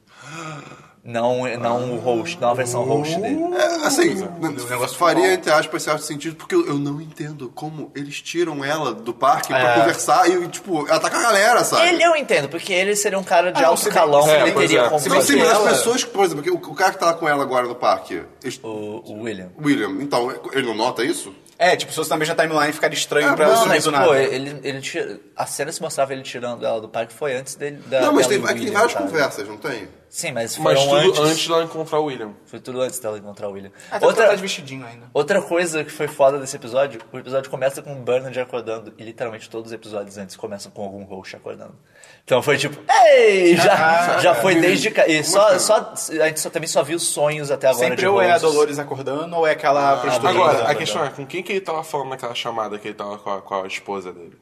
Speaker 3: Não, não o host, não a versão host dele.
Speaker 2: Assim,
Speaker 1: O negócio
Speaker 2: faria,
Speaker 1: bom.
Speaker 2: entre aspas, certo sentido, porque eu eu não entendo como eles tiram ela do parque pra conversar e, tipo, atacar a galera, sabe?
Speaker 3: Ele é eu entendo, porque ele seria um cara de
Speaker 1: Ah, não,
Speaker 3: alto
Speaker 1: se bem-
Speaker 3: calão,
Speaker 4: se
Speaker 3: ele
Speaker 4: bem- pois
Speaker 3: teria
Speaker 4: é.
Speaker 3: como
Speaker 4: Se
Speaker 2: Se bem que tem
Speaker 3: fazer.
Speaker 2: Tipo assim, as
Speaker 1: ela-
Speaker 2: pessoas que, por exemplo, que o o cara que tá lá com ela agora no parque, eles-
Speaker 3: O, o William.
Speaker 2: William, então, ele não nota isso?
Speaker 1: É, tipo, se fosse na mesma timeline, ficaria estranho pra
Speaker 3: Ah, Não,
Speaker 1: ela sumir
Speaker 3: mas,
Speaker 1: do
Speaker 3: pô,
Speaker 1: nada.
Speaker 3: ele, ele tira, a cena se mostrava ele tirando ela do parque foi antes dele. Da,
Speaker 2: Não, mas
Speaker 3: dela
Speaker 2: tem,
Speaker 3: e
Speaker 2: é que tem
Speaker 3: William,
Speaker 2: várias
Speaker 3: sabe?
Speaker 2: conversas, não tem?
Speaker 3: Sim, mas foram
Speaker 4: Mas tudo
Speaker 3: um antes,
Speaker 4: antes... dela encontrar o William.
Speaker 3: Foi tudo antes dela encontrar o William.
Speaker 1: Até porque ela
Speaker 3: Outra,
Speaker 1: tá de vestidinho ainda.
Speaker 3: outra coisa que foi foda desse episódio: o episódio começa com o Bernard acordando, e literalmente todos os episódios antes começam com algum host acordando. Então foi tipo, ei! Já, já foi desde. ca- E só, só, a gente só, também só viu sonhos até agora de
Speaker 1: Sempre ou é a
Speaker 3: hosts.
Speaker 1: Dolores acordando, ou é aquela
Speaker 3: Ah,
Speaker 1: prostituta.
Speaker 4: Agora, a
Speaker 1: acordando.
Speaker 4: questão é, com quem que ele tava falando naquela chamada que ele tava com a, com a esposa dele?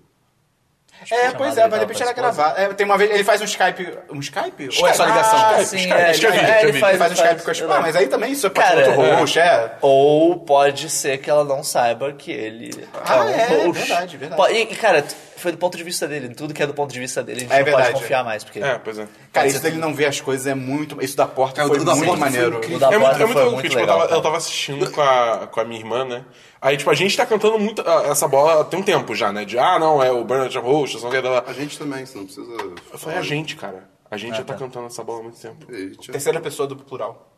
Speaker 1: É,
Speaker 3: Chamada
Speaker 1: pois
Speaker 3: e
Speaker 1: é,
Speaker 3: tal,
Speaker 1: mas de repente
Speaker 3: pra
Speaker 1: ela
Speaker 3: esposa.
Speaker 1: gravar. É, tem uma vez, ele faz um Skype. Um Skype? Ou é só ligação?
Speaker 3: Ah,
Speaker 1: Skype,
Speaker 3: sim,
Speaker 1: Skype,
Speaker 3: é,
Speaker 1: Skype.
Speaker 3: ele- é, ele faz-
Speaker 1: Ele faz um Skype com a
Speaker 3: faz-
Speaker 1: esposa. Ah, mas aí também isso é pra
Speaker 3: Cara,
Speaker 1: outro
Speaker 3: é.
Speaker 1: host, é.
Speaker 3: Ou pode ser que ela não saiba que ele
Speaker 1: Ah, é,
Speaker 3: um
Speaker 1: verdade, verdade.
Speaker 3: Po- E, e, cara, t- foi do ponto de vista dele. Tudo que é do ponto de vista dele, a gente
Speaker 1: É
Speaker 3: não
Speaker 1: verdade,
Speaker 3: pode confiar
Speaker 1: é.
Speaker 3: mais. Porque
Speaker 4: É, pois é.
Speaker 1: Cara,
Speaker 3: Pode
Speaker 1: isso
Speaker 3: ser
Speaker 1: dele
Speaker 3: tudo.
Speaker 1: não ver as coisas é muito. Isso da porta
Speaker 2: É, o
Speaker 1: foi
Speaker 2: da
Speaker 1: muito
Speaker 2: porta foi
Speaker 1: maneiro.
Speaker 2: incrível.
Speaker 3: o da
Speaker 4: é muito,
Speaker 3: Borda
Speaker 4: é muito
Speaker 3: foi
Speaker 4: louco,
Speaker 3: muito
Speaker 4: tipo,
Speaker 3: legal.
Speaker 4: eu, tava, eu
Speaker 3: cara.
Speaker 4: tava assistindo com a, com a minha irmã, né? Aí, tipo, a gente tá cantando muito ah, essa bola tem um tempo já, né? De, ah, não, é o Bernard Host, só que
Speaker 2: A gente também, você não precisa...
Speaker 4: Foi "É a gente, cara. A gente já tá, cantando essa bola há muito tempo.
Speaker 2: Eita.
Speaker 1: Terceira pessoa do plural.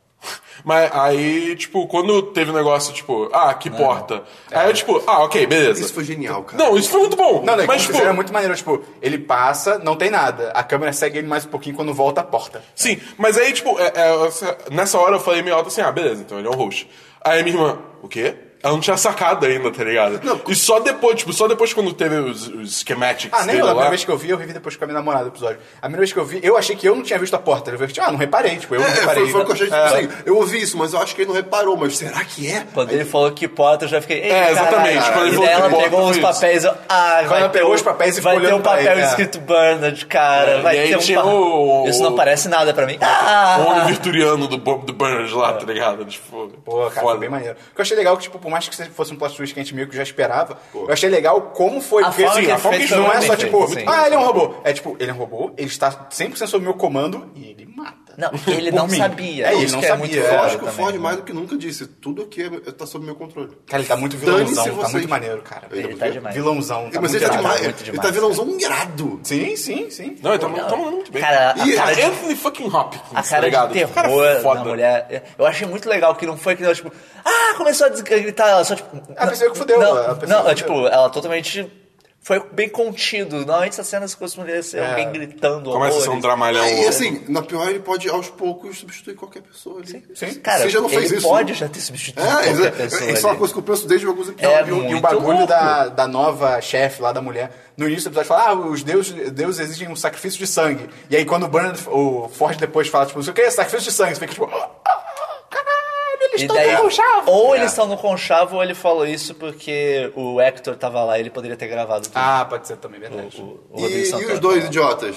Speaker 4: Mas aí, tipo, quando teve o negócio, tipo, ah, que porta. Aí eu, tipo, ah, ok, beleza.
Speaker 2: Isso foi genial, cara.
Speaker 4: Não, isso foi muito bom.
Speaker 1: Não, não,
Speaker 4: mas,
Speaker 1: mas,
Speaker 4: tipo,
Speaker 1: é muito maneiro. Tipo, ele passa, não tem nada. A câmera segue ele mais um pouquinho quando volta a porta.
Speaker 4: Sim, mas aí, tipo, é- é, essa- nessa hora eu falei meio alto assim, ah, beleza, então ele é um host. Aí minha irmã, o quê? Ela não tinha sacado ainda, tá ligado? E só depois, tipo, só depois quando teve os, os schematics
Speaker 1: Ah, nem
Speaker 4: dele
Speaker 1: eu, a
Speaker 4: lá.
Speaker 1: primeira vez que eu vi, eu revi depois com a minha namorada o episódio. A primeira vez que eu vi, eu achei que eu não tinha visto a porta. Eu falei, tipo, ah, não reparei, tipo, eu não
Speaker 2: É,
Speaker 1: reparei.
Speaker 2: foi, foi o que eu achei, tipo, assim, eu ouvi isso, mas eu acho que ele não reparou, mas será que é?
Speaker 3: Quando ele falou que Potter, eu já fiquei. "Ei, caralho".
Speaker 4: exatamente, quando ele
Speaker 3: e
Speaker 4: falou
Speaker 3: daí
Speaker 4: que
Speaker 3: ela
Speaker 4: Potter
Speaker 3: pegou
Speaker 4: foi
Speaker 3: os
Speaker 4: isso.
Speaker 3: papéis. eu, Ah, vai
Speaker 1: ela
Speaker 3: ter
Speaker 1: pegou
Speaker 3: um-
Speaker 1: os papéis e ficou
Speaker 3: Vai ter um
Speaker 1: olhando pra
Speaker 3: papel
Speaker 1: ele, é.
Speaker 3: escrito Bernard, cara.
Speaker 4: e
Speaker 3: Vai
Speaker 4: aí
Speaker 3: ter um
Speaker 4: tinha
Speaker 3: pa-
Speaker 4: o-
Speaker 3: Isso não parece nada pra mim.
Speaker 4: O
Speaker 3: Ah!
Speaker 4: homem virturiano do Bob do Burns lá,
Speaker 3: É.
Speaker 4: tá ligado? Tipo,
Speaker 1: Pô, cara,
Speaker 4: foda.
Speaker 1: foi bem maneiro. O que eu achei legal é que, tipo, por mais que fosse um plot twist que a gente meio que já esperava, eu achei legal como foi.
Speaker 3: A forma que
Speaker 1: a
Speaker 3: ele
Speaker 1: forma
Speaker 3: fez
Speaker 1: que não
Speaker 3: foi
Speaker 1: é
Speaker 3: muito
Speaker 1: só,
Speaker 3: bem
Speaker 1: tipo,
Speaker 3: feita, sim.
Speaker 1: ah, ele é um robô. É tipo, ele é um robô, ele está 100% sob meu comando e ele mata.
Speaker 3: Não, ele
Speaker 1: Por
Speaker 3: não
Speaker 1: mim.
Speaker 3: sabia.
Speaker 1: É, ele
Speaker 3: Isso
Speaker 1: não
Speaker 3: que é
Speaker 1: sabia.
Speaker 3: muito
Speaker 1: é.
Speaker 2: Eu acho que o
Speaker 3: também,
Speaker 2: Ford,
Speaker 3: né?
Speaker 2: mais do que nunca disse, tudo aqui é- tá sob meu controle.
Speaker 1: Cara, ele tá muito
Speaker 2: Dane-se
Speaker 1: vilãozão, tá
Speaker 2: vocês.
Speaker 1: muito maneiro, cara.
Speaker 2: Ele
Speaker 3: tá demais.
Speaker 1: Vilãozão, tá
Speaker 2: mas
Speaker 1: muito é.
Speaker 2: ele tá,
Speaker 1: irado.
Speaker 2: demais,
Speaker 3: muito
Speaker 2: ele
Speaker 3: demais,
Speaker 2: tá vilãozão irado.
Speaker 1: Sim, sim, sim.
Speaker 4: Não, ele tá, tá mandando muito bem.
Speaker 3: Cara, a
Speaker 4: e
Speaker 3: cara de-
Speaker 4: Anthony fucking Hopkins,
Speaker 3: A
Speaker 4: tá
Speaker 3: cara
Speaker 4: ligado?
Speaker 3: de
Speaker 4: Tipo, cara
Speaker 3: terror
Speaker 4: foda.
Speaker 3: da mulher. Eu achei muito legal que não foi que ela, tipo, ah, começou a des- gritar, ela só, tipo.
Speaker 1: A
Speaker 3: não-
Speaker 1: pessoa que fudeu,
Speaker 3: Não,
Speaker 1: a
Speaker 3: não,
Speaker 1: pessoa
Speaker 3: ela,
Speaker 1: que
Speaker 3: tipo, ela totalmente. Foi bem contido. Normalmente essas cenas costumam ser alguém gritando.
Speaker 4: Começa a ser um
Speaker 3: horrores.
Speaker 1: é
Speaker 4: dramalhão.
Speaker 2: e assim, na pior, ele pode aos poucos substituir qualquer pessoa ali.
Speaker 1: Sim.
Speaker 3: Cara,
Speaker 2: Você já não fez
Speaker 3: ele
Speaker 2: isso,
Speaker 3: pode
Speaker 2: né?
Speaker 3: já ter substituído
Speaker 2: É,
Speaker 3: qualquer
Speaker 2: isso,
Speaker 3: pessoa.
Speaker 2: é, isso é uma
Speaker 3: ali.
Speaker 2: coisa que eu penso desde alguns
Speaker 3: É,
Speaker 1: E,
Speaker 2: episódios.
Speaker 1: o- e
Speaker 3: muito
Speaker 1: o Um bagulho
Speaker 3: louco.
Speaker 1: da, da nova chefe lá da mulher, no início do episódio, fala: Ah, os deuses, deuses exigem um sacrifício de sangue. E aí, quando o Bernard, o Ford depois fala, tipo, não sei o que, sacrifício de sangue, você fica tipo, "Ah, ah, caralho, eles
Speaker 3: E
Speaker 1: estão
Speaker 3: daí,
Speaker 1: com o chavo.
Speaker 3: ou
Speaker 1: É.
Speaker 3: eles estão no conchavo, ou ele falou isso porque o Hector tava lá e ele poderia ter gravado tudo.
Speaker 1: Ah, pode ser também, verdade.
Speaker 3: O- o
Speaker 2: E,
Speaker 3: Rodrigo
Speaker 2: e
Speaker 3: Santoro
Speaker 2: os dois
Speaker 1: é.
Speaker 3: tava lá.
Speaker 2: idiotas?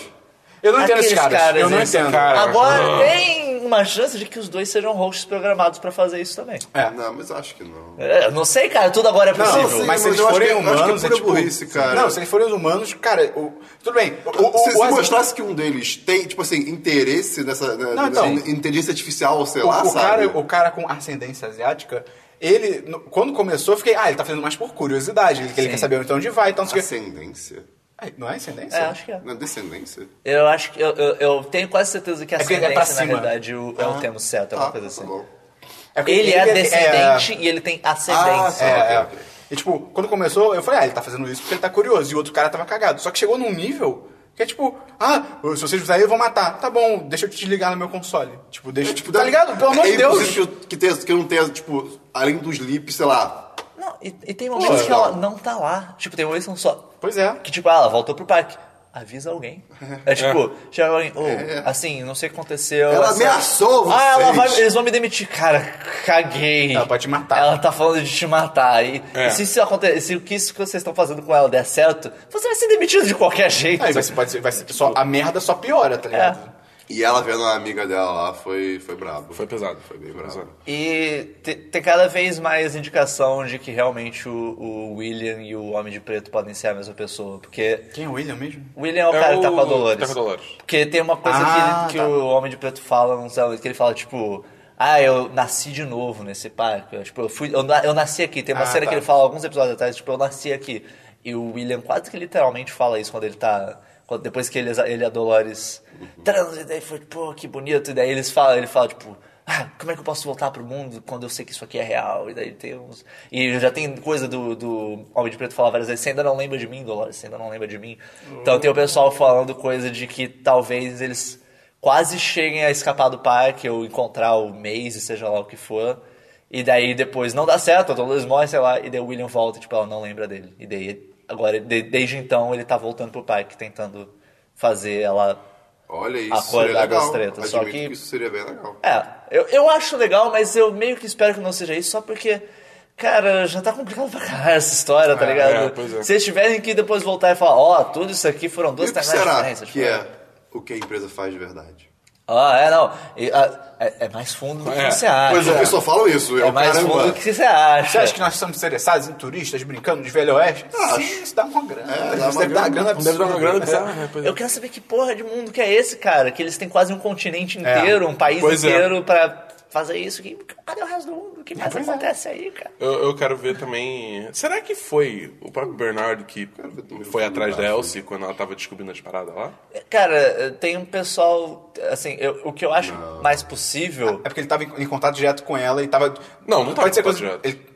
Speaker 1: Eu não entendo esses
Speaker 3: Aqueles
Speaker 1: caras. eu não
Speaker 3: eles-
Speaker 1: entendo.
Speaker 4: Cara,
Speaker 3: Agora
Speaker 4: ah.
Speaker 3: tem uma chance de que os dois sejam hosts programados pra fazer isso também.
Speaker 1: É.
Speaker 2: Não, mas acho que não.
Speaker 3: É, eu não sei, cara, tudo agora é
Speaker 1: Não,
Speaker 3: possível.
Speaker 2: sim,
Speaker 1: mas se
Speaker 2: mas
Speaker 1: eles
Speaker 2: eu acho
Speaker 1: forem
Speaker 2: que- eu acho que é
Speaker 1: humanos, é
Speaker 2: pura
Speaker 1: tipo...
Speaker 2: burrice, cara.
Speaker 1: Não, se eles forem os humanos, cara, o- tudo bem. O, o,
Speaker 2: se, se
Speaker 1: o-
Speaker 2: mostrasse que um deles tem, tipo assim, interesse nessa né,
Speaker 1: Não, então.
Speaker 2: nessa inteligência artificial, sei
Speaker 1: O,
Speaker 2: lá,
Speaker 1: o
Speaker 2: sabe?
Speaker 1: cara, o cara com ascendência asiática, ele, no- quando começou, eu fiquei, ah, ele tá fazendo mais por curiosidade, ele, que ele
Speaker 3: Sim.
Speaker 1: quer saber onde vai, então não sei o quê.
Speaker 2: Ascendência?
Speaker 1: Ah, Não é ascendência?
Speaker 3: É, acho que é.
Speaker 2: Na descendência?
Speaker 3: Eu acho que eu, eu, eu tenho quase certeza que a
Speaker 1: É porque é pra
Speaker 3: ascendência, na
Speaker 1: cima.
Speaker 3: verdade, o- é o termo certo, é uma
Speaker 2: Ah,
Speaker 3: coisa
Speaker 2: tá
Speaker 3: assim.
Speaker 2: bom.
Speaker 1: É porque
Speaker 3: Ele é
Speaker 1: ele
Speaker 3: descendente e ele tem
Speaker 2: Ah,
Speaker 3: ascendência.
Speaker 2: tá.
Speaker 1: É, é. E tipo, quando começou, eu falei, ah, ele tá fazendo isso porque ele tá curioso, e o outro cara tava cagado. Só que chegou num nível que é tipo, ah, se vocês fizerem, eu vou matar. Tá bom, deixa eu te desligar no meu console. Tipo, deixa. tipo, tá ligado? Pelo amor
Speaker 2: é
Speaker 1: de Deus!
Speaker 2: impossível Que, tenha, que não tenha, tipo, além dos lips, sei lá.
Speaker 3: Não, e, e tem momentos
Speaker 2: Pô,
Speaker 3: que ela
Speaker 2: não.
Speaker 3: não tá lá. Tipo, tem momentos que não só.
Speaker 1: Pois é.
Speaker 3: Que tipo, ah, ela voltou pro parque. avisa
Speaker 1: [laughs]
Speaker 3: alguém. É tipo, chega alguém, ou,
Speaker 1: É,
Speaker 3: assim, não sei o que aconteceu.
Speaker 2: Ela
Speaker 3: essa-
Speaker 2: ameaçou vocês.
Speaker 3: Ah, ela vai, eles vão me demitir. Cara, caguei.
Speaker 1: Ela pode te matar.
Speaker 3: Ela tá falando de te matar. E,
Speaker 4: É.
Speaker 3: e se, isso acontecer, se o que isso que vocês estão fazendo com ela der certo, você vai ser demitido de qualquer jeito. É.
Speaker 1: Aí vai ser, pode ser, vai ser só, a merda só piora, tá ligado?
Speaker 2: E ela vendo a amiga dela lá foi, foi brabo.
Speaker 4: Foi pesado.
Speaker 2: Foi bem brabo.
Speaker 4: pesado.
Speaker 3: E te- tem cada vez mais indicação de que realmente o, o William e o Homem de Preto podem ser a mesma pessoa. Porque
Speaker 1: Quem é o William mesmo?
Speaker 3: o William é o
Speaker 4: É
Speaker 3: cara
Speaker 4: o
Speaker 3: que tá com a Dolores.
Speaker 4: Tapa Dolores.
Speaker 3: Porque tem uma coisa
Speaker 1: Ah,
Speaker 3: que, que
Speaker 1: tá.
Speaker 3: o Homem de Preto fala, não sei, que ele fala, tipo... Ah, eu nasci de novo nesse parque. Eu, tipo, eu, fui, eu, na- eu nasci aqui. Tem uma
Speaker 1: Ah,
Speaker 3: cena
Speaker 1: tá.
Speaker 3: que ele fala alguns episódios atrás, tipo, eu nasci aqui. E o William quase que literalmente fala isso quando ele tá... quando- depois que ele, ele e a Dolores transam, e daí foi, pô, que bonito. E daí eles falam, ele fala, tipo... Ah, como é que eu posso voltar pro mundo quando eu sei que isso aqui é real? E daí tem uns... E já tem coisa do, do Homem de Preto falar várias vezes, você ainda não lembra de mim, Dolores, você ainda não lembra de mim.
Speaker 1: Uhum.
Speaker 3: Então tem o pessoal falando coisa de que talvez eles quase cheguem a escapar do parque ou encontrar o Maze, seja lá o que for. E daí depois não dá certo, a Dolores morre, sei lá, e daí o William volta, tipo, ela não lembra dele. E daí, agora, de- desde então, ele tá voltando pro parque, tentando fazer ela...
Speaker 2: Olha isso,
Speaker 3: A cor
Speaker 2: seria
Speaker 3: da das
Speaker 2: legal.
Speaker 3: tretas, só
Speaker 2: Admito
Speaker 3: que-
Speaker 2: isso seria bem legal.
Speaker 3: É, eu, eu acho legal, mas eu meio que espero que não seja isso, só porque... Cara, já tá complicado pra caralho essa história, tá
Speaker 4: É,
Speaker 3: ligado?
Speaker 4: é, pois é.
Speaker 3: Se eles tiverem que depois voltar e falar, ó, tudo isso aqui foram
Speaker 2: E
Speaker 3: duas
Speaker 2: o que
Speaker 3: timelines
Speaker 2: será
Speaker 3: diferentes.
Speaker 2: que
Speaker 3: tipo,
Speaker 2: é o que a empresa faz de verdade?
Speaker 3: Ah, é, não. E, ah, é, é mais fundo do que
Speaker 4: É,
Speaker 3: você acha.
Speaker 2: Pois é, eu só falo isso.
Speaker 3: Ah, É
Speaker 2: Eu,
Speaker 3: mais
Speaker 2: caramba.
Speaker 3: fundo do que você acha.
Speaker 1: Você
Speaker 4: É.
Speaker 1: acha que nós estamos interessados em turistas brincando de Velho Oeste?
Speaker 2: Acho.
Speaker 1: Sim, isso dá uma grana.
Speaker 2: É, dá
Speaker 1: isso
Speaker 2: uma
Speaker 1: deve dar
Speaker 2: grana.
Speaker 1: uma grana
Speaker 4: Deve dar uma grana
Speaker 1: absurda.
Speaker 4: bizarra, né? Pois é.
Speaker 3: Eu quero saber que porra de mundo que é esse, cara. Que eles têm quase um continente inteiro, um país
Speaker 4: Pois é.
Speaker 3: inteiro pra fazer isso. Que, cadê o resto do mundo? O que mais acontece aí, cara?
Speaker 4: Eu, eu quero ver também. Será que foi o próprio Bernardo que
Speaker 2: ver também o
Speaker 4: foi
Speaker 2: filme
Speaker 4: atrás
Speaker 2: da
Speaker 4: da Elsie quando ela tava descobrindo as paradas lá?
Speaker 3: Cara, tem um pessoal... Assim, eu- o que eu acho mais possível...
Speaker 1: É porque ele tava em, em contato direto com ela e tava.
Speaker 4: Não, não tava
Speaker 1: Pode ser
Speaker 4: em contato
Speaker 1: coisa-
Speaker 4: direto.
Speaker 1: Ele,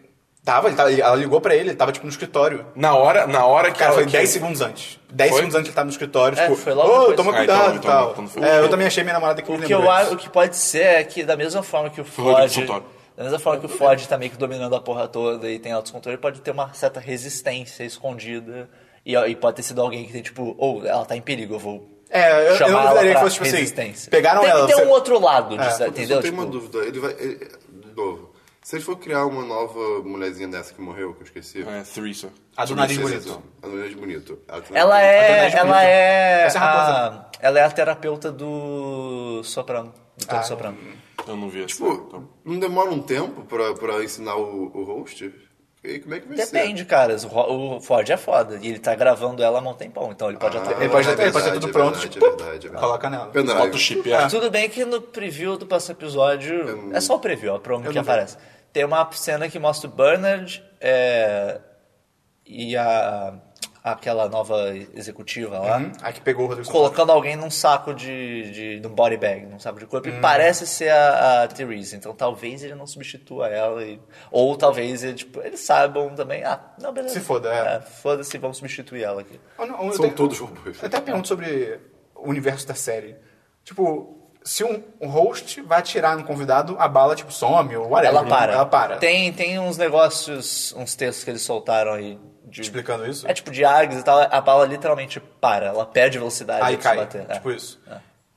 Speaker 1: tava, ele tava, ele- ela ligou pra ele, ele tava tipo no escritório.
Speaker 4: Na hora, na hora que
Speaker 1: Cara,
Speaker 4: ela.
Speaker 1: foi
Speaker 4: que-
Speaker 1: 10 segundos antes. 10
Speaker 4: Foi?
Speaker 1: segundos antes ele tava no escritório,
Speaker 3: É,
Speaker 1: tipo,
Speaker 3: foi logo
Speaker 1: ô,
Speaker 3: depois.
Speaker 1: toma
Speaker 4: Ah,
Speaker 1: cuidado
Speaker 4: então,
Speaker 1: e
Speaker 4: então,
Speaker 1: tal.
Speaker 4: então não foi.
Speaker 1: É, eu também achei minha namorada que
Speaker 3: O
Speaker 1: me
Speaker 3: que, eu,
Speaker 1: lembrou
Speaker 3: a-
Speaker 1: disso.
Speaker 3: o que pode ser é que da mesma forma que o
Speaker 4: Rodrigo
Speaker 3: Ford...
Speaker 4: Santoro.
Speaker 3: Da mesma forma que o Ford tá meio que dominando a porra toda e tem autocontrole, pode ter uma certa resistência escondida. E, e pode ter sido alguém que tem, tipo, ou ela tá em perigo, eu vou
Speaker 1: É, eu- eu
Speaker 3: chamar
Speaker 1: não
Speaker 3: ela
Speaker 1: duvidaria
Speaker 3: pra
Speaker 1: que fosse, tipo assim,
Speaker 3: resistência.
Speaker 1: pegaram
Speaker 3: tem,
Speaker 1: ela,
Speaker 3: Tem
Speaker 1: você-
Speaker 3: um outro lado disso,
Speaker 1: É,
Speaker 2: Eu só
Speaker 3: entendeu?
Speaker 2: tenho uma
Speaker 3: Tipo,
Speaker 2: dúvida. Ele vai. ele- de novo. Se ele for criar uma nova mulherzinha dessa que morreu, que eu esqueci.
Speaker 4: É, Theresa.
Speaker 1: A do nariz
Speaker 2: Esqueci,
Speaker 1: bonito.
Speaker 2: A do nariz bonito. A do-
Speaker 3: ela
Speaker 1: Adonai
Speaker 3: é.
Speaker 1: Júnior.
Speaker 3: Ela é.
Speaker 1: Essa é a
Speaker 3: A, ela é a terapeuta do Soprano. Do
Speaker 1: Ah,
Speaker 3: Tony Soprano.
Speaker 4: Eu não vi essa.
Speaker 2: Pô,
Speaker 4: então.
Speaker 2: não demora um tempo pra, pra ensinar o, o host? E aí, como é que vai ser?
Speaker 3: Depende, cara. O Ro- O Ford é foda. E ele tá gravando ela há um tempão, então ele pode até.
Speaker 1: Ele pode
Speaker 2: é
Speaker 1: ter- ele pode ter
Speaker 2: verdade,
Speaker 1: tudo
Speaker 2: é
Speaker 1: pronto,
Speaker 2: verdade,
Speaker 1: tipo,
Speaker 2: é verdade, é verdade.
Speaker 1: coloca nela.
Speaker 2: Pendrive.
Speaker 4: Bota o chip.
Speaker 1: Tá.
Speaker 2: Ah.
Speaker 4: É.
Speaker 3: Tudo bem que no preview do próximo episódio. É só o preview, a promo que
Speaker 1: não vi.
Speaker 3: aparece. Tem uma cena que mostra o Bernard é, e a, aquela nova executiva lá.
Speaker 1: Hum, Aí que pegou o Rodrigo Santoro.
Speaker 3: colocando alguém num saco de, de, num body bag, num saco de corpo,
Speaker 1: Uhum.
Speaker 3: e parece ser a, a Therese. Então talvez ele não substitua ela, e- ou talvez ele, tipo, eles saibam também, ah, não, beleza.
Speaker 1: Se foda, é.
Speaker 3: Foda-se, vamos substituir ela aqui.
Speaker 1: Eu Ah, não- eu
Speaker 2: São
Speaker 1: tenho-
Speaker 2: todos robôs.
Speaker 1: Eu até pergunto sobre o universo da série. Tipo, se um, um host vai atirar no convidado, a bala, tipo, some ou whatever.
Speaker 3: Ela para.
Speaker 1: Ela para.
Speaker 3: Tem, tem uns negócios, uns textos que eles soltaram aí. De,
Speaker 1: Explicando isso?
Speaker 3: É tipo de Args e tal, a bala literalmente para, ela perde velocidade
Speaker 1: Aí
Speaker 3: de
Speaker 1: cai.
Speaker 3: bater.
Speaker 1: Tipo
Speaker 3: é.
Speaker 1: isso.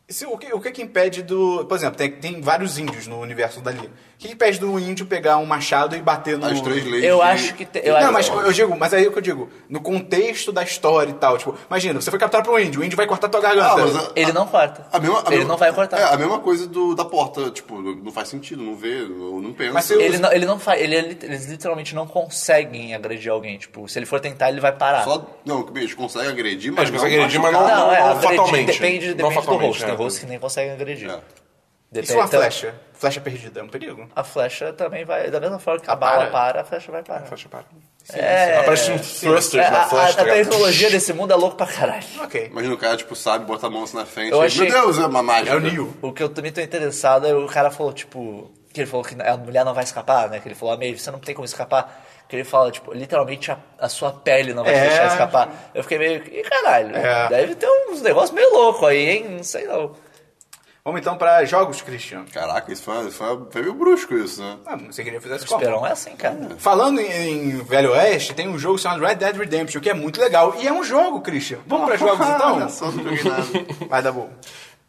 Speaker 1: E se- o, que, o que que impede do... Por exemplo, tem, tem vários índios no universo dali. O que que impede do índio pegar um machado e bater no...
Speaker 2: As três leis.
Speaker 3: Eu
Speaker 2: de-
Speaker 3: acho que te- eu
Speaker 1: não,
Speaker 3: acho-
Speaker 1: mas eu digo, mas aí é o que eu digo, no contexto da história e tal, tipo, imagina, você foi capturado por um índio, o índio vai cortar tua garganta.
Speaker 2: Ah, mas a-
Speaker 3: Ele não corta.
Speaker 2: A mesma, a
Speaker 3: ele
Speaker 2: mesma-
Speaker 3: não vai cortar.
Speaker 2: É, a mesma coisa do, da porta, tipo, não não faz sentido, não vê, não, não pensa.
Speaker 1: Mas se eu-
Speaker 3: Ele não, ele não faz, ele, é eles literalmente não conseguem agredir alguém. Tipo, se ele for tentar, ele vai parar. é,
Speaker 2: Só, não, que bicho, consegue agredir, mas
Speaker 4: Mas
Speaker 2: não
Speaker 4: consegue agredir, mas
Speaker 2: machucar.
Speaker 4: não, não, não
Speaker 3: agredir
Speaker 4: fatalmente.
Speaker 3: Depende,
Speaker 4: não
Speaker 3: depende do
Speaker 4: fatalmente,
Speaker 3: host.
Speaker 4: né?
Speaker 3: Tem host que nem consegue agredir.
Speaker 2: É.
Speaker 1: E
Speaker 3: Depende-
Speaker 1: se uma
Speaker 3: então,
Speaker 1: flecha? Flecha perdida, é um perigo.
Speaker 3: A flecha também vai. Da mesma forma que a
Speaker 1: Ela
Speaker 3: bala
Speaker 1: para.
Speaker 3: para, a flecha vai parar.
Speaker 4: Flecha para.
Speaker 3: É,
Speaker 4: Aparece um
Speaker 3: é,
Speaker 4: thrusters
Speaker 3: a,
Speaker 4: na tá
Speaker 3: a,
Speaker 4: flash.
Speaker 3: a tecnologia desse mundo é louco pra caralho.
Speaker 1: Ok.
Speaker 2: Imagina o cara, tipo, sabe, bota a mão assim na frente.
Speaker 3: Eu
Speaker 2: e,
Speaker 3: achei-
Speaker 2: Meu Deus, é uma mágica.
Speaker 1: É o Neo.
Speaker 3: O que eu também tô interessado é o cara falou, tipo, que ele falou que a mulher não vai escapar, né? Que ele falou, a Maeve, você não tem como escapar. Que ele fala, tipo, literalmente a, a sua pele não vai te
Speaker 1: É.
Speaker 3: deixar escapar. Eu fiquei meio, que, "Ih, caralho,
Speaker 1: É.
Speaker 3: deve ter uns negócios meio louco aí, hein? Não sei não.
Speaker 1: Vamos então pra jogos, Christian.
Speaker 2: Caraca, isso foi, foi, foi meio brusco isso, né?
Speaker 1: Ah, você queria fazer esse
Speaker 3: Esperão é assim, cara.
Speaker 4: Hum. um-
Speaker 1: Falando em, em Velho Oeste, tem um jogo chamado Red Dead Redemption, que é muito legal. E é um jogo, Christian. Vamos pra jogos
Speaker 2: Olha
Speaker 1: então?
Speaker 2: só, não joguei nada.
Speaker 4: [laughs]
Speaker 1: Vai dar bom.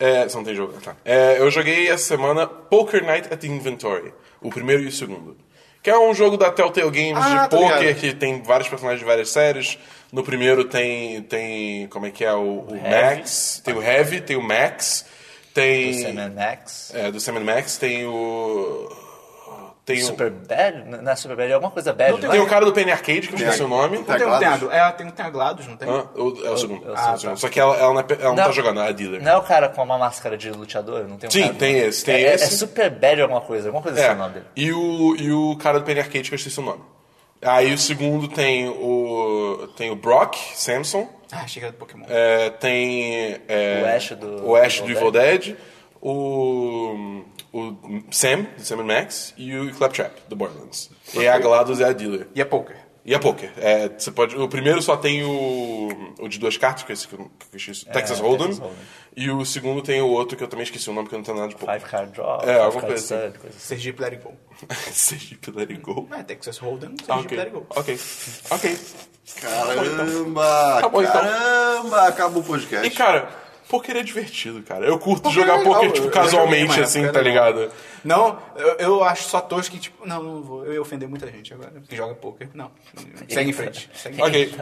Speaker 4: É, você não tem jogo, tá. É, eu joguei essa semana Poker Night at the Inventory, o primeiro e o segundo. Que é um jogo da Telltale Games
Speaker 1: Ah,
Speaker 4: de
Speaker 1: tô
Speaker 4: poker
Speaker 1: ligado.
Speaker 4: que tem vários personagens de várias séries. No primeiro tem. tem. como é que é? O, o
Speaker 3: Heavy.
Speaker 4: Max. Tem o Heavy, tem o Max,
Speaker 3: O
Speaker 4: tem.
Speaker 3: Sam and Max.
Speaker 4: É, do Sam and Max, tem o. Tem o.
Speaker 3: Super Bad? Não é Super Bad, é alguma coisa bad, não,
Speaker 4: Tem
Speaker 3: é?
Speaker 4: o cara do Penny Arcade, que eu esqueci o nome.
Speaker 1: Tem um
Speaker 2: Teclados?
Speaker 1: Teaglados? É, tem um Teaglados, não tem?
Speaker 4: Hã? O- é o segundo.
Speaker 3: é o
Speaker 4: Ah,
Speaker 3: segundo.
Speaker 4: tá. Só que ela, ela não, é pe- ela não
Speaker 3: Não.
Speaker 4: tá jogando, ela é a dealer.
Speaker 3: Não é o cara com uma máscara de luteador? Não tem um
Speaker 4: Sim,
Speaker 3: cara-
Speaker 4: tem esse, tem
Speaker 3: é,
Speaker 4: esse.
Speaker 3: É, é Super Bad alguma coisa, alguma coisa assim
Speaker 4: É,
Speaker 3: o nome dele.
Speaker 4: e o, e o cara do Penny Arcade, que eu esqueci o nome. Aí o segundo tem o. Tem o Brock Samson,
Speaker 1: Ah, chega do Pokémon.
Speaker 4: é, tem. é,
Speaker 3: O Ash do-
Speaker 4: O Ash do
Speaker 3: do
Speaker 4: Evil
Speaker 3: Evil
Speaker 4: Dead, o. O Sam, do Sam and Max, e o Claptrap, do Borderlands. E a GLaDOS é a dealer.
Speaker 1: E é poker.
Speaker 4: E a poker. É, você pode, o primeiro só tem o, o de duas cartas, que é esse que eu, que eu esqueci, Texas, Hold'em,
Speaker 3: Texas Hold'em.
Speaker 4: E o segundo tem o outro que eu também esqueci o nome, que eu não tenho nada de poker.
Speaker 3: Five Card Draw,
Speaker 4: É,
Speaker 3: Five
Speaker 4: alguma
Speaker 3: Card
Speaker 4: coisa assim.
Speaker 3: Stud, coisa assim.
Speaker 1: Sergipe Let It Go.
Speaker 4: Sergipe Let It Go.
Speaker 1: É, Texas Hold'em, Sergipe
Speaker 4: Ah, ok.
Speaker 1: Let It Go.
Speaker 4: Ok. Ok.
Speaker 2: Caramba!
Speaker 4: Tá bom, então.
Speaker 2: Caramba! Acabou o podcast.
Speaker 4: E cara, poker é divertido, cara. Eu curto
Speaker 1: Poker é
Speaker 4: jogar
Speaker 1: legal,
Speaker 4: poker,
Speaker 1: eu-
Speaker 4: tipo,
Speaker 1: eu já joguei uma
Speaker 4: casualmente,
Speaker 1: época,
Speaker 4: assim,
Speaker 1: é
Speaker 4: tá
Speaker 1: legal.
Speaker 4: ligado?
Speaker 1: Não, eu, eu acho só tosco que, tipo, não, não vou. Eu ia ofender muita gente agora. Que joga poker. Não. Segue em frente. Segue em frente.
Speaker 4: Ok.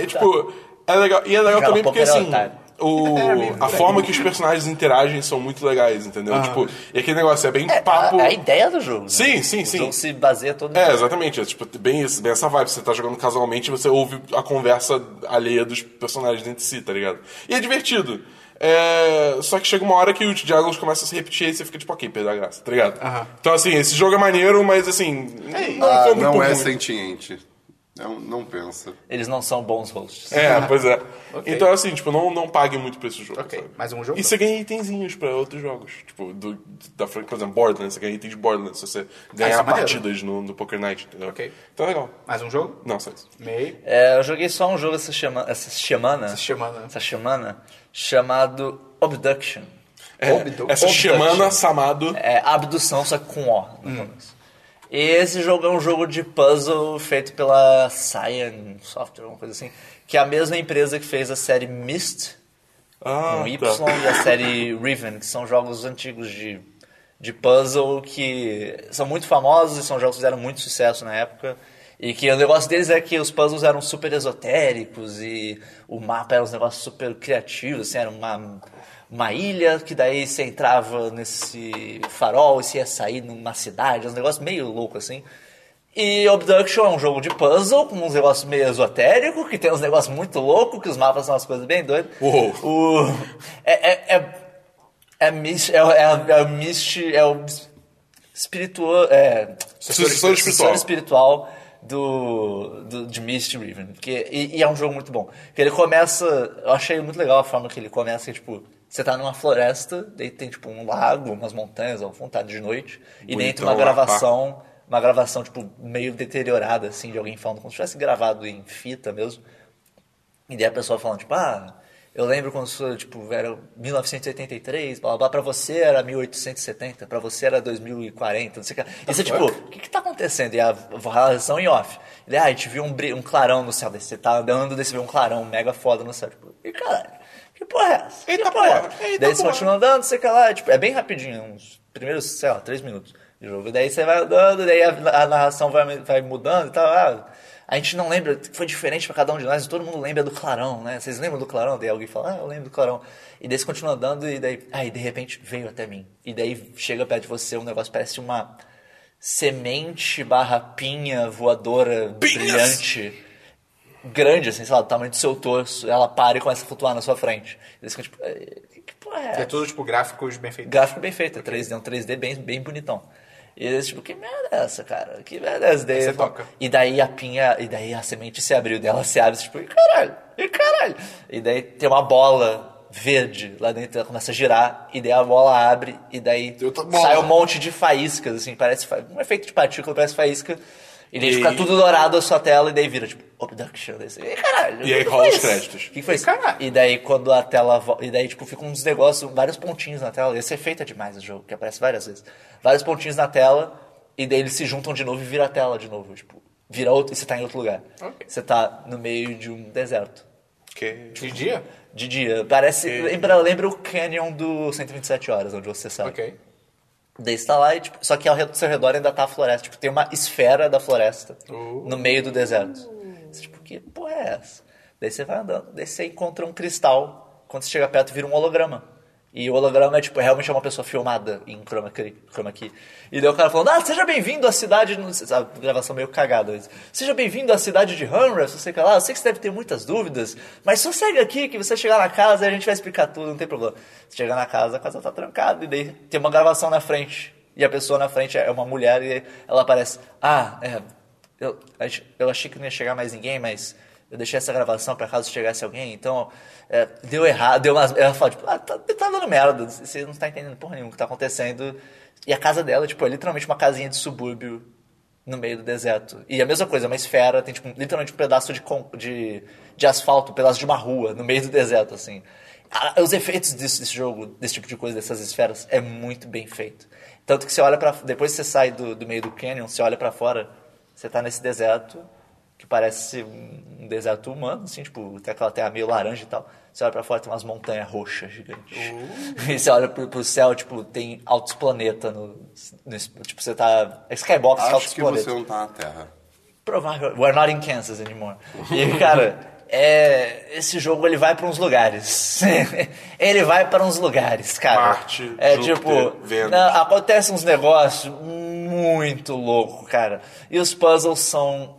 Speaker 3: [laughs]
Speaker 4: é, tipo, é legal. E é legal
Speaker 3: Jogar
Speaker 4: também porque,
Speaker 3: poker é
Speaker 4: assim,
Speaker 3: otário.
Speaker 4: o,
Speaker 1: É, amigo,
Speaker 4: a
Speaker 1: é.
Speaker 4: forma que os personagens interagem são muito legais, entendeu? Tipo, e aquele negócio é bem
Speaker 3: Ah. É,
Speaker 4: papo.
Speaker 3: a, a ideia do jogo. né?
Speaker 4: Sim, sim,
Speaker 3: o
Speaker 4: sim.
Speaker 3: jogo se baseia todo
Speaker 4: É, exatamente. É, tipo, bem, isso, bem essa vibe. Você tá jogando casualmente e você ouve a conversa alheia dos personagens entre si, tá ligado? E é divertido. É, Só que chega uma hora que os diálogos começam a se repetir e você fica tipo, ok, perdeu a graça, tá ligado?
Speaker 1: Aham.
Speaker 4: Então, assim, esse jogo é maneiro, mas assim, não
Speaker 2: Ah,
Speaker 4: compre
Speaker 2: não
Speaker 4: por
Speaker 2: é
Speaker 4: muito.
Speaker 2: sentiente. Não, não pensa.
Speaker 3: Eles não são bons hosts.
Speaker 4: É, pois é.
Speaker 1: Ok.
Speaker 4: Então, assim, tipo, não, não pague muito pra esse jogo.
Speaker 1: Ok,
Speaker 4: sabe?
Speaker 1: mais um jogo?
Speaker 4: E você ganha itenzinhos pra outros jogos. Tipo, do, da, fran- por exemplo, Borderlands, você ganha itens de Borderlands. se Você ganha
Speaker 1: isso é maneiro.
Speaker 4: partidas no, no Poker Night, entendeu?
Speaker 1: Ok.
Speaker 4: Então é legal.
Speaker 1: Mais um jogo?
Speaker 4: Não, só isso.
Speaker 1: Meio.
Speaker 3: É, eu joguei só um jogo essa, chama, essa semana. Essa
Speaker 1: semana.
Speaker 3: Essa semana. Chamado Obduction.
Speaker 4: É,
Speaker 1: Obdu-
Speaker 4: essa
Speaker 3: Obduction.
Speaker 4: semana, Samado.
Speaker 3: É abdução, só que com O no
Speaker 4: Hum.
Speaker 3: começo. E esse jogo é um jogo de puzzle feito pela Cyan Software, alguma coisa assim. Que é a mesma empresa que fez a série Myst,
Speaker 4: Ah,
Speaker 3: com Y,
Speaker 4: tá.
Speaker 3: e a série Riven, que são jogos antigos de, de puzzle que são muito famosos e são jogos que fizeram muito sucesso na época. E que o negócio deles é que os puzzles eram super esotéricos e o mapa era um negócio super criativo, assim, era uma, uma ilha que daí você entrava nesse farol e você ia sair numa cidade, um negócio meio louco assim. E Obduction é um jogo de puzzle com uns negócios meio esotérico, que tem uns negócios muito loucos, que os mapas são umas coisas bem doidas.
Speaker 4: Uou.
Speaker 3: O... É, é, é, é, mist, é, é, é o mist, é o espiritual, é,
Speaker 4: Sucessor espiritual.
Speaker 3: sucessor espiritual do, do, de Mist Riven. Porque, e, e é um jogo muito bom. Porque ele começa, eu achei muito legal a forma que ele começa, que, tipo, você tá numa floresta, daí tem, tipo, um lago, umas montanhas, ao fundo, tá de noite, e dentro uma
Speaker 4: Bonitão, rapá.
Speaker 3: gravação gravação, uma gravação, tipo, meio deteriorada, assim, de alguém falando, como se tivesse gravado em fita mesmo. E daí a pessoa falando, tipo, ah, eu lembro quando, isso, tipo, era 1983, blá, blá, blá, pra você era 1870, pra você era 2040, não sei o que. E você, tipo, o que que tá acontecendo? E a relação em off. Ele, ah, a gente viu um, bri- um clarão no céu, daí você tá andando, daí você vê um clarão mega foda no céu, tipo, e caralho. Que porra é essa?
Speaker 4: Eita
Speaker 3: que porra!
Speaker 4: porra,
Speaker 3: É?
Speaker 4: eita
Speaker 3: daí você
Speaker 4: porra.
Speaker 3: continua andando, sei que lá, tipo, é bem rapidinho, uns primeiros, sei lá, três minutos de jogo. Daí você vai andando, daí a, a narração vai, vai mudando e tal. Ah, a gente não lembra, foi diferente pra cada um de nós, todo mundo lembra do clarão, né? Vocês lembram do clarão? Daí alguém fala, ah, eu lembro do clarão. E daí você continua andando e daí, aí de repente veio até mim. E daí chega perto de você um negócio, parece uma semente barra pinha voadora
Speaker 4: Pinhas!
Speaker 3: brilhante grande, assim, sei lá, do tamanho do seu torso, ela para e começa a flutuar na sua frente. E você fica tipo, "Eh, que porra é
Speaker 1: É
Speaker 3: essa?
Speaker 1: tudo, tipo, gráficos bem feitos.
Speaker 3: Gráfico bem feito, é 3D, é um 3D bem, bem bonitão. E eles, tipo, que merda é essa, cara? Que merda é essa? Daí
Speaker 1: você
Speaker 3: eles falam-
Speaker 1: toca.
Speaker 3: E daí a pinha, e daí a semente se abriu dela, se abre, tipo, e caralho, e caralho. E daí tem uma bola verde lá dentro, ela começa a girar, e daí a bola abre, e daí
Speaker 2: outra bola.
Speaker 3: sai um monte de faíscas, assim, parece fa- um efeito de partícula, parece faísca. E daí fica tudo dourado a sua tela e daí vira, tipo, Obduction. Daí você, "Ih, caralho.
Speaker 4: E aí
Speaker 3: o que
Speaker 4: rola
Speaker 3: foi
Speaker 4: os
Speaker 3: isso?
Speaker 4: créditos.
Speaker 3: O que foi isso?
Speaker 1: Caralho.
Speaker 3: E daí quando a tela. vo- E daí, tipo, fica uns negócios, vários pontinhos na tela. Esse efeito é demais no jogo, que aparece várias vezes. Vários pontinhos na tela, e daí eles se juntam de novo e vira a tela de novo. Tipo, vira outro. E você tá em outro lugar.
Speaker 1: Ok.
Speaker 3: Você tá no meio de um deserto.
Speaker 4: Que...
Speaker 1: De dia?
Speaker 3: De dia. Parece. Lembra, lembra o canyon do 127 horas, onde você sai.
Speaker 1: Ok.
Speaker 3: Daí você tá lá e, tipo, só que ao re- seu redor ainda tá a floresta. Tipo, tem uma esfera da floresta no meio do deserto. Você, tipo, que porra é essa? Daí você vai andando, daí você encontra um cristal. Quando você chega perto, vira um holograma. E o holograma é, tipo, realmente é uma pessoa filmada em chroma key. Chroma key. E daí o cara falando, ah, seja bem-vindo à cidade... não sei, Sabe, gravação meio cagada. mas, Seja bem-vindo à cidade de Hunress, não sei o que lá. Eu sei que você deve ter muitas dúvidas, mas só segue aqui que você chegar na casa e a gente vai explicar tudo, não tem problema. Você chega na casa, a casa tá trancada, e daí tem uma gravação na frente. E a pessoa na frente é uma mulher e ela aparece, ah, é, eu, ach- eu achei que não ia chegar mais ninguém, mas... Eu deixei essa gravação pra caso chegasse alguém, então é, deu errado, deu umas. Ela fala, tipo, ah, tá, tá dando merda, você não tá entendendo porra nenhuma o que tá acontecendo. E a casa dela, tipo, é literalmente uma casinha de subúrbio no meio do deserto. E a mesma coisa, uma esfera, tem, tipo, literalmente um pedaço de, con- de, de asfalto, um pedaço de uma rua no meio do deserto, assim. Ah, Os efeitos desse, desse jogo, desse tipo de coisa, dessas esferas, é muito bem feito. Tanto que você olha para Depois que você sai do, do meio do canyon, você olha pra fora, você tá nesse deserto, que parece um deserto humano, assim, tipo, tem aquela terra meio laranja e tal. Você olha pra fora, tem umas montanhas roxas gigantes. [laughs] E você olha pro, pro céu, tipo, tem altos planetas no, no es- Tipo, você tá... É Skybox, altos
Speaker 2: Acho que
Speaker 3: planetas.
Speaker 2: você não tá na Terra. [laughs]
Speaker 3: Provável. We're not in Kansas anymore. E, cara, é, esse jogo ele vai pra uns lugares. [laughs] ele vai pra uns lugares, cara.
Speaker 4: Marte,
Speaker 3: é
Speaker 4: Júpiter,
Speaker 3: tipo,
Speaker 4: Vênus.
Speaker 3: não, acontece uns negócios muito louco, cara. E os puzzles são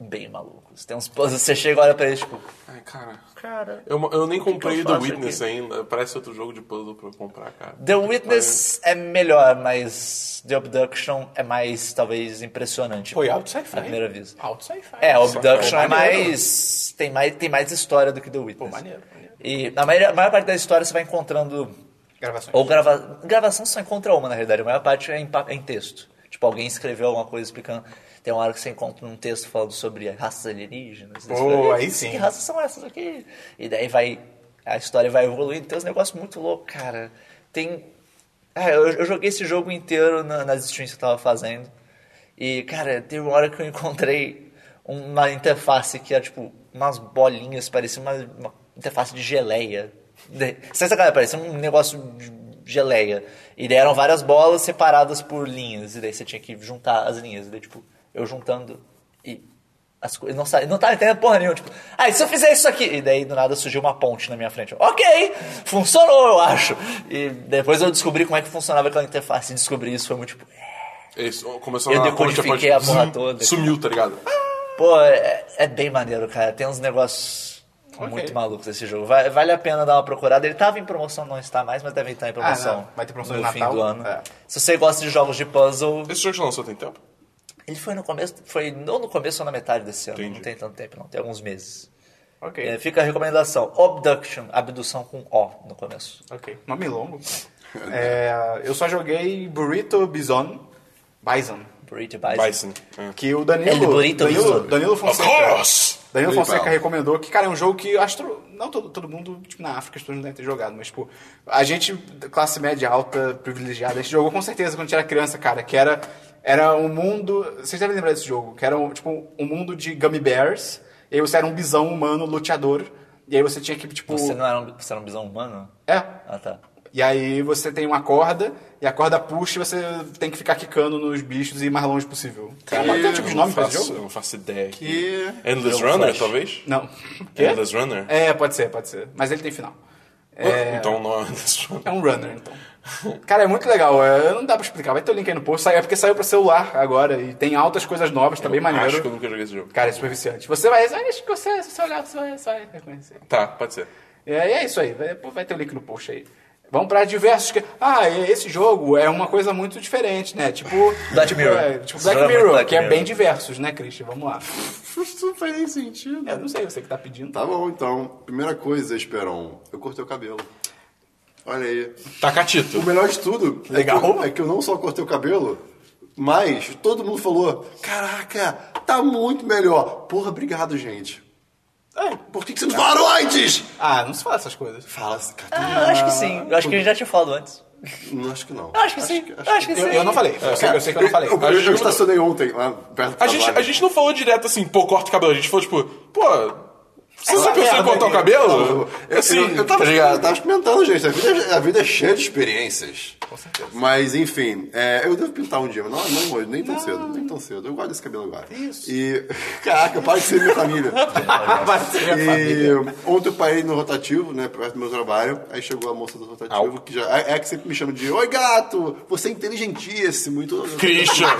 Speaker 3: bem malucos. Tem uns puzzles, você chega e olha pra eles, tipo,
Speaker 4: Ai, cara.
Speaker 3: cara.
Speaker 4: Eu, eu nem comprei
Speaker 3: eu
Speaker 4: The
Speaker 3: faço
Speaker 4: Witness
Speaker 3: aqui?
Speaker 4: ainda. Parece outro jogo de puzzle pra eu comprar, cara.
Speaker 3: The Witness é melhor, mas The Abduction é mais, talvez, impressionante.
Speaker 1: Foi alto sci-fi.
Speaker 3: À primeira vista.
Speaker 1: Alto sci-fi.
Speaker 3: É,
Speaker 1: Sci-fi.
Speaker 3: Obduction é
Speaker 1: Maneiro.
Speaker 3: mais tem, mais. tem mais história do que The Witness.
Speaker 1: Pô, maneiro, maneiro.
Speaker 3: E na maioria- a maior parte da história você vai encontrando.
Speaker 1: Gravações.
Speaker 3: Ou grava, gravação você só encontra uma, na realidade. A maior parte é em, pa- é em texto. Tipo, alguém escreveu alguma coisa explicando. Tem uma hora que você encontra um texto falando sobre raças alienígenas. né? Você
Speaker 1: Pô,
Speaker 3: fala, "Ih,
Speaker 1: aí sim."
Speaker 3: Que raças são essas aqui? E daí vai. A história vai evoluindo. Tem uns negócios muito loucos, cara. Tem. Ah, eu, eu joguei esse jogo inteiro na- nas streams que eu tava fazendo. E, cara, teve uma hora que eu encontrei uma interface que era tipo umas bolinhas, parecia uma, uma interface de geleia. De- Sem sacanagem, parecia um negócio de geleia. E daí eram várias bolas separadas por linhas. E daí você tinha que juntar as linhas. E daí, tipo, eu juntando e as coisas. Não, sa- não tava entendendo porra nenhuma. Tipo, ah, e se eu fizer isso aqui? E daí do nada surgiu uma ponte na minha frente. Eu, ok, funcionou, eu acho. E depois eu descobri como é que funcionava aquela interface. E descobri isso, foi muito tipo.
Speaker 4: Isso, começou
Speaker 3: Eu
Speaker 4: na ponte,
Speaker 3: decodifiquei a
Speaker 4: ponte
Speaker 3: porra
Speaker 4: zum,
Speaker 3: toda.
Speaker 4: Sumiu, tá ligado?
Speaker 3: Pô, é, é bem maneiro, cara. Tem uns negócios
Speaker 1: Ok.
Speaker 3: muito malucos esse jogo. Vai- vale a pena dar uma procurada. Ele tava em promoção, não está mais, mas deve estar em
Speaker 1: Ah,
Speaker 3: promoção.
Speaker 1: não. Vai ter promoção
Speaker 3: no
Speaker 1: de
Speaker 3: fim
Speaker 1: Natal?
Speaker 3: do ano.
Speaker 1: É.
Speaker 3: Se você gosta de jogos de puzzle,
Speaker 4: Esse jogo já lançou tem tempo?
Speaker 3: ele foi no começo, foi não no começo ou na metade desse ano.
Speaker 4: Entendi.
Speaker 3: Não tem tanto tempo, não. Tem alguns meses.
Speaker 1: Ok.
Speaker 3: É, fica a recomendação. Obduction, abdução com O no começo.
Speaker 1: Ok. Nome
Speaker 3: [laughs]
Speaker 1: longo. É, eu só joguei Burrito Bison. Bison.
Speaker 3: Burrito Bison.
Speaker 4: Bison. É.
Speaker 1: Que o Danilo.
Speaker 3: El Burrito
Speaker 1: Danilo,
Speaker 3: Bison.
Speaker 1: Danilo
Speaker 4: Of
Speaker 1: Fonseca.
Speaker 4: course!
Speaker 1: Danilo
Speaker 2: Legal.
Speaker 1: Fonseca recomendou que, cara, é um jogo que eu acho. tro- Não todo, todo mundo, tipo, na África, as pessoas não devem ter jogado, mas, tipo, a gente, classe média alta, privilegiada, a gente jogou com certeza quando a gente era criança, cara, que era. Era um mundo. Vocês devem lembrar desse jogo, que era, um, tipo, um mundo de gummy bears, e aí você era um bisão humano luteador, e aí você tinha que, tipo.
Speaker 3: Você não era um, você era um bisão humano?
Speaker 1: É,
Speaker 3: Ah, tá.
Speaker 1: e aí você tem uma corda, e a corda puxa e você tem que ficar quicando nos bichos e ir mais longe possível. Tem um tem um tipo de
Speaker 4: Eu
Speaker 1: nome
Speaker 4: não
Speaker 1: pra
Speaker 4: faço,
Speaker 1: esse jogo?
Speaker 4: Eu não faço ideia. aqui.
Speaker 2: E
Speaker 4: Endless
Speaker 3: Jogo
Speaker 4: Runner,
Speaker 3: Flash.
Speaker 4: talvez? [laughs]
Speaker 1: Não.
Speaker 4: Endless Runner?
Speaker 1: É, pode ser, pode ser. Mas ele tem final.
Speaker 4: Então não é Endless Runner.
Speaker 1: É um runner, então. Cara, é muito legal. é, não dá pra explicar. Vai ter o link aí no post. É porque saiu pra celular agora e tem altas coisas novas, tá bem maneiro.
Speaker 4: Acho que eu nunca joguei esse jogo.
Speaker 1: Cara, é super viciante. Você vai... Acho que você, se você olhar, você vai, você vai reconhecer.
Speaker 4: Tá, pode ser.
Speaker 1: É, e é isso aí, vai, pô, vai ter o link no post aí. Vamos pra diversos. que- Ah, e esse jogo é uma coisa muito diferente, né? Tipo.
Speaker 3: Black
Speaker 1: tipo,
Speaker 3: Mirror.
Speaker 1: é, tipo
Speaker 3: Esse
Speaker 1: Black
Speaker 3: jogo é muito
Speaker 1: Mirror,
Speaker 3: Black
Speaker 1: que é
Speaker 3: Mirror.
Speaker 1: bem diversos, né, Christian? Vamos lá.
Speaker 2: Isso não faz nem sentido.
Speaker 1: Eu não sei, você que tá pedindo.
Speaker 2: Tá bom, então. Primeira coisa, Esperon, eu cortei o cabelo. Olha aí.
Speaker 4: Tacatito.
Speaker 2: O melhor de tudo é
Speaker 1: Legal.
Speaker 2: que eu- é que eu não só cortei o cabelo, Mas todo mundo falou: caraca, tá muito melhor. Porra, obrigado, gente. Ah, por que, que você não parou antes?
Speaker 1: Ah, não se fala essas coisas.
Speaker 2: Fala, cara.
Speaker 3: Ah, eu acho que sim. Eu acho que a gente já tinha falado antes.
Speaker 2: Não acho que não.
Speaker 3: Eu acho que sim. eu acho que sim.
Speaker 1: Eu, eu não falei. Eu sei, eu sei que eu não falei.
Speaker 2: Eu, eu, eu estacionei ontem lá perto do
Speaker 4: A gente, a
Speaker 2: trabalho.
Speaker 4: gente não falou direto assim, pô, corta o cabelo. A gente falou tipo, pô, você já pensou em
Speaker 1: merda
Speaker 4: cortar o
Speaker 1: aí.
Speaker 4: cabelo?
Speaker 2: Eu,
Speaker 4: Assim,
Speaker 2: eu, eu tava,
Speaker 4: tá
Speaker 2: eu tava
Speaker 4: ligado?
Speaker 2: experimentando, gente. A vida, a vida é cheia de experiências. Com certeza. Mas, enfim, é, eu devo pintar um dia. mas Não, não hoje, nem tão cedo. Nem tão cedo. Eu guardo esse cabelo agora. Isso. E, [laughs] caraca, para de ser minha
Speaker 1: [laughs]
Speaker 2: família.
Speaker 1: Vai ser a família.
Speaker 2: e ontem eu parei no rotativo, né, perto do meu trabalho. Aí chegou a moça do rotativo, que já é, é a que sempre me chama de Oi, gato! Você é inteligentíssimo. E tudo.
Speaker 4: Christian.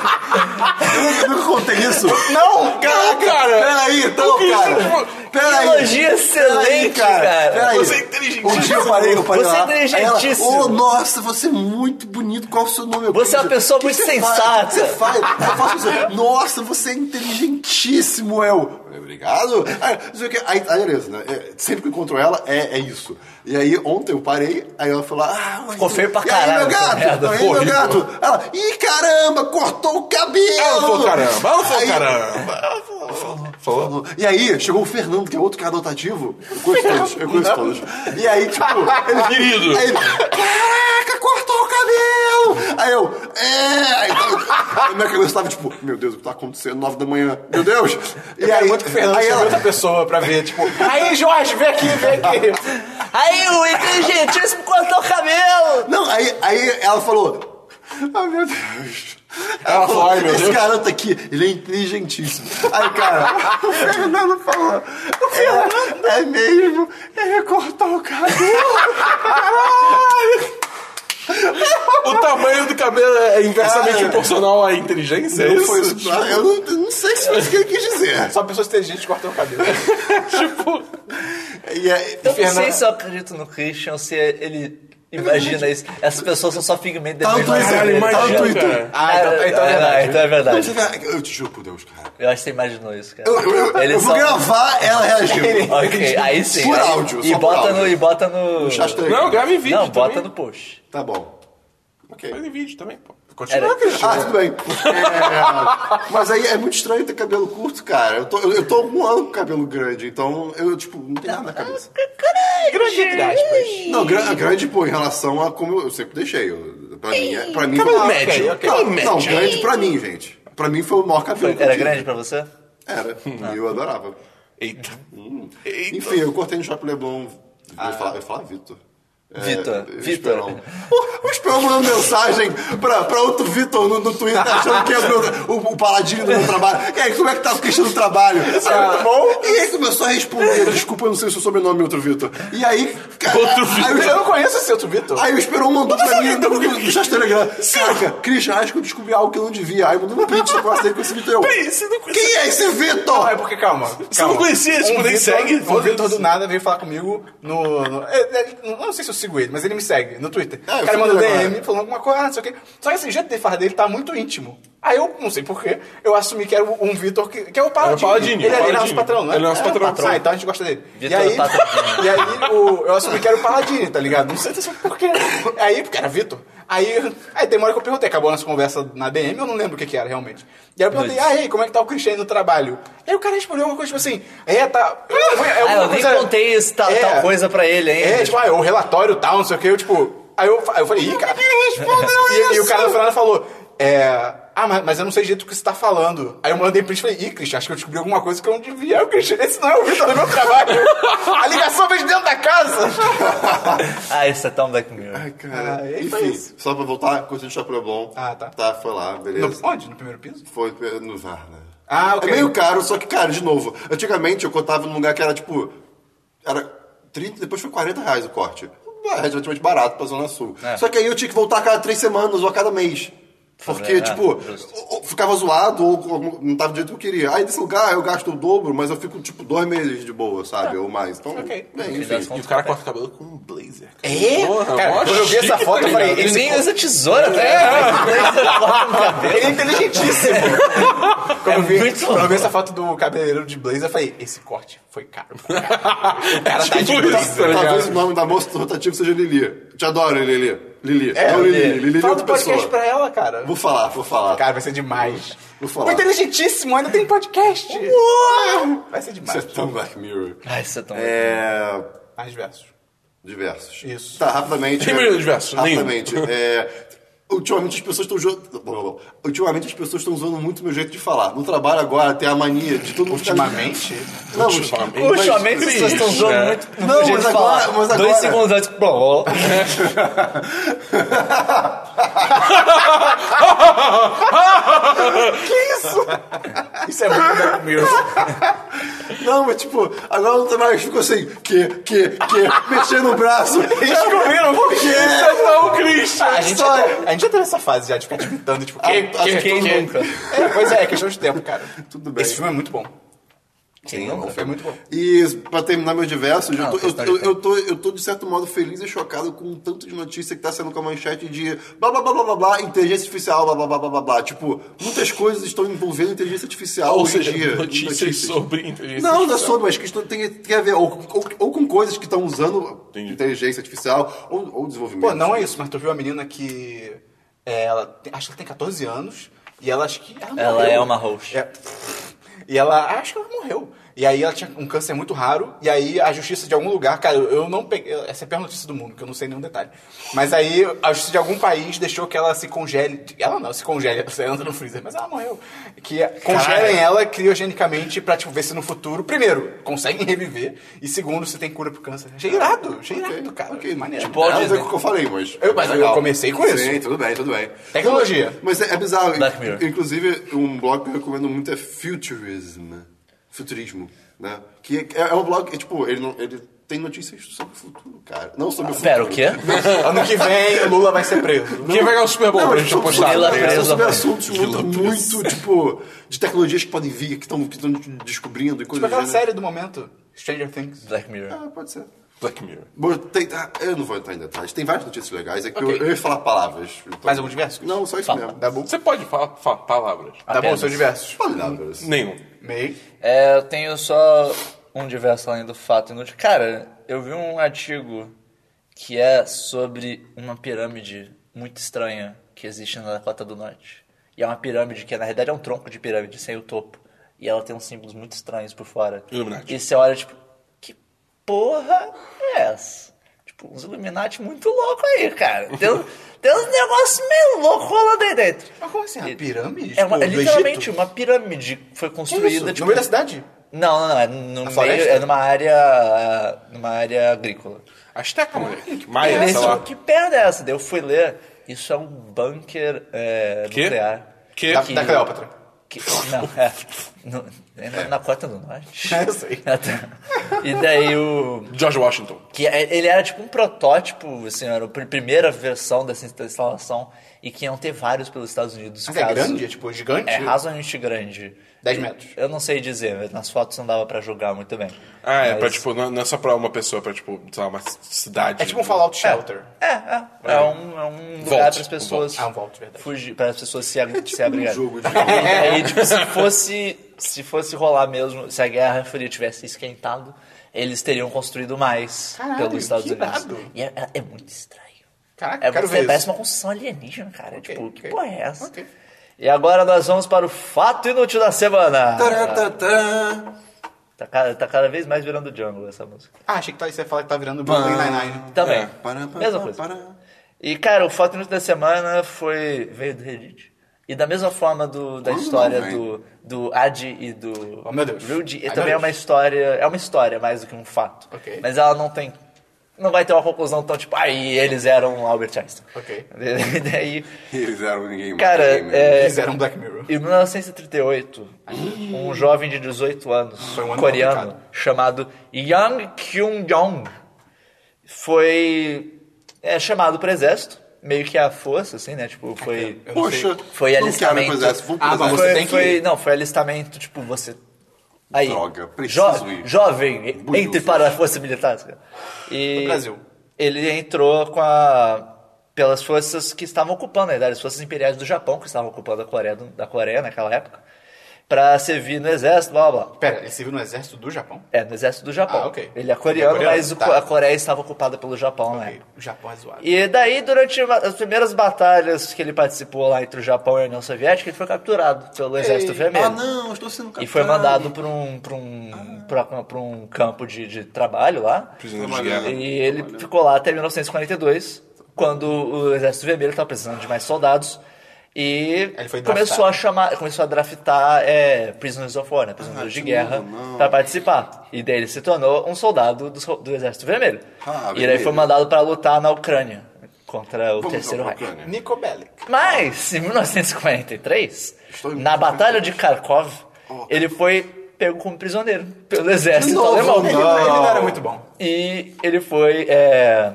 Speaker 2: Eu nunca contei é isso.
Speaker 1: Não!
Speaker 2: Caraca,
Speaker 4: cara.
Speaker 2: Peraí, então,
Speaker 4: Christian,
Speaker 2: cara.
Speaker 4: tipo,
Speaker 2: Peraí.
Speaker 3: Elogio é excelente, cara.
Speaker 2: Peraí.
Speaker 4: Você é inteligentíssimo.
Speaker 2: Um dia eu parei, eu parei
Speaker 3: Você é
Speaker 2: lá. Aí ela,
Speaker 3: inteligentíssimo.
Speaker 2: Ô, nossa, você é muito bonito. Qual é o seu nome? Eu,
Speaker 3: Você é uma
Speaker 2: "Christian,
Speaker 3: pessoa
Speaker 2: o que
Speaker 3: muito
Speaker 2: você
Speaker 3: sensata."
Speaker 2: Faz? O que você faz? Aí eu faço isso. Nossa, você é inteligentíssimo, eu. Obrigado. Aí, não sei o que. Aí, aí, beleza, né? É, sempre que eu encontro ela, é, é isso. E aí, ontem eu parei, aí ela falou, ah, mas
Speaker 3: Ficou
Speaker 2: tu-
Speaker 3: feio pra
Speaker 2: e
Speaker 3: caralho
Speaker 2: Aí, meu
Speaker 3: essa
Speaker 2: gato,
Speaker 3: merda,
Speaker 2: aí, meu
Speaker 4: horrível.
Speaker 2: gato. Ela, ih, caramba, cortou o cabelo.
Speaker 4: Ela falou caramba, ela falou
Speaker 2: Aí-
Speaker 4: caramba. Ela falou- Falou.
Speaker 2: e aí, chegou o Fernando, que é outro cara adotativo. Eu conheço todos, eu conheço todos. E aí, tipo, ele.
Speaker 4: Querido.
Speaker 2: Aí ele, Caraca, cortou o cabelo! Aí eu, é! Aí, aí minha cabeça tava tipo, meu Deus, o que tá acontecendo? Nove da manhã, meu Deus! E
Speaker 1: É
Speaker 2: aí,
Speaker 1: muito que o Fernando
Speaker 2: aí
Speaker 1: chama
Speaker 2: ela,
Speaker 1: outra pessoa pra ver, tipo, aí Jorge, vem aqui, vem aqui.
Speaker 3: Aí o inteligentíssimo cortou o cabelo!
Speaker 2: Não, aí, aí ela falou. Ai, meu Deus.
Speaker 4: Ela falou, "Ai, meu
Speaker 2: Esse
Speaker 4: Deus."
Speaker 2: garoto aqui, ele é inteligentíssimo. Aí,
Speaker 3: [laughs]
Speaker 2: cara, o Fernando falou. O Fernando. É, é mesmo? Ele cortou o
Speaker 3: [laughs]
Speaker 2: cabelo.
Speaker 4: O tamanho do cabelo é inversamente
Speaker 2: Cara.
Speaker 4: proporcional à inteligência, é
Speaker 2: Não
Speaker 4: isso?
Speaker 2: foi isso. tá? Eu não, eu não sei se foi isso que ele quis dizer.
Speaker 1: Só pessoas inteligentes cortam o cabelo.
Speaker 2: E aí, então,
Speaker 3: Eu não
Speaker 1: Fernando-
Speaker 3: sei se eu acredito no Christian ou se ele imagina isso. Essas pessoas são só figmento
Speaker 2: Tá no
Speaker 3: da imaginação
Speaker 2: Twitter,
Speaker 3: dele,
Speaker 2: tá no
Speaker 3: ligado?
Speaker 2: Twitter.
Speaker 1: Ah, então-
Speaker 3: Cara,
Speaker 1: então é
Speaker 3: ah,
Speaker 1: verdade.
Speaker 3: então é
Speaker 2: Não, você
Speaker 3: verdade.
Speaker 2: vê- eu te juro por Deus, cara.
Speaker 3: Eu acho que você imaginou isso, cara.
Speaker 2: Eu, eu- eu-
Speaker 3: Eles
Speaker 2: eu vou
Speaker 3: são-
Speaker 2: gravar ela reagindo.
Speaker 3: [laughs] Ok, aí sim.
Speaker 2: Por
Speaker 3: aí-
Speaker 2: áudio,
Speaker 3: E
Speaker 2: só por
Speaker 3: bota
Speaker 2: áudio.
Speaker 3: no. E bota no.
Speaker 2: Chastei.
Speaker 4: Não, grava em vídeo
Speaker 3: Não, bota
Speaker 4: também.
Speaker 3: no post.
Speaker 2: Tá bom. Ok.
Speaker 4: Grava em vídeo também, pô.
Speaker 3: Era-
Speaker 4: Continua, Christian.
Speaker 2: Ah, tudo bem. É, mas aí é muito estranho ter cabelo curto, cara. Eu tô, eu, eu tô há um ano com cabelo grande, então eu, tipo, não tem nada na cabeça.
Speaker 1: Grande entre aspas.
Speaker 2: Não, gra- grande, pô, em relação a como eu, eu sempre deixei. Eu, pra mim, é- pra mim
Speaker 4: Cabelo
Speaker 2: foi-
Speaker 4: médio,
Speaker 1: ok, ok.
Speaker 4: cabelo
Speaker 2: Não, não,
Speaker 4: médio.
Speaker 2: grande pra mim, gente. Pra mim foi o maior cabelo. que eu
Speaker 3: Era
Speaker 2: tive.
Speaker 3: grande pra você?
Speaker 2: Era. E eu adorava.
Speaker 4: Eita. Hum. Eita.
Speaker 2: Enfim, eu cortei no Shopping Leblon. Eu ia falar, eu ia falar Vitor. É,
Speaker 3: Vitor,
Speaker 2: o
Speaker 3: Vitor.
Speaker 2: Esperão. um- O, o Esperão mandou mensagem pra, pra outro Vitor no, no Twitter achando que é o, meu- o, o paladino do meu trabalho. E aí, como é que tá a questão do trabalho? Isso é muito bom. E aí começou a responder. Desculpa, eu não sei o seu sobrenome, outro Vitor. E aí, cara,
Speaker 4: Outro
Speaker 2: aí,
Speaker 4: Vitor.
Speaker 2: o
Speaker 1: Eu não
Speaker 2: Esperão-
Speaker 1: conheço esse outro Vitor.
Speaker 2: aí o Esperão mandou pra mim então, no, no, no chat do Telegram. Caraca, Christian, acho que eu descobri algo que eu não devia. Aí mandou um print da próxima dele com esse Vitor. Eu,
Speaker 4: Peraí, você não conhecia-
Speaker 2: Quem é esse Vitor?
Speaker 1: Não, é porque, calma. Você
Speaker 4: não conhecia, tipo, nem segue?
Speaker 1: O Vitor
Speaker 4: Foda-se.
Speaker 1: do nada veio falar comigo no. no- é, é, não- não sei se eu sigo ele, mas ele me segue no Twitter.
Speaker 4: É,
Speaker 2: Ah, eu
Speaker 1: o cara
Speaker 2: sigo
Speaker 1: mandou
Speaker 2: ele
Speaker 1: DM
Speaker 2: agora.
Speaker 1: falando alguma coisa, ah, não sei o quê. Só que assim, o jeito de falar dele tá muito íntimo. Aí eu, não sei porquê, eu assumi que era um Vitor que, que é o Paladino. Ele,
Speaker 4: Paladini,
Speaker 1: ele é nosso
Speaker 4: Paladini.
Speaker 1: patrão, né?
Speaker 4: Ele é nosso patrão.
Speaker 1: Ah, então a gente gosta dele.
Speaker 3: Vitor tá
Speaker 1: e aí, [laughs]
Speaker 3: Patrão.
Speaker 1: e aí o- eu assumi que era o Paladini, tá ligado? Não sei se porquê. Aí, porque era Vitor. Aí, aí tem uma hora que eu perguntei, acabou a nossa conversa na DM, eu não lembro o que que era realmente. E aí eu perguntei, ah, ei, como é que tá o Christian aí no trabalho? E aí o cara respondeu uma coisa tipo assim, é, tá. É,
Speaker 3: Ah, eu nem
Speaker 1: coisa-
Speaker 3: contei isso, tal,
Speaker 1: É.
Speaker 3: tal coisa pra ele ainda.
Speaker 1: É, tipo, ah, o relatório tal, não sei o que, eu tipo. Aí eu, aí eu falei, ih, cara. E, e o cara no final falou, é. Ah, mas, mas eu não sei jeito que você tá falando. Aí eu mandei print e falei, ih, Christian, acho que eu descobri alguma coisa que eu não devia. Aí o Christian, esse não é o Vitor do meu trabalho. A ligação veio de dentro da casa.
Speaker 3: Ah, isso é tão Black Mirror.
Speaker 2: Ai, cara.
Speaker 1: Ah, e foi
Speaker 2: Enfim,
Speaker 1: isso.
Speaker 2: só pra voltar, curti o Shopping Leblon.
Speaker 1: Ah, tá.
Speaker 2: Tá, foi lá, beleza.
Speaker 1: No, onde? No primeiro piso?
Speaker 2: Foi no Varna.
Speaker 1: Ah, ok.
Speaker 2: É meio caro, só que, cara, de novo, antigamente eu contava num lugar que era tipo. Era 30, depois foi 40 reais o corte. É relativamente barato pra Zona Sul.
Speaker 3: É.
Speaker 2: Só que aí eu tinha que voltar a cada três semanas ou a cada mês. Porque,
Speaker 3: É,
Speaker 2: tipo,
Speaker 3: justo.
Speaker 2: ou- ou ficava zoado ou, ou não tava do jeito que eu queria. Aí desse lugar eu gasto o dobro, mas eu fico, tipo, dois meses de boa, sabe? Ou mais. Então,
Speaker 1: Tá. Ok.
Speaker 2: bem,
Speaker 3: Fim das
Speaker 2: enfim.
Speaker 4: E
Speaker 3: contas,
Speaker 4: o cara corta o cabelo com um blazer. cara.
Speaker 1: É?
Speaker 4: Porra,
Speaker 1: Cara,
Speaker 4: mó
Speaker 1: quando eu vi essa
Speaker 4: chique,
Speaker 1: foto,
Speaker 4: tá
Speaker 1: eu falei,
Speaker 4: ligado?
Speaker 3: Ele
Speaker 1: esse
Speaker 2: é
Speaker 3: nem
Speaker 1: co-
Speaker 3: usa tesoura, né?
Speaker 1: Ele é [laughs] inteligentíssimo. quando, eu vi,
Speaker 3: muito
Speaker 1: quando eu vi essa foto do cabeleireiro de blazer, eu falei, esse corte foi caro. pra caralho. O cara tá de
Speaker 4: Tipo isso,
Speaker 1: blazer.
Speaker 4: tá ligado?
Speaker 2: Talvez o nome da moça do rotativo seja Lili. Te adoro, Lili. Lili.
Speaker 1: É,
Speaker 2: não, Lili. Lili,
Speaker 1: Lili.
Speaker 2: Lili é
Speaker 3: Fala
Speaker 2: outra
Speaker 3: do podcast
Speaker 2: pessoa.
Speaker 3: pra ela, cara.
Speaker 2: Vou falar, vou falar.
Speaker 1: Cara, vai ser demais.
Speaker 2: Vou falar.
Speaker 1: Foi inteligentíssimo, ainda tem podcast. Vai ser
Speaker 2: [laughs] Você é
Speaker 1: demais.
Speaker 2: tão Black Mirror.
Speaker 3: Ai, você é tão...
Speaker 2: É...
Speaker 1: Mais versos.
Speaker 2: Diversos.
Speaker 1: Isso.
Speaker 2: Tá, rapidamente.
Speaker 4: Tem milhões de diversos, nenhum. [laughs]
Speaker 2: Rapidamente. É... Ultimamente as pessoas estão zoando. Ultimamente as pessoas estão usando muito meu jeito de falar. No trabalho agora tem a mania de todo mundo. ficar-
Speaker 1: Ultimamente?
Speaker 2: Não,
Speaker 4: Ultimamente.
Speaker 2: mas-
Speaker 3: Ultimamente as pessoas estão zoando
Speaker 4: é.
Speaker 3: muito.
Speaker 2: Não,
Speaker 3: do jeito
Speaker 2: mas
Speaker 3: de
Speaker 2: agora-
Speaker 3: falar.
Speaker 2: mas agora-
Speaker 3: Dois segundos antes. Bom,
Speaker 1: [laughs] Isso é muito Black Mirror.
Speaker 2: Não, mas tipo, agora no trabalho ficou assim, que, que, que, mexendo o
Speaker 4: [laughs]
Speaker 2: braço.
Speaker 1: Descobriram o que
Speaker 2: É,
Speaker 4: Não, Christian!
Speaker 1: A gente, já,
Speaker 2: História.
Speaker 1: tá- a gente já teve essa fase já, de ficar te imitando, tipo, quem,
Speaker 2: Ah,
Speaker 1: quem,
Speaker 2: ah,
Speaker 1: quem,
Speaker 2: todo
Speaker 1: quem?
Speaker 2: mundo.
Speaker 1: É, pois é, é questão de tempo, cara.
Speaker 2: Tudo bem.
Speaker 1: Esse filme é muito bom.
Speaker 3: Quem nunca?
Speaker 1: É muito bom.
Speaker 2: E pra terminar meu diverso, eu,
Speaker 3: Não,
Speaker 2: tô, eu,
Speaker 3: questão de
Speaker 2: eu-
Speaker 3: tempo.
Speaker 2: eu tô, eu tô de certo modo feliz e chocado com o tanto de notícia que tá saindo com a manchete de blá blá blá blá blá blá, inteligência artificial, blá blá blá blá blá blá. Tipo, muitas coisas estão envolvendo inteligência artificial
Speaker 4: Ou
Speaker 2: hoje em
Speaker 4: seja,
Speaker 2: dia.
Speaker 4: notícias, sobre inteligência
Speaker 2: Não, não é
Speaker 4: artificial.
Speaker 2: sobre, mas questão tem, tem a ver ou, ou, ou com coisas que estão usando
Speaker 4: Entendi.
Speaker 2: inteligência artificial ou, ou desenvolvimento.
Speaker 1: Pô, não é isso, mas tu viu a menina que. é, ela tem- acho que ela tem 14 anos e ela acho que. Ela,
Speaker 3: Ela
Speaker 1: morreu.
Speaker 3: é uma host.
Speaker 1: É. e ela. Acho que ela morreu. E aí ela tinha um câncer muito raro, e aí a justiça de algum lugar, cara, eu- eu não peguei. Essa é a pior notícia do mundo, que eu não sei nenhum detalhe. Mas aí a justiça de algum país deixou que ela se congele. Ela não, se congele, [laughs] ela entra no freezer, mas ela morreu. Que é, congelem ela criogenicamente pra tipo, ver se no futuro, primeiro, conseguem reviver, e segundo, se tem cura pro câncer. Achei irado, achei irado, cara.
Speaker 2: Ok, maneiro.
Speaker 3: Tipo, Walt
Speaker 2: Nada a ver
Speaker 3: Disney.
Speaker 2: com é o que eu falei, mas. é
Speaker 1: Eu- mas eu
Speaker 2: Legal.
Speaker 1: comecei com isso.
Speaker 2: Sim, tudo bem, tudo bem.
Speaker 1: Tecnologia.
Speaker 2: Não, mas é, é bizarro.
Speaker 3: Black Mirror.
Speaker 2: Inclusive, um blog que eu recomendo muito é Futurism. Futurismo, né? Que é, é um blog que, tipo, ele, não, ele tem notícias sobre o futuro, cara. Não sobre o
Speaker 1: Ah,
Speaker 2: futuro.
Speaker 3: Pera, o quê?
Speaker 1: [laughs] Ano que vem, o Lula vai ser preso.
Speaker 4: Quem vai ganhar o Super Bowl pra gente apostar?
Speaker 3: Lila
Speaker 4: tá ligado?
Speaker 3: Presa.
Speaker 2: é sobre assuntos muito,
Speaker 4: Lila
Speaker 2: muito, tipo, de tecnologias que podem vir, que estão que estão descobrindo e coisas
Speaker 1: Tipo aquela
Speaker 2: do gênero.
Speaker 1: série do momento, Stranger Things.
Speaker 3: Black Mirror.
Speaker 2: Ah, pode ser.
Speaker 4: Black Mirror.
Speaker 2: Bom, tem- ah, eu não vou entrar em detalhes. Tem várias notícias legais. É que
Speaker 1: Ok.
Speaker 2: eu, eu ia falar palavras. Então...
Speaker 1: Mais algum diverso?
Speaker 2: Não, só isso mesmo.
Speaker 1: Dabu?
Speaker 4: Você pode falar fa- palavras?
Speaker 1: Tá
Speaker 4: Ah,
Speaker 1: bom,
Speaker 3: Apenas.
Speaker 1: são diversos.
Speaker 2: Palavras.
Speaker 4: Nenhum.
Speaker 1: Meio.
Speaker 3: É, eu tenho só um diverso além do fato inútil. Cara, eu vi um artigo que é sobre uma pirâmide muito estranha que existe na Dakota do Norte. E é uma pirâmide que, na realidade, é um tronco de pirâmide sem o topo. E ela tem uns símbolos muito estranhos por fora.
Speaker 4: Illuminati.
Speaker 3: E você olha, tipo, que porra é essa? Tipo, uns Illuminati muito louco aí, cara. Tem,
Speaker 1: [laughs]
Speaker 3: uns- tem uns negócios meio loucos rolando aí dentro.
Speaker 1: Mas como assim? A pirâmide?
Speaker 3: É, uma,
Speaker 1: Tipo,
Speaker 3: é
Speaker 1: do
Speaker 3: literalmente
Speaker 1: Egito?
Speaker 3: uma pirâmide que foi
Speaker 1: Que isso?
Speaker 3: construída,
Speaker 1: No
Speaker 3: tipo,
Speaker 1: meio da cidade?
Speaker 3: não, não, não. É, no meio,
Speaker 1: floresta?
Speaker 3: é numa área. é, numa área agrícola.
Speaker 4: Azteca, moleque.
Speaker 3: Aí
Speaker 4: Maia,
Speaker 3: ele
Speaker 4: sei
Speaker 3: falou,
Speaker 4: lá.
Speaker 3: que perda é essa? Daí eu fui ler. Isso é um bunker é,
Speaker 4: Quê?
Speaker 3: nuclear.
Speaker 4: Quê?
Speaker 1: Da,
Speaker 4: Que-
Speaker 1: da Cleópatra. [laughs]
Speaker 3: Que, não, é. No, é na, na Cota do Norte.
Speaker 1: [laughs] Eu sei.
Speaker 3: Ah, tá. E daí o.
Speaker 4: George Washington.
Speaker 3: Que é- ele era tipo um protótipo, assim, era a pr- primeira versão dessa instalação e que iam ter vários pelos Estados Unidos.
Speaker 1: Mas é
Speaker 3: caso-
Speaker 1: grande? É tipo gigante?
Speaker 3: É razoavelmente grande.
Speaker 1: 10 metros.
Speaker 3: Eu não sei dizer, nas fotos não dava pra julgar muito bem.
Speaker 4: Ah, é,
Speaker 3: Mas-
Speaker 4: pra, tipo, não não é só pra uma pessoa, é pra, tipo, sei lá, uma c- cidade.
Speaker 1: É tipo um Fallout Shelter.
Speaker 3: É, é. É um, é um lugar para as pessoas
Speaker 1: Ah, um vault, verdade.
Speaker 3: fugir, para as pessoas se, ag-
Speaker 1: [laughs]
Speaker 3: se
Speaker 2: Um
Speaker 3: abrigarem.
Speaker 2: jogo
Speaker 3: [laughs]
Speaker 2: de...
Speaker 3: E aí, tipo, se fosse, se fosse rolar mesmo, se a Guerra Fria tivesse esquentado, eles teriam construído mais
Speaker 1: Caralho,
Speaker 3: pelos Estados
Speaker 1: que
Speaker 3: Unidos.
Speaker 1: irado.
Speaker 3: E é, é- é muito estranho.
Speaker 1: Caraca,
Speaker 3: É,
Speaker 1: eu quero
Speaker 3: muito-
Speaker 1: ver
Speaker 3: parece
Speaker 1: isso.
Speaker 3: uma construção alienígena, cara.
Speaker 1: Ok,
Speaker 3: tipo, que
Speaker 1: ok.
Speaker 3: porra é essa?
Speaker 1: Ok.
Speaker 3: E agora nós vamos para o fato inútil da semana.
Speaker 2: Taratatã.
Speaker 3: Tá, ca- tá cada vez mais virando jungle essa música.
Speaker 1: Ah, achei que tá- você ia falar que tá virando Brooklyn Nine-Nine.
Speaker 3: Também.
Speaker 4: É.
Speaker 2: Pará, pará,
Speaker 3: Mesma coisa.
Speaker 2: pará.
Speaker 3: E, cara, o fato inútil da semana foi... veio do Reddit. E da mesma forma do, da
Speaker 2: Quando
Speaker 3: história
Speaker 2: não, hein?
Speaker 3: do, do Adi e do
Speaker 1: Oh, meu Deus.
Speaker 3: Rudy, e
Speaker 1: Ai,
Speaker 3: também é
Speaker 1: meu Deus.
Speaker 3: uma história... É uma história mais do que um fato.
Speaker 1: Ok.
Speaker 3: Mas ela não tem... Não vai ter uma conclusão tão tipo... Ah, e eles eram Albert Einstein.
Speaker 1: Ok.
Speaker 3: [laughs] E daí...
Speaker 2: Eles eram ninguém
Speaker 3: Cara,
Speaker 2: ninguém mesmo.
Speaker 3: é-
Speaker 1: Fizeram Black Mirror.
Speaker 3: Em 1938, um jovem de 18 anos,
Speaker 1: Foi um ano
Speaker 3: coreano,
Speaker 1: complicado.
Speaker 3: chamado Yang Kyung-jong, foi é, chamado pro exército, meio que à força, assim, né? Tipo, foi...
Speaker 1: Eu não
Speaker 2: Poxa,
Speaker 1: sei.
Speaker 3: Foi
Speaker 2: não
Speaker 3: alistamento.
Speaker 2: quero fazer essa, vou pro
Speaker 1: Ah, mas
Speaker 2: exército.
Speaker 1: você
Speaker 3: foi,
Speaker 1: tem que
Speaker 3: foi-
Speaker 1: ir.
Speaker 3: Não, foi alistamento, tipo, você... Aí,
Speaker 2: Droga, preciso ir.
Speaker 3: Jovem,
Speaker 2: Bonito.
Speaker 3: entre para a força militar. cara. E
Speaker 1: No Brasil.
Speaker 3: Ele entrou com a... Pelas né, forças que estavam ocupando, na verdade, as forças imperiais do Japão, que estavam ocupando a Coreia, do- da Coreia naquela época. pra servir no exército, blá blá blá.
Speaker 1: Pera, ele serviu no exército do Japão?
Speaker 3: É, no exército do Japão.
Speaker 1: Ah, ok.
Speaker 3: Ele é coreano,
Speaker 1: Ele é coreano,
Speaker 3: mas o
Speaker 1: tá.
Speaker 3: co- a Coreia estava ocupada pelo Japão, né?
Speaker 1: O Japão é zoado.
Speaker 3: E daí, durante uma- as primeiras batalhas que ele participou lá entre o Japão e a União Soviética, ele foi capturado pelo Exército Vermelho.
Speaker 2: Ah, não, estou sendo Ah. capturado.
Speaker 3: E foi mandado para um, pra um, pra, pra um campo de, de trabalho lá.
Speaker 4: Prisioneiro de guerra.
Speaker 3: E ele ficou lá até 1942, quando o Exército Vermelho estava precisando de mais soldados. E
Speaker 1: Ele foi
Speaker 3: começou
Speaker 1: draftado.
Speaker 3: a chamar, começou a draftar é, prisoners of war, né, prisioneiros de guerra, para participar. E daí ele se tornou um soldado do, so- do Exército Vermelho.
Speaker 2: Ah,
Speaker 3: e daí foi
Speaker 2: vermelho.
Speaker 3: mandado para lutar na Ucrânia contra o
Speaker 2: Vamos
Speaker 3: Terceiro
Speaker 2: ao
Speaker 3: Reich.
Speaker 2: Ucrânia.
Speaker 1: Nico Bellic.
Speaker 3: Mas, em 1943,
Speaker 2: Estou em-
Speaker 3: na Batalha de Kharkov, ele foi pego como prisioneiro pelo exército alemão.
Speaker 1: Ele, ele não era muito bom.
Speaker 3: E ele foi é,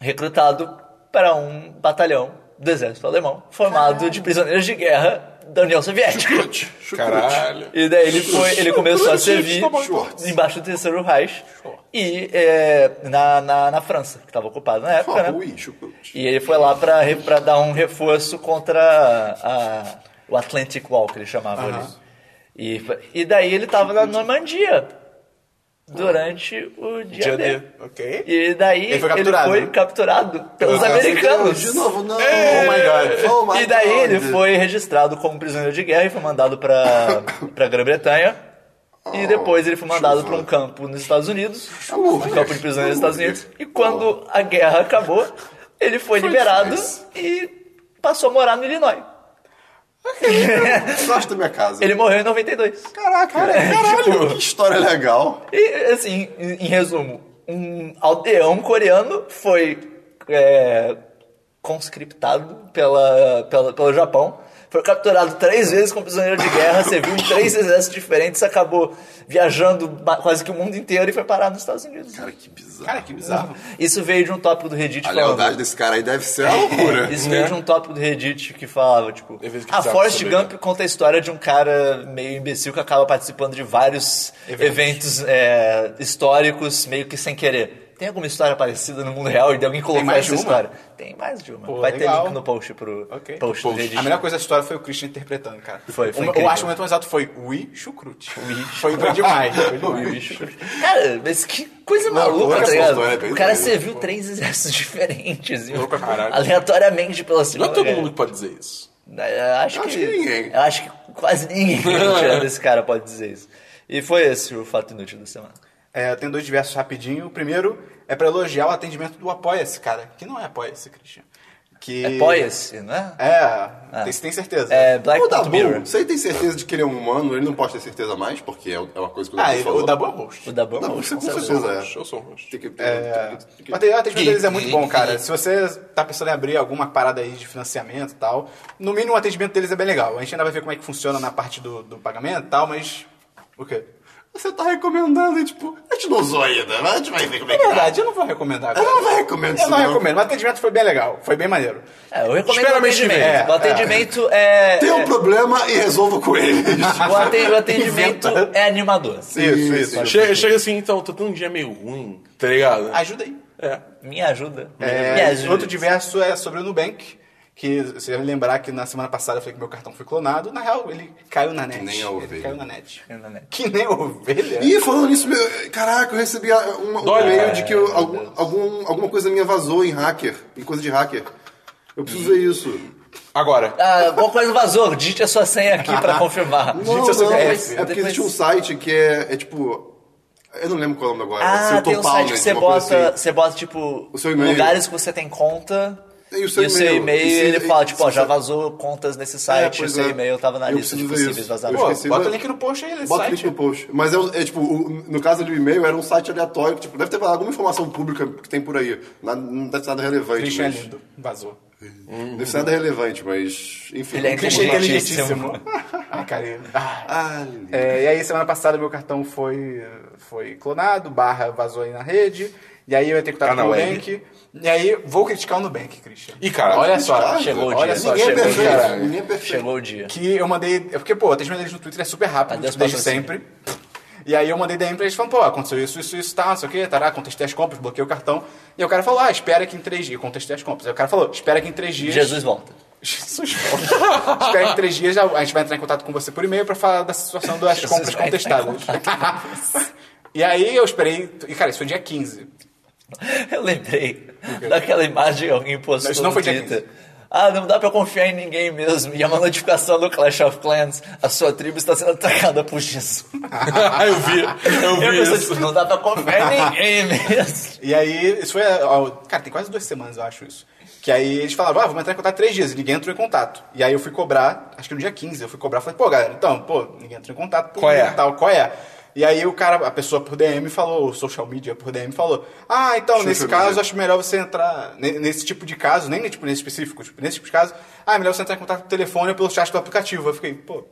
Speaker 3: recrutado para um batalhão do exército alemão, formado de prisioneiros de guerra da União Soviética.
Speaker 4: Caralho.
Speaker 3: E daí ele, foi, ele começou a servir
Speaker 2: Schwartz.
Speaker 3: embaixo do terceiro Reich e é, na, na, na França, que estava ocupada na época, né?
Speaker 2: Ui, chucrute.
Speaker 3: E ele foi lá pra, re- pra dar um reforço contra a- o Atlantic Wall, que ele chamava ali. E, fa- e daí ele tava na Normandia durante o dia,
Speaker 4: Dia
Speaker 3: D.
Speaker 4: D.
Speaker 1: Ok.
Speaker 3: E daí
Speaker 1: Ele foi capturado,
Speaker 3: foi
Speaker 1: né?
Speaker 3: capturado pelos
Speaker 4: Ah,
Speaker 3: americanos.
Speaker 2: De novo, não.
Speaker 1: É. my
Speaker 2: Oh my
Speaker 3: E daí
Speaker 2: God.
Speaker 3: ele foi registrado como prisioneiro de guerra e foi mandado pra, pra Grã-Bretanha.
Speaker 2: Oh,
Speaker 3: E depois ele foi mandado pra um campo nos Estados Unidos,
Speaker 2: É
Speaker 3: um campo de prisioneiros nos Estados Unidos. E quando a guerra acabou, ele foi liberado e passou a morar no Illinois.
Speaker 2: Gosto da minha casa.
Speaker 3: Ele morreu em 92.
Speaker 2: Caraca,
Speaker 1: é. Tipo,
Speaker 2: caralho, que história legal.
Speaker 3: E, assim, em, em resumo, um aldeão coreano foi é, conscriptado pela, pela, pelo Japão, foi capturado três vezes como prisioneiro de guerra, serviu em três exércitos diferentes, acabou viajando ba- quase que o mundo inteiro e foi parar nos Estados Unidos.
Speaker 2: Cara, que bizarro.
Speaker 1: Cara, que bizarro.
Speaker 3: Isso veio de um tópico do Reddit
Speaker 2: a
Speaker 3: falando...
Speaker 2: lealdade desse cara aí deve ser
Speaker 1: É.
Speaker 2: uma loucura.
Speaker 3: Isso veio de um tópico do Reddit que falava, tipo,
Speaker 4: Eventos que
Speaker 3: a
Speaker 4: precisava
Speaker 3: Forrest
Speaker 4: saber,
Speaker 3: Gump conta a história de um cara meio imbecil que acaba participando de vários eventos, é, históricos, meio que sem querer. Tem alguma história parecida no mundo real e de alguém colocou
Speaker 1: mais
Speaker 3: essa
Speaker 1: de uma?
Speaker 3: história? Tem mais de uma.
Speaker 1: Pô,
Speaker 3: Vai ter
Speaker 1: legal.
Speaker 3: link no post pro
Speaker 1: Ok.
Speaker 3: post do Reddit.
Speaker 1: A melhor coisa da história foi o Christian interpretando, cara.
Speaker 3: Foi, foi
Speaker 1: Uma- eu
Speaker 3: incrível.
Speaker 1: acho que o momento mais alto foi Ui Chucrute. Foi, foi demais.
Speaker 3: [laughs]
Speaker 1: Foi demais.
Speaker 3: Cara, mas que coisa
Speaker 2: Loucura
Speaker 3: maluca, tá
Speaker 2: essa
Speaker 3: ligado?
Speaker 2: história, bem
Speaker 3: O cara
Speaker 2: doido,
Speaker 3: serviu três exércitos [laughs] diferentes, viu?
Speaker 4: Louca, caralho.
Speaker 3: aleatoriamente pela
Speaker 4: Não é
Speaker 3: segunda
Speaker 4: todo
Speaker 3: Guerra.
Speaker 4: mundo que pode dizer isso.
Speaker 3: Eu acho,
Speaker 2: Acho que ninguém.
Speaker 3: Eu acho que quase
Speaker 2: [laughs]
Speaker 3: ninguém tirando esse cara pode dizer isso. E foi esse o fato inútil da semana.
Speaker 1: É, eu tenho dois diversos rapidinho. O primeiro é pra elogiar o atendimento do Apoia-se, cara. Que não é Apoia-se, Christian. Que...
Speaker 3: É Apoia-se, né?
Speaker 1: É, tem- você tem certeza.
Speaker 3: É Black
Speaker 2: O
Speaker 3: Dot
Speaker 2: Dabu,
Speaker 3: Mirror.
Speaker 2: você tem certeza de que ele é um humano? Ele não pode ter certeza mais, porque é é uma coisa que o
Speaker 1: Ah,
Speaker 2: Dabu
Speaker 1: e-
Speaker 2: falou.
Speaker 1: o Dabu é host.
Speaker 3: O Dabu é
Speaker 2: Não,
Speaker 3: bom,
Speaker 2: você com
Speaker 3: certeza.
Speaker 2: certeza é.
Speaker 4: Eu sou um rosto.
Speaker 2: Tem que...
Speaker 1: É,
Speaker 2: tem
Speaker 1: o
Speaker 2: que-
Speaker 1: atendimento deles é muito bom, cara. Se você tá pensando em abrir alguma parada aí de financiamento e tal, no mínimo o atendimento deles é bem legal. A gente ainda vai ver como é que funciona na parte do, do pagamento e tal, mas. O quê?
Speaker 2: Você tá recomendando, e tipo, a gente não usou ainda, mas a gente vai ver como é
Speaker 1: É
Speaker 2: que dá.
Speaker 1: verdade, eu não vou recomendar
Speaker 2: Eu
Speaker 1: agora.
Speaker 2: não recomendo isso,
Speaker 1: Eu não recomendo, mas o atendimento foi bem legal, foi bem maneiro.
Speaker 3: É, eu recomendo o
Speaker 1: Espera mês que
Speaker 3: atendimento.
Speaker 1: vem. É,
Speaker 3: o atendimento é...
Speaker 2: Tem um
Speaker 3: é-
Speaker 2: problema e resolva com ele.
Speaker 3: o ate- o
Speaker 2: [laughs]
Speaker 3: atendimento
Speaker 1: Inventa.
Speaker 3: é
Speaker 1: [laughs]
Speaker 3: animador.
Speaker 1: Isso, isso.
Speaker 4: Chega, chega assim, então, tô tendo um dia meio ruim, tá ligado?
Speaker 1: Ajuda aí.
Speaker 4: É.
Speaker 3: Me ajuda.
Speaker 1: É,
Speaker 3: Me ajuda.
Speaker 1: outro diverso é sobre o Nubank, que você deve lembrar que na semana passada eu falei que meu cartão foi clonado. Na real, ele caiu na net.
Speaker 2: nem a
Speaker 1: Ele
Speaker 2: ovelha.
Speaker 1: caiu na net.
Speaker 3: Caiu na net.
Speaker 1: Que nem a ovelha?
Speaker 2: Ih, falando nisso, meu, caraca, eu recebi a- uma- um
Speaker 4: Dói,
Speaker 2: e-mail
Speaker 4: cara.
Speaker 2: de que eu- algum, algum- alguma coisa minha vazou em hacker, em coisa de hacker. Eu preciso ver isso.
Speaker 4: Agora,
Speaker 3: Ah, alguma coisa vazou. Digite a sua senha aqui
Speaker 2: [laughs]
Speaker 3: pra confirmar.
Speaker 2: Não, não,
Speaker 1: eu sou
Speaker 2: é,
Speaker 1: CPF.
Speaker 2: porque existe um site que é, é tipo. Eu não lembro qual é o nome agora.
Speaker 3: Ah,
Speaker 2: Silton
Speaker 3: tem um
Speaker 2: Palmer,
Speaker 3: site que você
Speaker 2: uma coisa
Speaker 3: bota,
Speaker 2: assim.
Speaker 3: você bota, tipo,
Speaker 2: O seu e-mail.
Speaker 3: lugares que você tem conta.
Speaker 2: E o seu e-mail.
Speaker 3: e-mail,
Speaker 2: E se-
Speaker 3: ele
Speaker 2: e-
Speaker 3: fala, tipo,
Speaker 2: se
Speaker 3: ó, já
Speaker 2: você-
Speaker 3: vazou contas nesse
Speaker 2: É,
Speaker 3: site, o
Speaker 2: pois
Speaker 3: seu
Speaker 2: é.
Speaker 3: e-mail tava na
Speaker 2: Eu
Speaker 3: lista de
Speaker 2: preciso ver
Speaker 3: possíveis
Speaker 2: isso.
Speaker 1: Pô,
Speaker 2: Eu
Speaker 3: vazamentos.
Speaker 2: esqueci,
Speaker 1: bota
Speaker 2: né?
Speaker 1: o link no post aí desse
Speaker 2: Bota o
Speaker 1: site.
Speaker 2: link no post. Mas é, um- é, tipo, o- no caso do e-mail, era um site aleatório que tipo, deve ter alguma informação pública que tem por aí. Nada- Não deve ser nada relevante.
Speaker 1: Christian é
Speaker 2: mas-
Speaker 1: lindo. Vazou.
Speaker 2: Deve ser nada relevante, mas. Enfim.
Speaker 3: Ele é
Speaker 1: Christian é
Speaker 3: inteligentíssimo.
Speaker 2: [laughs]
Speaker 1: inteligentíssimo. Ai, cara. eu- ah.
Speaker 2: Ah,
Speaker 1: É, e aí, semana passada, meu cartão foi, foi clonado, barra vazou aí na rede. E aí, eu entrei em
Speaker 2: Tá
Speaker 1: contato com o
Speaker 4: Canal Web.
Speaker 1: Nubank. E aí, vou criticar o Nubank, Christian.
Speaker 4: Ih, cara,
Speaker 1: olha só.
Speaker 2: criticar?
Speaker 3: Chegou o
Speaker 1: olha
Speaker 3: dia.
Speaker 1: só,
Speaker 2: ninguém é
Speaker 1: chegou o
Speaker 2: perfeito.
Speaker 1: dia. cara.
Speaker 2: Ninguém é perfeito.
Speaker 3: Chegou o dia.
Speaker 1: Que eu mandei. é Porque, pô, o atendimento deles no Twitter é super rápido,
Speaker 3: Adeus,
Speaker 1: tipo, desde
Speaker 3: patrocínio.
Speaker 1: sempre. E aí eu mandei DM pra eles falando, pô, aconteceu isso, isso, isso, tá, não sei o quê, tará, contestei as compras, bloqueei o cartão. E aí o cara falou, ah, espera que em três dias. Contestei as compras. Aí o cara falou, espera que em três dias.
Speaker 3: Jesus volta.
Speaker 1: [laughs]
Speaker 3: [laughs]
Speaker 1: Jesus, Paulo. Espero que em três dias já- a gente vai entrar em contato com você por e-mail pra falar da situação das
Speaker 3: Jesus
Speaker 1: compras
Speaker 3: vai entrar em
Speaker 1: contestadas. [laughs] e aí eu esperei. E cara, isso foi dia 15.
Speaker 3: Eu lembrei daquela imagem que alguém postou
Speaker 1: Isso não
Speaker 3: no
Speaker 1: foi dia
Speaker 3: Twitter. Ah, não dá pra confiar em ninguém mesmo. E é uma notificação do Clash of Clans. A sua tribo está sendo atacada por Jesus.
Speaker 4: [laughs] eu vi,
Speaker 2: É
Speaker 4: eu vi
Speaker 3: Eu pensei,
Speaker 4: isso.
Speaker 3: tipo, não dá pra confiar em ninguém [laughs] mesmo.
Speaker 1: E aí, isso foi. ó, cara, tem quase duas semanas, eu acho isso. Que aí eles falavam, ah, vamos entrar em contato em três dias, e ninguém entrou em contato. E aí eu fui cobrar, acho que no dia 15, eu fui cobrar, falei, pô, galera, então, pô, ninguém entrou em contato, pô,
Speaker 4: Qual é?
Speaker 1: tal, qual é? E aí o cara, a pessoa por DM falou, o social media por DM falou, ah, então, nesse
Speaker 2: social
Speaker 1: caso,
Speaker 2: media.
Speaker 1: acho melhor você entrar ne- nesse tipo de caso, nem tipo, nesse específico, tipo, nesse tipo de caso, ah, é melhor você entrar em contato pelo telefone ou pelo chat do aplicativo. Eu fiquei, pô,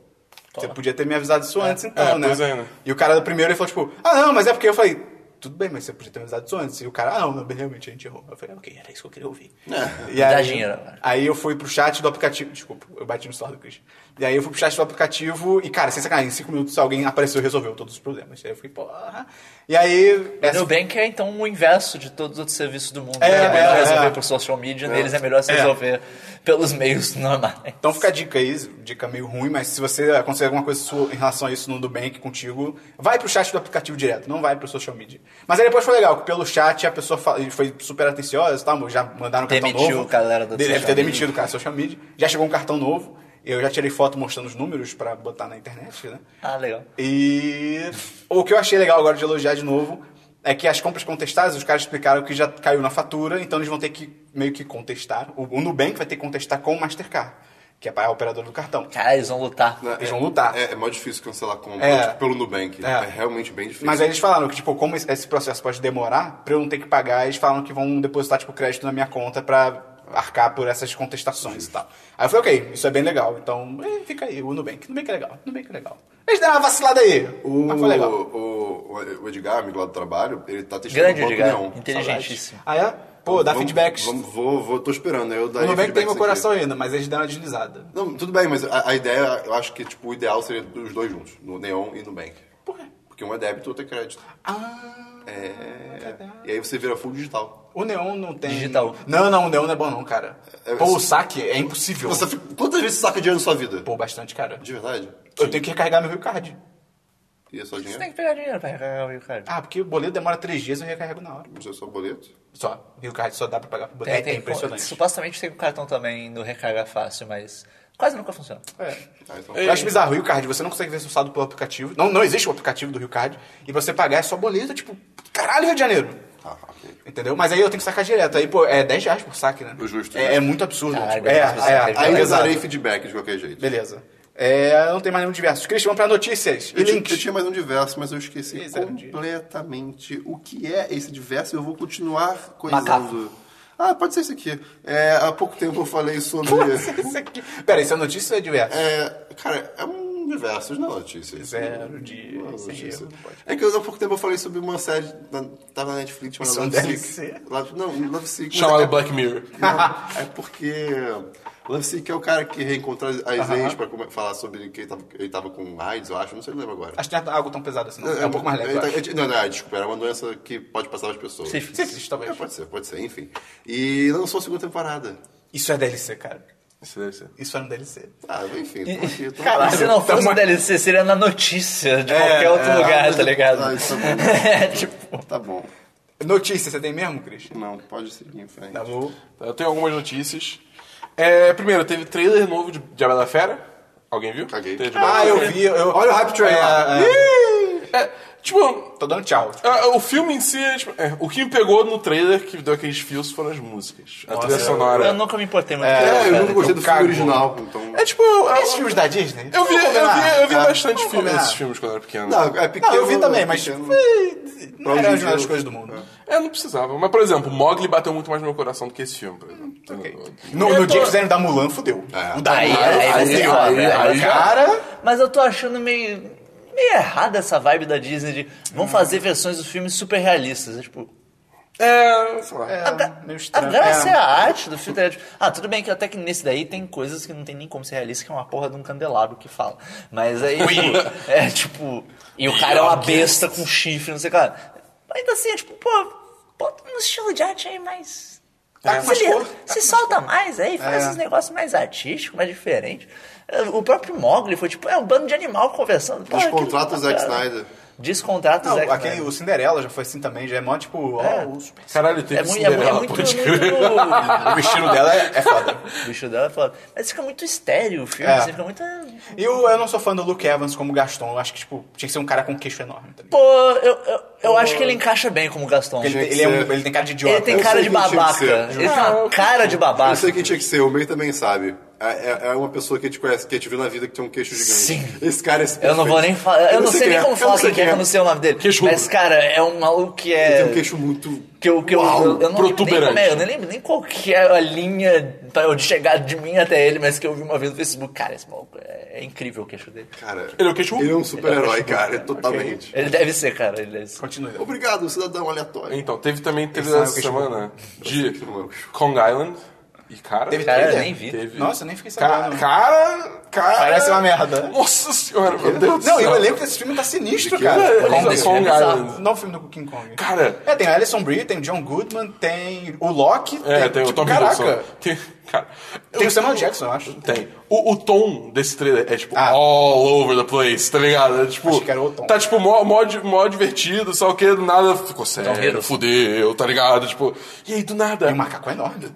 Speaker 1: você podia ter me avisado isso antes, então,
Speaker 4: É,
Speaker 1: né?
Speaker 4: pois é, né?
Speaker 1: E o cara do primeiro ele falou, tipo, ah, não, mas é porque eu falei, tudo bem, mas você podia ter me avisado isso antes. E o cara, ah, não, não, realmente a gente errou. Eu falei, ok, era isso que eu queria ouvir.
Speaker 4: É,
Speaker 1: E
Speaker 3: Dá
Speaker 1: aí,
Speaker 3: dinheiro agora.
Speaker 1: Aí eu fui pro chat do aplicativo. Desculpa, eu bati no celular do Christian. E aí eu fui pro chat do aplicativo e, cara, sem sacanagem, em cinco minutos alguém apareceu e resolveu todos os problemas. Aí eu fiquei, porra. E aí.
Speaker 3: O Nubank é então o inverso de todos os outros serviços do mundo.
Speaker 1: É,
Speaker 3: né? É, melhor
Speaker 1: é,
Speaker 3: resolver
Speaker 1: é.
Speaker 3: por social media, neles é melhor se
Speaker 1: É.
Speaker 3: resolver pelos meios normais.
Speaker 1: Então fica a dica aí, dica meio ruim, mas se você acontecer alguma coisa sua em relação a isso no Nubank contigo, vai pro chat do aplicativo direto, não vai pro social media. Mas aí depois foi legal, que pelo chat a pessoa fa- foi super atenciosa e tal, já mandaram um cartão novo.
Speaker 3: Demitiu o galera do
Speaker 1: Deve
Speaker 3: social
Speaker 1: ter
Speaker 3: media.
Speaker 1: demitido o cara do social media. Já chegou um cartão novo, eu já tirei foto mostrando os números pra botar na internet, né?
Speaker 3: Ah, legal.
Speaker 1: E o que eu achei legal agora de elogiar de novo é que as compras contestadas, os caras explicaram que já caiu na fatura, então eles vão ter que meio que contestar. O, o Nubank vai ter que contestar com o Mastercard, que é a operadora do cartão.
Speaker 3: Cara, eles vão lutar.
Speaker 1: Eles vão lutar.
Speaker 2: É, é mais difícil cancelar compra
Speaker 1: É.
Speaker 2: tipo, pelo Nubank.
Speaker 1: É.
Speaker 2: É. realmente bem difícil.
Speaker 1: Mas aí eles falaram que, tipo, como esse esse processo pode demorar, pra eu não ter que pagar, eles falaram que vão depositar, tipo, crédito na minha conta pra arcar por essas contestações e tal. Aí eu falei, ok, isso é bem legal. Então, eh, fica aí, o Nubank. Nubank é legal, Nubank é legal. Eles deram uma vacilada aí,
Speaker 2: O,
Speaker 1: mas foi legal.
Speaker 2: o, o Edgar, amigo lá do trabalho, ele tá testando
Speaker 3: Grande,
Speaker 2: o Banco
Speaker 3: Edgar.
Speaker 2: Neon.
Speaker 3: Inteligentíssimo.
Speaker 1: Ah, é? Pô, dá
Speaker 2: Vamos-
Speaker 1: feedbacks.
Speaker 2: Vamos, vou, vou, tô esperando. Eu
Speaker 1: O
Speaker 2: daí
Speaker 1: Nubank tem
Speaker 2: feedbacks
Speaker 1: meu coração
Speaker 2: aqui.
Speaker 1: ainda, mas eles deram uma deslizada.
Speaker 2: Não, tudo bem, mas a, a ideia, eu acho que tipo, o ideal seria os dois juntos, no Neon e no Bank.
Speaker 1: Por quê?
Speaker 2: Porque um é débito, outro é crédito.
Speaker 1: Ah,
Speaker 2: É. E aí você vira full digital.
Speaker 1: o Neon não tem...
Speaker 3: Digital.
Speaker 1: Não, não, o Neon não é bom não, cara.
Speaker 2: É,
Speaker 1: Pô, o
Speaker 2: se-
Speaker 1: saque é impossível.
Speaker 2: Você, fica- quantas vezes você saca dinheiro na sua vida?
Speaker 1: Pô, bastante, cara.
Speaker 2: De verdade?
Speaker 1: Eu tenho que recarregar meu Rio Card.
Speaker 2: E é só
Speaker 3: Você
Speaker 2: dinheiro?
Speaker 3: tem que pegar dinheiro pra recarregar o Rio Card.
Speaker 1: Ah, porque o boleto demora três dias e eu recarrego na hora.
Speaker 2: Isso é só boleto?
Speaker 1: Só. O Rio Card só dá pra pagar pro boleto. É, é impressionante.
Speaker 3: Supostamente tem o cartão também no recarga fácil, mas quase nunca funciona.
Speaker 1: É.
Speaker 2: Ah, então.
Speaker 1: Eu acho bizarro, o Rio Card, você não consegue ver seu saldo pelo aplicativo. Não, não existe o aplicativo do Rio Card. E pra você pagar é só boleto, tipo, caralho, Rio de Janeiro.
Speaker 2: Ah, ok.
Speaker 1: Entendeu? Mas aí eu tenho que sacar direto. Aí, pô, é 10 reais por saque, né?
Speaker 2: O justo,
Speaker 1: É,
Speaker 2: né?
Speaker 1: é muito absurdo.
Speaker 3: Caralho,
Speaker 1: tipo, é, é,
Speaker 3: 10 reais por
Speaker 1: é,
Speaker 3: saque.
Speaker 1: aí
Speaker 2: Ainda
Speaker 1: exato.
Speaker 2: darei feedback de qualquer jeito.
Speaker 1: Beleza. É, não tem mais nenhum diverso. Cris, vamos pra notícias e
Speaker 2: Eu, tinha- eu
Speaker 1: links.
Speaker 2: tinha mais um diverso, mas eu esqueci
Speaker 1: Esse era um dia.
Speaker 2: completamente o que é esse diverso e eu vou continuar
Speaker 3: Macaco.
Speaker 2: coisando. Ah, pode ser esse aqui. É, há pouco tempo eu falei sobre.
Speaker 1: Isso aqui. Pera, isso é notícia ou é diverso?
Speaker 2: É, cara, é um diverso, não é notícia.
Speaker 1: Zero de...
Speaker 2: Não é
Speaker 1: sem
Speaker 2: notícia.
Speaker 1: erro. Pode.
Speaker 2: É que eu, há pouco tempo eu falei sobre uma série. Na, tava na Netflix, mas
Speaker 1: Isso é um
Speaker 2: Love
Speaker 1: DLC?
Speaker 2: Sick. Love- não, Love Sick.
Speaker 4: Chamado
Speaker 2: mas é-
Speaker 4: Black Mirror.
Speaker 2: Não, [laughs] é porque Love Sick é o cara que reencontra as ex pra come- falar sobre que ele tava, ele tava com AIDS, eu acho, não sei, não lembro agora.
Speaker 1: Acho que não é algo tão pesado assim, não. É um pouco mais leve.
Speaker 2: Ele
Speaker 1: eu
Speaker 2: tá-
Speaker 1: acho.
Speaker 2: ele- não, não, é, desculpa, era uma doença que pode passar as pessoas.
Speaker 3: Sífilis.
Speaker 1: Simples,
Speaker 2: É,
Speaker 1: talvez.
Speaker 2: pode ser, pode ser, enfim. E lançou a segunda temporada.
Speaker 1: Isso é DLC, cara.
Speaker 4: Isso deve ser.
Speaker 1: Isso é um DLC.
Speaker 2: Ah, enfim, tô aqui, tô
Speaker 1: Caralho.
Speaker 3: Se não fosse
Speaker 1: Tamo-
Speaker 3: o DLC, seria na notícia de
Speaker 1: Ah, tá É,
Speaker 3: qualquer outro
Speaker 1: é,
Speaker 3: lugar,
Speaker 2: mas-
Speaker 3: tá ligado?
Speaker 2: Ah, isso é bom.
Speaker 3: [laughs] é, tipo...
Speaker 2: aqui. Tá bom.
Speaker 1: Notícia, você tem mesmo, Cris?
Speaker 2: Não, pode seguir em frente.
Speaker 1: Tá bom.
Speaker 4: Tá, Eu tenho algumas notícias. É, primeiro, teve trailer novo de, de A Bela Fera. Alguém viu?
Speaker 2: Caguei.
Speaker 4: Trailer de A Bela
Speaker 1: Ah,
Speaker 4: Fera.
Speaker 1: eu vi. eu-
Speaker 2: Olha o hype train lá.
Speaker 1: É, é.
Speaker 4: É, tipo,
Speaker 1: Tô dando tchau.
Speaker 4: ah, o filme em si, é, tipo, é, o que me pegou no trailer que deu aqueles fios foram as músicas. a trilha sonora.
Speaker 3: Eu nunca me importei muito.
Speaker 2: É,
Speaker 3: com ela,
Speaker 2: eu
Speaker 3: cara.
Speaker 2: nunca gostei do filme
Speaker 1: cago.
Speaker 2: original, então.
Speaker 4: É tipo, eu,
Speaker 1: Esses
Speaker 4: eu,
Speaker 1: filmes da Disney?
Speaker 4: eu vi, eu vi, eu vi
Speaker 2: Ah,
Speaker 4: bastante
Speaker 1: É, vamos
Speaker 4: filme,
Speaker 1: combinar.
Speaker 4: esses filmes quando eu era pequeno.
Speaker 2: Não, é
Speaker 1: Não,
Speaker 2: pequeno.
Speaker 1: eu Ah. vi também, mas
Speaker 2: pequeno.
Speaker 1: foi- não
Speaker 2: Pra
Speaker 1: era
Speaker 2: hoje em
Speaker 1: uma das
Speaker 2: dia,
Speaker 1: coisas do mundo.
Speaker 4: É, não precisava. Mas, por exemplo, Mogli bateu muito mais no meu coração do que esse filme, por exemplo.
Speaker 1: Ok.
Speaker 4: Eu-
Speaker 1: No,
Speaker 4: eu
Speaker 1: no
Speaker 4: tô-
Speaker 1: dia que fizeram da Mulan, fudeu.
Speaker 2: É.
Speaker 1: O da
Speaker 3: Aí,
Speaker 1: Mulan,
Speaker 3: aí, aí,
Speaker 1: fudeu.
Speaker 3: aí, aí, aí,
Speaker 1: cara...
Speaker 3: Mas eu tô achando meio, meio errada essa vibe da Disney de vamos fazer versões do filme super realistas. É, tipo,
Speaker 4: É, sei lá.
Speaker 3: a,
Speaker 1: É,
Speaker 3: gra-
Speaker 1: meio
Speaker 3: a
Speaker 1: estranho.
Speaker 3: graça é.
Speaker 1: É.
Speaker 3: a arte do filme. tá ligado? Tipo, Ah, tudo bem que até que nesse daí tem coisas que não tem nem como ser realista, que é uma porra de um candelabro que fala. Mas aí, tipo, é tipo. E o cara é uma besta com chifre, não sei o que lá. Ainda assim, é tipo, pô, bota um estilo de arte aí mais. Tá
Speaker 4: É.
Speaker 3: com se,
Speaker 4: Mas, pô,
Speaker 3: se solta mais aí, faz uns negócios mais artísticos, mais diferentes. É, O próprio Mogli foi tipo, é um bando de animal conversando. Pô,
Speaker 2: Descontrata
Speaker 3: que-
Speaker 2: o Zack
Speaker 3: cara.
Speaker 2: Snyder.
Speaker 3: Descontrata o
Speaker 1: Não,
Speaker 3: Zack
Speaker 1: aquele,
Speaker 3: Snyder.
Speaker 1: o Cinderela já foi assim também, já né? é mó tipo, ó, o super-
Speaker 4: Caralho, teve um
Speaker 3: É muito, é muito, é
Speaker 4: Cinderela,
Speaker 3: muito,
Speaker 4: pode
Speaker 3: muito-
Speaker 4: crer.
Speaker 3: [laughs]
Speaker 1: O vestido dela é, é foda.
Speaker 3: O bicho dela é foda. Mas fica muito estéreo o filme,
Speaker 1: É.
Speaker 3: assim, fica muito...
Speaker 1: E eu, eu não sou fã do Luke Evans como Gaston, eu acho que, tipo, tinha que ser um cara com queixo enorme. Tá ligado?
Speaker 3: Pô, eu, eu, eu acho que ele encaixa bem como Gaston.
Speaker 1: ele,
Speaker 3: Ele,
Speaker 1: ele é um- ele tem cara de idiota.
Speaker 3: tem
Speaker 2: Eu
Speaker 3: cara
Speaker 2: sei
Speaker 3: de
Speaker 2: quem tinha que
Speaker 3: babaca.
Speaker 2: ser.
Speaker 3: Ele tem uma cara de
Speaker 2: Eu
Speaker 3: babaca.
Speaker 2: sei quem tinha que ser, o May também sabe. É, é- é uma pessoa que a gente conhece, que a gente viu na vida que tem um queixo gigante.
Speaker 3: Sim.
Speaker 2: Esse cara é esse
Speaker 3: Eu não vou nem falar. Eu, não sei nem como falar quem é, que eu não sei o nome dele.
Speaker 4: Queixo
Speaker 3: Mas,
Speaker 4: rubro.
Speaker 3: cara, é um maluco que é.
Speaker 2: Tem um queixo muito.
Speaker 3: Que eu, que eu,
Speaker 2: Uau,
Speaker 3: eu, eu não lembro nem
Speaker 4: protuberante.
Speaker 3: como é, eu nem lembro nem qual que é a linha pra eu de chegar de mim até ele, mas que eu vi uma vez no Facebook. Cara, esse maluco é, é incrível o queixo dele.
Speaker 2: Cara,
Speaker 4: Ele é o queixo
Speaker 2: Ele é um
Speaker 3: Ele é [laughs]
Speaker 2: super-herói,
Speaker 3: o queixo
Speaker 2: cara, totalmente.
Speaker 3: Ele deve ser, cara, ele deve ser.
Speaker 1: Continue.
Speaker 2: Obrigado, cidadão aleatório.
Speaker 4: Então, teve também teve
Speaker 1: Esse é o
Speaker 4: essa
Speaker 1: queixo
Speaker 4: semana de
Speaker 2: bom.
Speaker 4: Kong Island. E cara,
Speaker 1: Teve-
Speaker 3: Cara, eu
Speaker 1: Ele é.
Speaker 3: nem vi.
Speaker 4: teve-
Speaker 1: Nossa, eu nem fiquei
Speaker 4: Ca-
Speaker 1: sabendo.
Speaker 4: Cara, cara.
Speaker 1: Parece uma merda.
Speaker 4: Nossa senhora, meu Deus.
Speaker 1: Não,
Speaker 4: do
Speaker 1: e o
Speaker 4: céu.
Speaker 1: elenco desse filme tá sinistro,
Speaker 2: que
Speaker 1: cara.
Speaker 4: É,
Speaker 3: Kong
Speaker 4: Kong
Speaker 3: desse filme é bizarro.
Speaker 4: Island.
Speaker 1: Não o filme do King Kong.
Speaker 4: Cara.
Speaker 1: É, tem a Alison Brie, tem o John Goodman, tem o Loki.
Speaker 4: É, tem o
Speaker 1: tipo,
Speaker 4: Tom
Speaker 1: Caraca.
Speaker 4: Hiddleston. Tem, cara,
Speaker 1: Tem o Samuel Jackson, eu acho.
Speaker 4: Tem. O, o tom desse trailer é tipo
Speaker 1: Ah.
Speaker 4: all over the place, tá ligado? É, tipo,
Speaker 1: Acho que era o tom.
Speaker 4: Tá tipo mó, mó, di- mó divertido, só que do nada ficou sério,
Speaker 3: Hiddleston.
Speaker 4: fudeu, tá ligado? Tipo, e aí do nada.
Speaker 1: Tem um macaco enorme.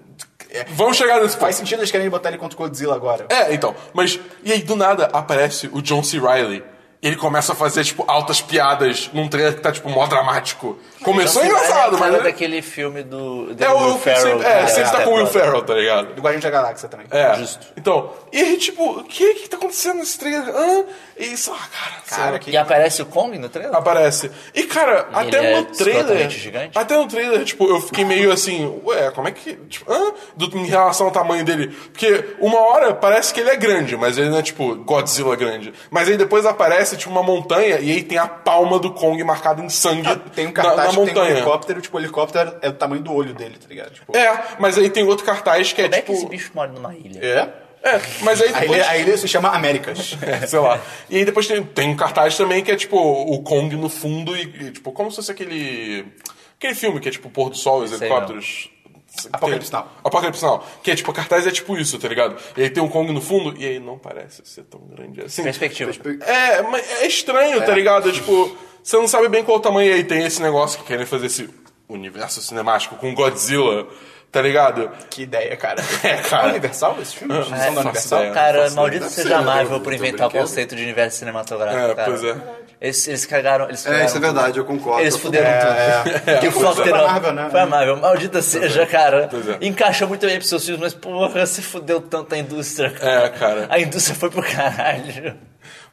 Speaker 1: É,
Speaker 4: Vamos chegar nesse
Speaker 1: faz
Speaker 4: ponto.
Speaker 1: sentido eles querem botar ele contra o Godzilla agora.
Speaker 4: É, então. Mas, e aí do nada aparece o John C. Riley. E ele começa a fazer, tipo, altas piadas num trailer que tá, tipo, mó dramático. Começou
Speaker 3: Então,
Speaker 4: engraçado,
Speaker 3: é cara
Speaker 4: mas. ele-
Speaker 3: daquele filme do. do
Speaker 4: É o
Speaker 3: Ferrell,
Speaker 4: sempre,
Speaker 3: cara,
Speaker 4: é, sempre tá
Speaker 3: Step
Speaker 4: com o Will
Speaker 3: Brother.
Speaker 4: Ferrell, tá ligado?
Speaker 1: Do Guardião da Galáxia também.
Speaker 4: É.
Speaker 3: Justo.
Speaker 4: Então, e aí, tipo, o que que tá acontecendo nesse trailer? Hã? E sei lá, cara,
Speaker 1: Cara,
Speaker 4: cara
Speaker 1: que-
Speaker 3: E aparece o Kong no trailer?
Speaker 4: Aparece. E, cara, até
Speaker 3: ele é
Speaker 4: no trailer.
Speaker 3: escrotamente gigante?
Speaker 4: Até no trailer, tipo, eu fiquei meio assim, ué, como é que. Tipo, hã? Do- em relação ao tamanho dele. Porque uma hora parece que ele é grande, mas ele não é, tipo, Godzilla grande. Mas aí depois aparece, tipo, uma montanha e aí tem a palma do Kong marcada em sangue
Speaker 1: Tem um
Speaker 4: na, na
Speaker 1: cartaz que tem um
Speaker 4: montanha.
Speaker 1: helicóptero, tipo, o helicóptero é o tamanho do olho dele, tá ligado? Tipo,
Speaker 4: é, mas aí tem outro cartaz que é
Speaker 3: Como é
Speaker 4: tipo.
Speaker 3: que esse bicho mora numa ilha?
Speaker 1: é?
Speaker 4: É, mas aí
Speaker 1: Aí
Speaker 4: depois.
Speaker 1: ele, aí ele se chama Américas.
Speaker 4: É, [laughs] sei lá. E aí depois tem, tem um cartaz também que é tipo o Kong no fundo e, e, tipo, como se fosse aquele. Aquele filme que é tipo Pôr do Sol e os
Speaker 3: Sei
Speaker 4: helicópteros. é,
Speaker 1: Apocalipse Now.
Speaker 4: Apocalipse Now. Que é tipo, o cartaz é tipo isso, tá ligado? E aí tem um Kong no fundo e aí não parece ser tão grande assim.
Speaker 3: Perspectiva.
Speaker 4: É, mas é estranho, tá ligado? É, tipo, você não sabe bem qual o tamanho e aí tem esse negócio que querem fazer esse universo cinemático com Godzilla, tá ligado?
Speaker 1: que ideia, cara.
Speaker 4: [laughs] É, cara.
Speaker 1: Universal esse filme? Eles
Speaker 3: É,
Speaker 1: são da
Speaker 4: faço
Speaker 1: Universal?
Speaker 4: ideia.
Speaker 3: Cara,
Speaker 4: Faço
Speaker 3: maldito
Speaker 2: ideia.
Speaker 3: seja a
Speaker 2: Deve ser,
Speaker 3: Marvel
Speaker 2: né?
Speaker 3: por
Speaker 2: Eu tô
Speaker 3: inventar o
Speaker 2: brincando.
Speaker 3: conceito de universo cinematográfico,
Speaker 4: É,
Speaker 3: cara.
Speaker 4: pois é.
Speaker 3: Eles, eles cagaram, eles
Speaker 2: É,
Speaker 3: cagaram
Speaker 2: isso é
Speaker 3: tudo.
Speaker 2: verdade, eu concordo.
Speaker 3: Eles
Speaker 2: Eu tô-
Speaker 3: fuderam tudo.
Speaker 4: é,
Speaker 3: [laughs] que
Speaker 4: pois
Speaker 3: flop
Speaker 4: é.
Speaker 3: terão.
Speaker 1: Foi a Marvel, né?
Speaker 3: Foi a Marvel. Maldita seja, cara.
Speaker 4: Pois é.
Speaker 3: Encaixou muito bem pros seus filmes, mas porra, se fudeu tanto a indústria.
Speaker 4: É, cara.
Speaker 3: A indústria foi pro caralho.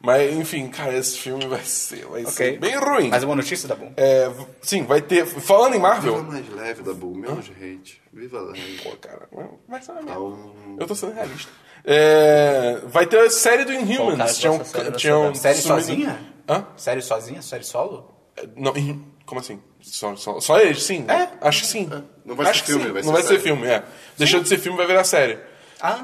Speaker 4: Mas, enfim, cara, esse filme vai ser, vai ser bem ruim.
Speaker 1: Mas é uma notícia, tá bom?
Speaker 4: É, v- sim, vai ter. Falando em
Speaker 2: Viva
Speaker 4: Marvel.
Speaker 2: mais leve da Bull, menos hate. Viva leve.
Speaker 4: Pô, cara, vai ser uma
Speaker 2: Tá
Speaker 4: merda.
Speaker 2: um-
Speaker 4: Eu tô sendo realista. É, vai ter a série do
Speaker 3: Pô, cara,
Speaker 4: Inhumans.
Speaker 3: eu
Speaker 4: Tinham.
Speaker 3: gosto dessa série,
Speaker 4: tinham
Speaker 3: dessa
Speaker 1: Série
Speaker 4: um sumido-
Speaker 1: sozinha?
Speaker 4: Hã?
Speaker 1: Série sozinha? Série solo?
Speaker 4: É, Não, in- como assim? Só, só, só eles, sim?
Speaker 1: É?
Speaker 4: Acho que sim.
Speaker 2: Não vai ser
Speaker 4: Acho que
Speaker 2: filme,
Speaker 4: sim.
Speaker 2: vai
Speaker 4: Não
Speaker 2: ser
Speaker 4: vai ser
Speaker 2: série.
Speaker 4: filme, é. Deixou de ser filme, vai virar série.
Speaker 1: Ah,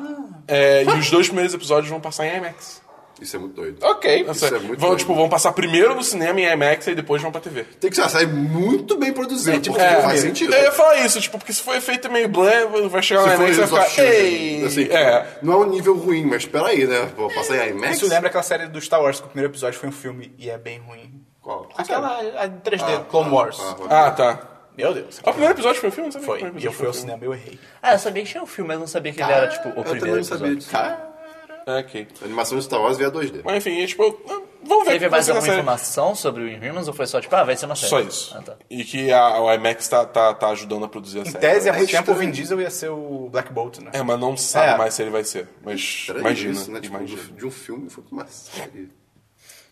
Speaker 4: É, e os dois primeiros episódios vão passar em IMAX.
Speaker 2: Isso é muito doido.
Speaker 4: Ok.
Speaker 2: Isso é muito
Speaker 4: vão,
Speaker 2: doido.
Speaker 4: tipo, vão passar primeiro no cinema em IMAX e depois vão pra TV.
Speaker 2: Tem que ser uma série muito bem produzida,
Speaker 1: tipo,
Speaker 2: porque
Speaker 1: é,
Speaker 2: não faz sentido.
Speaker 4: Eu ia falar isso, tipo, porque se for efeito meio blé, vai chegar
Speaker 2: Se
Speaker 4: lá
Speaker 2: for
Speaker 4: IMAX e vai
Speaker 2: só
Speaker 4: ficar.
Speaker 2: Shield,
Speaker 4: Ei!
Speaker 2: assim,
Speaker 4: é.
Speaker 2: Não é um nível ruim, mas peraí, né? Pô, passar em IMAX?
Speaker 1: isso lembra aquela série do Star Wars que o primeiro episódio foi um filme e é bem ruim.
Speaker 2: Qual? é?
Speaker 1: Aquela a 3D, Clone Wars.
Speaker 4: Ah, tá.
Speaker 1: Meu Deus.
Speaker 4: Ah, O primeiro episódio foi um filme? Não sabia
Speaker 1: Foi.
Speaker 4: que o primeiro
Speaker 1: E eu
Speaker 4: episódio
Speaker 1: fui ao
Speaker 4: foi um filme.
Speaker 1: cinema e eu errei.
Speaker 3: Ah, eu sabia que tinha um filme, mas não sabia que ele era, tipo, o
Speaker 2: Eu também
Speaker 3: primeiro
Speaker 2: não sabia
Speaker 3: episódio.
Speaker 2: disso. Ah,
Speaker 4: É, ok.
Speaker 2: A animação de Star Wars via 2D.
Speaker 4: Mas enfim, é, tipo, vamos ver o
Speaker 3: Teve
Speaker 4: que
Speaker 3: mais alguma
Speaker 4: vai ser na série.
Speaker 3: informação sobre o Inhumans ou foi só, tipo, ah, vai ser uma série?
Speaker 4: Só isso.
Speaker 3: Ah, tá.
Speaker 4: E que a, o IMAX tá, tá, tá ajudando a produzir a
Speaker 1: Em
Speaker 4: série.
Speaker 2: é
Speaker 1: tese, há
Speaker 4: né?
Speaker 1: muito tempo o
Speaker 2: estranho.
Speaker 1: Vin Diesel ia ser o Black Bolt, né?
Speaker 4: É, mas não sabe
Speaker 1: É.
Speaker 4: mais se ele vai ser. Mas
Speaker 2: Peraí,
Speaker 4: imagina,
Speaker 2: isso, né? Tipo,
Speaker 4: imagina.
Speaker 2: de um filme foi pra uma série.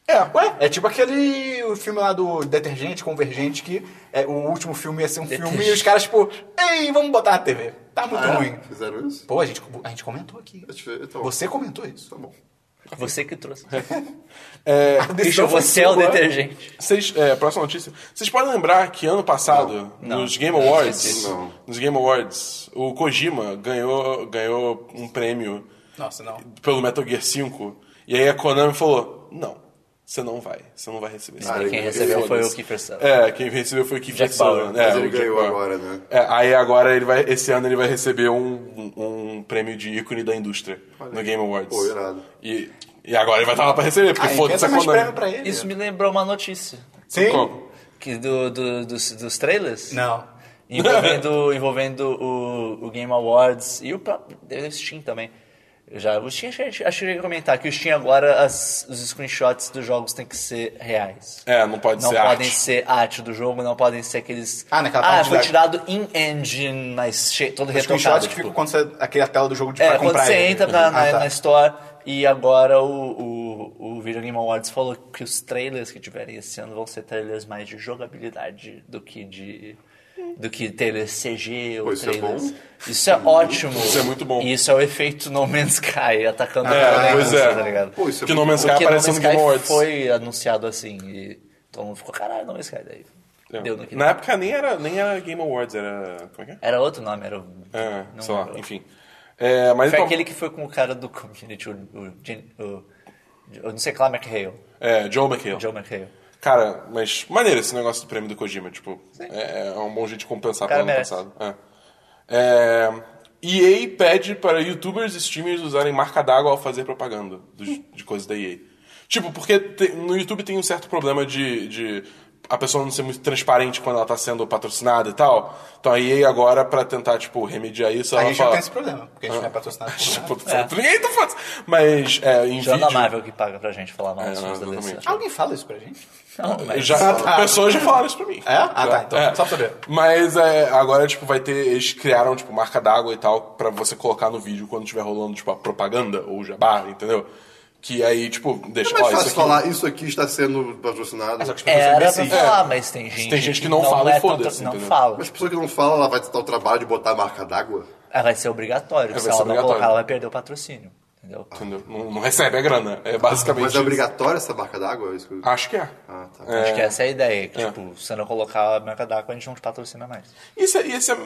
Speaker 1: É, ué. É tipo aquele o filme lá do Detergente, Convergente, que é, o último filme ia ser um filme e os caras, tipo, ei, vamos botar na TV. Tá
Speaker 2: Ah,
Speaker 1: muito
Speaker 2: é?
Speaker 1: ruim.
Speaker 2: Fizeram isso?
Speaker 1: Pô, a gente, a gente comentou aqui.
Speaker 2: Eu te- eu então. tô-
Speaker 1: Você comentou isso.
Speaker 2: Tá bom.
Speaker 3: Você que
Speaker 4: [laughs]
Speaker 3: trouxe.
Speaker 4: É,
Speaker 1: Ah,
Speaker 3: Bicho, você é o detergente.
Speaker 4: Vocês, é, próxima notícia. Vocês podem lembrar que ano passado,
Speaker 3: Não.
Speaker 4: nos Game Awards,
Speaker 2: Não. Não.
Speaker 4: nos Game Awards, o Kojima ganhou, ganhou um prêmio
Speaker 1: Nossa, não.
Speaker 4: pelo Metal Gear 5. E aí a Konami falou: não, Você não vai. Você não vai receber esse
Speaker 2: Ah,
Speaker 4: prêmio.
Speaker 3: Quem
Speaker 2: ele-
Speaker 3: recebeu
Speaker 2: ele-
Speaker 3: foi o Kiefer Sutherland.
Speaker 4: É, quem recebeu foi o Keith
Speaker 3: Jack
Speaker 4: Jackson.
Speaker 3: Bauer.
Speaker 4: É,
Speaker 2: Mas ele
Speaker 4: o Jack
Speaker 2: ganhou
Speaker 4: Bauer.
Speaker 2: agora, né?
Speaker 4: É, aí agora ele vai. Esse ano ele vai receber um, um, um prêmio de ícone da indústria no Game Awards.
Speaker 2: Pô, irado.
Speaker 4: E, e agora ele vai estar lá pra receber, porque
Speaker 1: Ah,
Speaker 4: foda-se
Speaker 1: inventa
Speaker 4: a
Speaker 1: mais
Speaker 4: Konami.
Speaker 1: prêmio pra ele.
Speaker 3: Isso me lembrou uma notícia.
Speaker 1: Sim?
Speaker 4: Como?
Speaker 3: Que do, do- dos, dos trailers?
Speaker 1: Não.
Speaker 4: [laughs]
Speaker 3: Envolvendo, envolvendo o, o Game Awards e o próprio o Steam também. Eu já, o Steam, acho que- acho que eu ia comentar que o Steam agora as- os screenshots dos jogos têm que ser reais.
Speaker 4: É, não pode
Speaker 3: Não
Speaker 4: ser
Speaker 3: podem
Speaker 4: arte.
Speaker 3: ser arte do jogo, não podem ser aqueles.
Speaker 1: Ah, naquela parte
Speaker 3: foi
Speaker 1: da-
Speaker 3: tirado in engine, mas che... todo
Speaker 1: Os
Speaker 3: retocado.
Speaker 1: screenshots que
Speaker 3: Tipo.
Speaker 1: ficam quando você. Aqui a tela do jogo de
Speaker 3: É,
Speaker 1: pra
Speaker 3: quando
Speaker 1: comprar
Speaker 3: você
Speaker 1: ele.
Speaker 4: né?
Speaker 3: entra na, na,
Speaker 1: Ah, tá.
Speaker 3: na Store e agora o, o, o Video Game Awards falou que os trailers que tiverem esse ano vão ser trailers mais de jogabilidade do que de. Do que trailers CG ou
Speaker 2: Pô, isso é
Speaker 3: trailers.
Speaker 2: bom.
Speaker 3: Isso é ótimo.
Speaker 4: Isso é muito bom.
Speaker 3: E isso é o efeito No Man's Sky atacando a
Speaker 4: É,
Speaker 3: galera,
Speaker 4: pois é.
Speaker 3: tá ligado?
Speaker 2: Pô, isso é
Speaker 4: Que No Man's Sky
Speaker 3: Porque
Speaker 4: aparece
Speaker 3: No Man's
Speaker 4: no Game
Speaker 3: Sky
Speaker 4: Awards.
Speaker 3: foi anunciado assim e todo mundo ficou, caralho, No Man's Sky daí.
Speaker 4: É.
Speaker 3: Deu no que
Speaker 4: Na época nem era, nem era Game Awards, era. Como é que é?
Speaker 3: Era outro nome, era o.
Speaker 4: É,
Speaker 3: não
Speaker 4: sei lá,
Speaker 3: lembro.
Speaker 4: enfim. É, mas
Speaker 3: Foi
Speaker 4: então,
Speaker 3: aquele que foi com o cara do Community, o, o, Gen- o- eu não sei que lá, McHale.
Speaker 4: É, Joe McHale.
Speaker 3: Joe McHale.
Speaker 4: Cara, mas maneiro esse negócio do prêmio do Kojima, tipo, é, é um bom jeito de compensar
Speaker 3: O cara
Speaker 4: pelo ano
Speaker 3: merece.
Speaker 4: passado. É. É, EA pede para youtubers e streamers usarem marca d'água ao fazer propaganda dos- de coisas da EA. Tipo, porque te- no YouTube tem um certo problema de, de a pessoa não ser muito transparente quando ela tá sendo patrocinada e tal. Então a EA agora, pra tentar, tipo, remediar isso,
Speaker 1: A
Speaker 4: ela
Speaker 1: gente não
Speaker 4: fala...
Speaker 1: tem esse problema, porque a gente não é patrocinado por
Speaker 4: [laughs]
Speaker 1: nada.
Speaker 4: Tipo,
Speaker 3: É.
Speaker 4: ninguém tá falando... Mas, é, em
Speaker 3: Tirando a
Speaker 4: vídeo...
Speaker 3: Marvel que paga pra gente falar mal
Speaker 4: É,
Speaker 3: dos filmes da DC.
Speaker 4: exatamente.
Speaker 1: Alguém fala isso pra gente?
Speaker 3: Não,
Speaker 1: [laughs]
Speaker 3: mas...
Speaker 4: Já, Pessoas já falaram isso pra mim.
Speaker 1: É? Ah, tá. Então,
Speaker 4: É.
Speaker 1: só pra saber.
Speaker 4: Mas é, agora, tipo, vai ter. Eles criaram, tipo, marca d'água e tal, pra você colocar no vídeo quando estiver rolando, tipo, a propaganda ou o jabá, entendeu? Que aí, tipo,
Speaker 2: É
Speaker 4: deixa.
Speaker 2: mais
Speaker 4: ó, isso
Speaker 2: fácil
Speaker 4: aqui-
Speaker 2: falar, isso aqui está sendo patrocinado.
Speaker 1: Mas É, só que as pessoas são
Speaker 3: Era pra
Speaker 1: imbecis.
Speaker 3: falar, mas tem gente,
Speaker 4: É. Tem gente que não fala e
Speaker 3: é tão-
Speaker 4: foda-se,
Speaker 3: Não
Speaker 4: entendeu?
Speaker 3: fala.
Speaker 2: Mas a pessoa que não fala, ela vai ter o trabalho de botar a marca d'água?
Speaker 3: Ah, vai ser obrigatório.
Speaker 4: É,
Speaker 3: se
Speaker 4: vai
Speaker 3: ela
Speaker 4: ser
Speaker 3: não
Speaker 4: obrigatório.
Speaker 3: colocar, ela vai perder o patrocínio. Entendeu?
Speaker 4: Entendeu? Não, não recebe a grana. É basicamente.
Speaker 2: Mas é
Speaker 4: isso.
Speaker 2: obrigatório essa marca d'água? É isso que-
Speaker 4: Acho que é.
Speaker 2: Ah, tá.
Speaker 3: Acho que essa é a ideia. Que, Tipo, se eu não colocar a marca d'água, a gente não te patrocina mais.
Speaker 4: Isso, é- isso é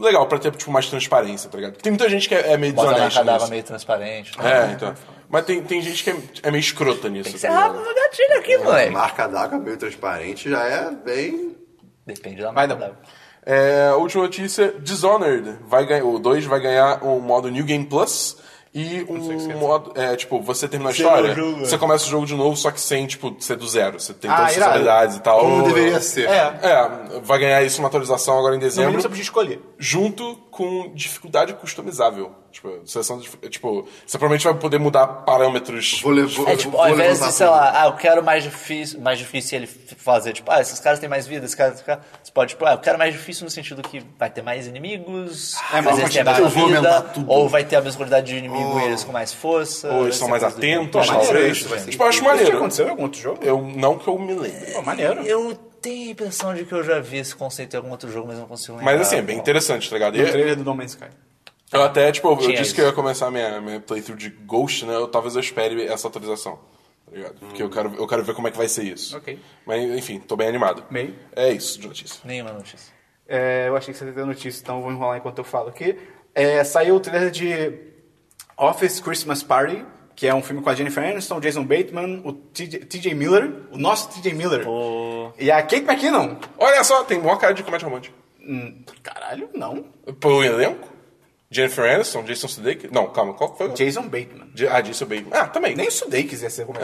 Speaker 4: legal pra ter, tipo, mais transparência, tá ligado? Porque tem muita gente que é, é meio
Speaker 3: Bota a marca
Speaker 4: desonesta.
Speaker 3: d'água
Speaker 4: nisso.
Speaker 3: meio transparente. né?
Speaker 4: É, então. Mas tem, tem gente que é, é meio escrota nisso.
Speaker 3: Tem que ser ah,
Speaker 4: tá ligado?
Speaker 3: rápido no gatilho aqui, moleque.
Speaker 2: Marca d'água meio transparente já é bem.
Speaker 3: Depende da marca d'água.
Speaker 4: É, última notícia: Dishonored. Vai ganhar, o 2 vai ganhar um modo New Game Plus. E um modo. É, tipo, você termina a história, você começa o jogo de novo, só que sem, tipo, ser do zero. Você tem
Speaker 1: Ah,
Speaker 4: todas as
Speaker 1: irado.
Speaker 4: habilidades e tal.
Speaker 2: Como deveria ser.
Speaker 1: É.
Speaker 4: É, vai ganhar isso uma atualização agora em
Speaker 1: No mínimo
Speaker 4: dezembro,
Speaker 1: você podia escolher.
Speaker 4: junto com dificuldade customizável. Tipo, seleção de, tipo, você provavelmente vai poder mudar parâmetros.
Speaker 2: Vou, le- vou,
Speaker 3: É tipo,
Speaker 2: vou
Speaker 3: ao invés
Speaker 2: levantar
Speaker 3: de, sei
Speaker 2: tudo.
Speaker 3: lá, ah, eu quero mais difícil, mais difícil ele f- fazer, tipo, ah, esses caras têm mais vida, esses caras, esses caras- você pode, tipo, ah, eu quero mais difícil no sentido que vai ter mais inimigos,
Speaker 1: é,
Speaker 3: às
Speaker 1: mas
Speaker 3: vezes
Speaker 2: quantidade,
Speaker 3: tem mais
Speaker 2: eu vou aumentar
Speaker 3: vida,
Speaker 2: tudo.
Speaker 3: ou vai ter a mesma quantidade de inimigo
Speaker 2: Oh.
Speaker 3: e eles com mais força.
Speaker 4: Ou
Speaker 3: vai
Speaker 4: eles são
Speaker 3: ser
Speaker 4: mais
Speaker 3: coisa do-
Speaker 4: atentos,
Speaker 3: Pô,
Speaker 1: né?
Speaker 3: maneiro
Speaker 4: talvez.
Speaker 3: isso,
Speaker 1: assim,
Speaker 3: vai ser
Speaker 4: Tipo, eu acho
Speaker 1: Isso já
Speaker 4: maneiro.
Speaker 1: aconteceu em algum outro jogo?
Speaker 4: Eu, não que eu me lembre.
Speaker 1: Pô, maneiro.
Speaker 3: Eu tenho a impressão de que eu já vi esse conceito em algum outro jogo, mas não consigo lembrar.
Speaker 4: Mas assim, é bem interessante, tá ligado? E-
Speaker 1: O trailer do No Man's Sky. É.
Speaker 4: Eu até, tipo, eu
Speaker 3: Tinha
Speaker 4: disse
Speaker 3: isso.
Speaker 4: que eu ia começar a minha, minha playthrough de Ghost, né? Eu, talvez eu espere essa atualização, tá ligado? Porque eu quero, eu quero ver como é que vai ser isso.
Speaker 1: Hum. Ok.
Speaker 4: Mas, enfim, tô bem animado.
Speaker 1: Meio.
Speaker 4: É isso de notícia.
Speaker 3: Nenhuma notícia. [laughs]
Speaker 1: É, eu achei que você ia ter notícia, então vou enrolar enquanto eu falo aqui. É, saiu o trailer de Office Christmas Party, que é um filme com a Jennifer Aniston, Jason Bateman, o TJ, TJ Miller, o nosso TJ Miller. E a Kate McKinnon.
Speaker 4: Olha só, tem maior cara de comédia romântica.
Speaker 1: Hum, caralho, não.
Speaker 4: Pelo elenco? Jennifer Aniston, Jason Sudeikis... Não, calma, qual foi? o-
Speaker 1: Jason Bateman.
Speaker 4: Ja- Ah, Jason Bateman. Ah, também.
Speaker 1: Nem o Sudeikis ia ser como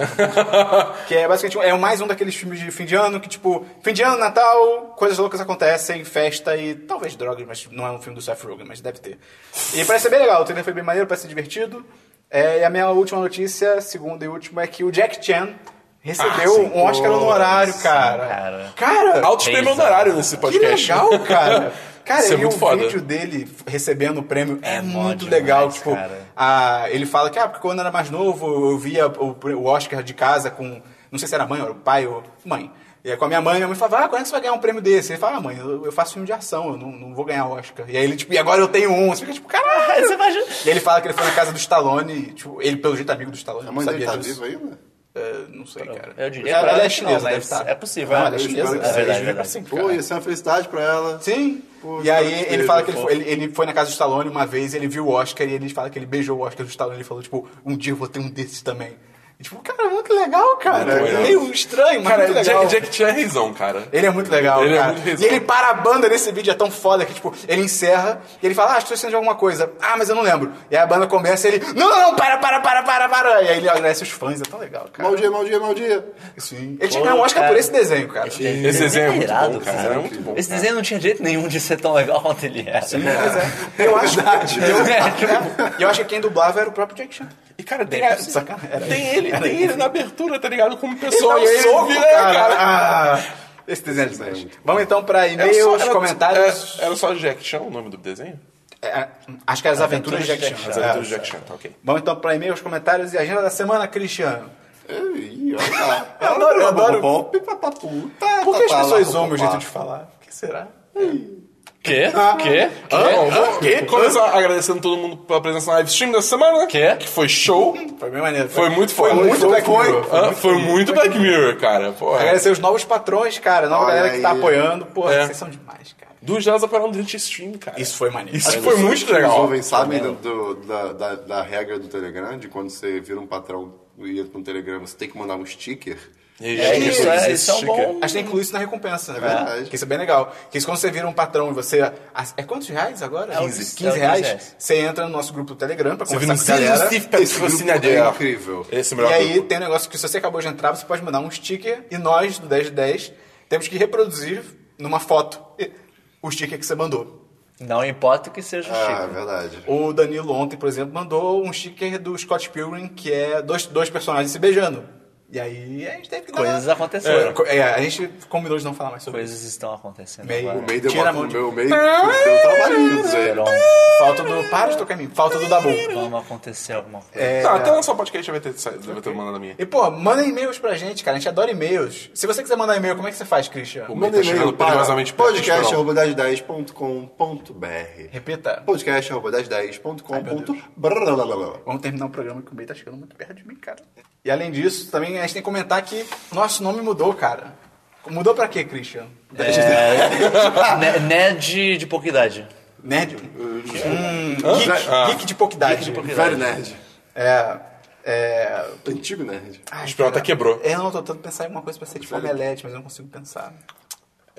Speaker 1: Que é [laughs] basicamente é mais um daqueles filmes de fim de ano que, tipo, fim de ano, Natal, coisas loucas acontecem, festa e talvez drogas, mas não é um filme do Seth Rogen, mas deve ter. E parece ser bem legal, o trailer foi bem maneiro, parece ser divertido. É, e a minha última notícia, segunda e última, é que o Jack Chan recebeu
Speaker 4: Ah, sim.
Speaker 1: um Oscar honorário,
Speaker 3: Sim,
Speaker 1: cara.
Speaker 3: cara.
Speaker 1: Cara,
Speaker 4: Altos prêmio honorário nesse
Speaker 1: que
Speaker 4: podcast.
Speaker 1: legal,
Speaker 4: [laughs]
Speaker 1: cara. Cara,
Speaker 4: Isso é
Speaker 1: eu vi
Speaker 4: muito
Speaker 1: o
Speaker 4: foda.
Speaker 1: vídeo dele recebendo o prêmio, é,
Speaker 3: É mó
Speaker 1: muito
Speaker 3: demais,
Speaker 1: legal. Tipo,
Speaker 3: cara.
Speaker 1: ah, ele fala que ah, porque quando eu era mais novo, eu via o, o Oscar de casa com. Não sei se era a mãe ou o pai ou mãe. E aí com a minha mãe, minha mãe falava, ah, quando é que você vai ganhar um prêmio desse? Ele fala, ah, mãe, eu, eu faço filme de ação, eu não, não vou ganhar Oscar. E aí ele, tipo, e agora eu tenho um. Você fica tipo, caralho.
Speaker 3: Você imagina...
Speaker 1: E ele fala que ele foi na casa do Stallone, e, tipo, ele pelo jeito é amigo do Stallone,
Speaker 2: A
Speaker 1: não
Speaker 2: mãe dele
Speaker 1: sabia
Speaker 2: tá
Speaker 1: disso.
Speaker 2: viva ainda?
Speaker 1: É, não sei, cara.
Speaker 3: Eu diria
Speaker 1: Ela- ela é
Speaker 3: provavelmente
Speaker 1: chinesa,
Speaker 3: não, mas
Speaker 1: deve estar.
Speaker 3: é possível,
Speaker 1: Não,
Speaker 3: é
Speaker 1: ela é
Speaker 3: possível.
Speaker 1: chinesa,
Speaker 2: É
Speaker 1: ela
Speaker 3: verdade,
Speaker 1: vive pra
Speaker 3: verdade.
Speaker 1: sempre,
Speaker 2: Pô,
Speaker 1: cara.
Speaker 2: ia ser uma felicidade pra ela.
Speaker 1: Sim.
Speaker 2: Pô,
Speaker 1: e aí
Speaker 2: que
Speaker 1: ele
Speaker 2: beleza,
Speaker 1: fala que ele
Speaker 2: pô.
Speaker 1: foi, ele, ele foi na casa do Stallone uma vez, ele viu o Oscar e ele fala que ele beijou o Oscar do Stallone. Ele falou, tipo, um dia eu vou ter um desses também. E, tipo, cara, muito legal, cara.
Speaker 4: Muito legal.
Speaker 1: Meio estranho, mas
Speaker 4: Cara,
Speaker 1: muito legal.
Speaker 4: Jack, Jack Chan é risão, cara.
Speaker 1: Ele é muito legal,
Speaker 4: Ele é
Speaker 1: cara.
Speaker 4: muito
Speaker 1: e ele para a banda nesse vídeo, é tão foda que, tipo, ele encerra e ele fala, ah, estou esquecendo de alguma coisa. Ah, mas eu não lembro. E aí a banda começa e ele, não, não, não, para, para, para, para, para. E aí ele agradece os fãs, é tão legal, cara.
Speaker 2: Mal dia, mal dia, mal dia. [laughs]
Speaker 1: Sim. Ele tinha
Speaker 3: Pô,
Speaker 1: que ganhar um Oscar
Speaker 3: cara.
Speaker 1: por esse desenho, cara.
Speaker 4: Esse desenho é muito
Speaker 3: irado,
Speaker 4: bom, cara. Era muito bom.
Speaker 3: Esse
Speaker 4: cara.
Speaker 3: desenho não tinha jeito nenhum de ser tão legal quanto ele era.
Speaker 1: Sim, pois é. Eu
Speaker 3: [laughs]
Speaker 1: acho, eu,
Speaker 3: É, tipo,
Speaker 1: e eu acho que quem dublava era o próprio Jack Chan.
Speaker 4: E, cara, tem,
Speaker 1: Era- sacanagem, era
Speaker 4: tem ele, tem ele na abertura, tá ligado? Como pessoa.
Speaker 1: Dá um
Speaker 4: e aí ele
Speaker 1: soco,
Speaker 4: vira, cara.
Speaker 1: Ah, esse desenho é demais. Vamos então pra
Speaker 4: Era só-
Speaker 1: e-mails,
Speaker 4: era-
Speaker 1: comentários.
Speaker 4: Era, era só Jack Chan o nome do desenho?
Speaker 1: É, acho que era as aventuras de Jack
Speaker 4: As
Speaker 1: Chan.
Speaker 4: aventuras de
Speaker 1: É.
Speaker 4: Jack Chan, tá ok.
Speaker 1: Vamos então pra e-mails, comentários e agenda da semana, Cristiano.
Speaker 2: Ih, olha lá.
Speaker 1: Eu adoro, eu adoro.
Speaker 2: Pop, papaputa,
Speaker 1: Por que as
Speaker 2: papá,
Speaker 1: pessoas
Speaker 2: papapá.
Speaker 1: amam o jeito de falar? O que será?
Speaker 3: Quê?
Speaker 4: Ah.
Speaker 3: Quê?
Speaker 4: Bom,
Speaker 3: Quê?
Speaker 4: vamos começar Ah, agradecendo todo mundo pela presença na live stream da semana,
Speaker 3: Quê?
Speaker 4: que foi show.
Speaker 1: Foi bem maneiro.
Speaker 4: Foi muito foi,
Speaker 1: muito
Speaker 4: foi,
Speaker 1: Black
Speaker 4: Hum, foi,
Speaker 1: Mirror.
Speaker 4: Hã? Foi muito Black Mirror, cara. Porra.
Speaker 1: Agradecer os novos patrões, cara, a nova
Speaker 2: Olha
Speaker 1: galera que tá
Speaker 2: aí.
Speaker 1: apoiando. Porra,
Speaker 4: É.
Speaker 1: vocês são demais, cara.
Speaker 4: Duas delas apoiaram durante o stream, cara.
Speaker 1: Isso foi maneiro.
Speaker 4: Isso foi muito legal.
Speaker 2: Jovens sabem do- do- da, da, da regra do Telegram, de quando você vira um patrão e entra no Telegram, você tem que mandar um sticker.
Speaker 3: É isso, é, isso é um bom...
Speaker 1: Acho que inclui isso na recompensa, na verdade.
Speaker 2: Verdade.
Speaker 1: Que isso é bem legal. Que isso quando você vira um patrão e você. É quantos reais agora?
Speaker 3: É uns
Speaker 1: 15.
Speaker 3: 15
Speaker 1: reais.
Speaker 3: reais.
Speaker 1: Você entra no nosso grupo do Telegram pra
Speaker 4: Você vira um
Speaker 1: conversar com a galera.
Speaker 4: Steve
Speaker 2: Esse grupo é
Speaker 4: patrocinador.
Speaker 2: incrível.
Speaker 4: Esse é o
Speaker 1: E
Speaker 4: melhor
Speaker 1: aí
Speaker 4: grupo.
Speaker 1: tem um negócio que se você acabou de entrar, você pode mandar um sticker e nós, do 10 de 10, temos que reproduzir numa foto o sticker que você mandou.
Speaker 3: Não importa o que seja o
Speaker 2: Ah, é
Speaker 3: Chico.
Speaker 2: verdade.
Speaker 1: O Danilo ontem, por exemplo, mandou um sticker do Scott Pilgrim, que é dois, dois personagens se beijando. E aí a gente teve que dar...
Speaker 3: Coisas
Speaker 1: É,
Speaker 3: aconteceram.
Speaker 1: co- é, a gente combinou de não falar mais sobre isso.
Speaker 3: Coisas estão acontecendo
Speaker 1: Meio-
Speaker 2: O
Speaker 3: agora.
Speaker 2: meio deu
Speaker 1: Tira a
Speaker 2: uma,
Speaker 1: mão
Speaker 2: o
Speaker 1: de-
Speaker 2: meu meio deu um trabalhinho, velho.
Speaker 3: Esperon,
Speaker 1: Falta do... Para de tocar em mim. Falta do Dabu.
Speaker 3: vamos acontecer alguma coisa. [laughs]
Speaker 1: é.
Speaker 4: Não, Tá, até lançar o podcast vai ter, vai ter mandado a minha.
Speaker 1: E, pô, manda e-mails pra gente, cara. A gente adora e-mails. Se você quiser mandar e-mail, como é que você faz, Christian?
Speaker 4: O-
Speaker 2: Manda
Speaker 4: Tá chegando
Speaker 2: e-mail para
Speaker 4: perigosamente perto, Esperon.
Speaker 2: podcast.1010.com.br
Speaker 1: Repita.
Speaker 2: podcast.1010.com.br
Speaker 1: Vamos terminar o programa que o meio tá chegando muito perto de mim, cara. E além disso, também a gente tem que comentar que nosso nome mudou, cara. Mudou pra quê, Christian?
Speaker 3: Ne- Ned Né, de pouca idade.
Speaker 1: Nerd?
Speaker 4: Hã?
Speaker 1: Geek,
Speaker 4: Ah.
Speaker 1: geek de pouca idade.
Speaker 2: Velho nerd.
Speaker 1: É. É.
Speaker 2: Antigo nerd.
Speaker 1: Ai,
Speaker 4: O Esperon até tá quebrou.
Speaker 1: Eu não tô tentando pensar em alguma coisa pra ser tipo omelete, mas eu não consigo pensar.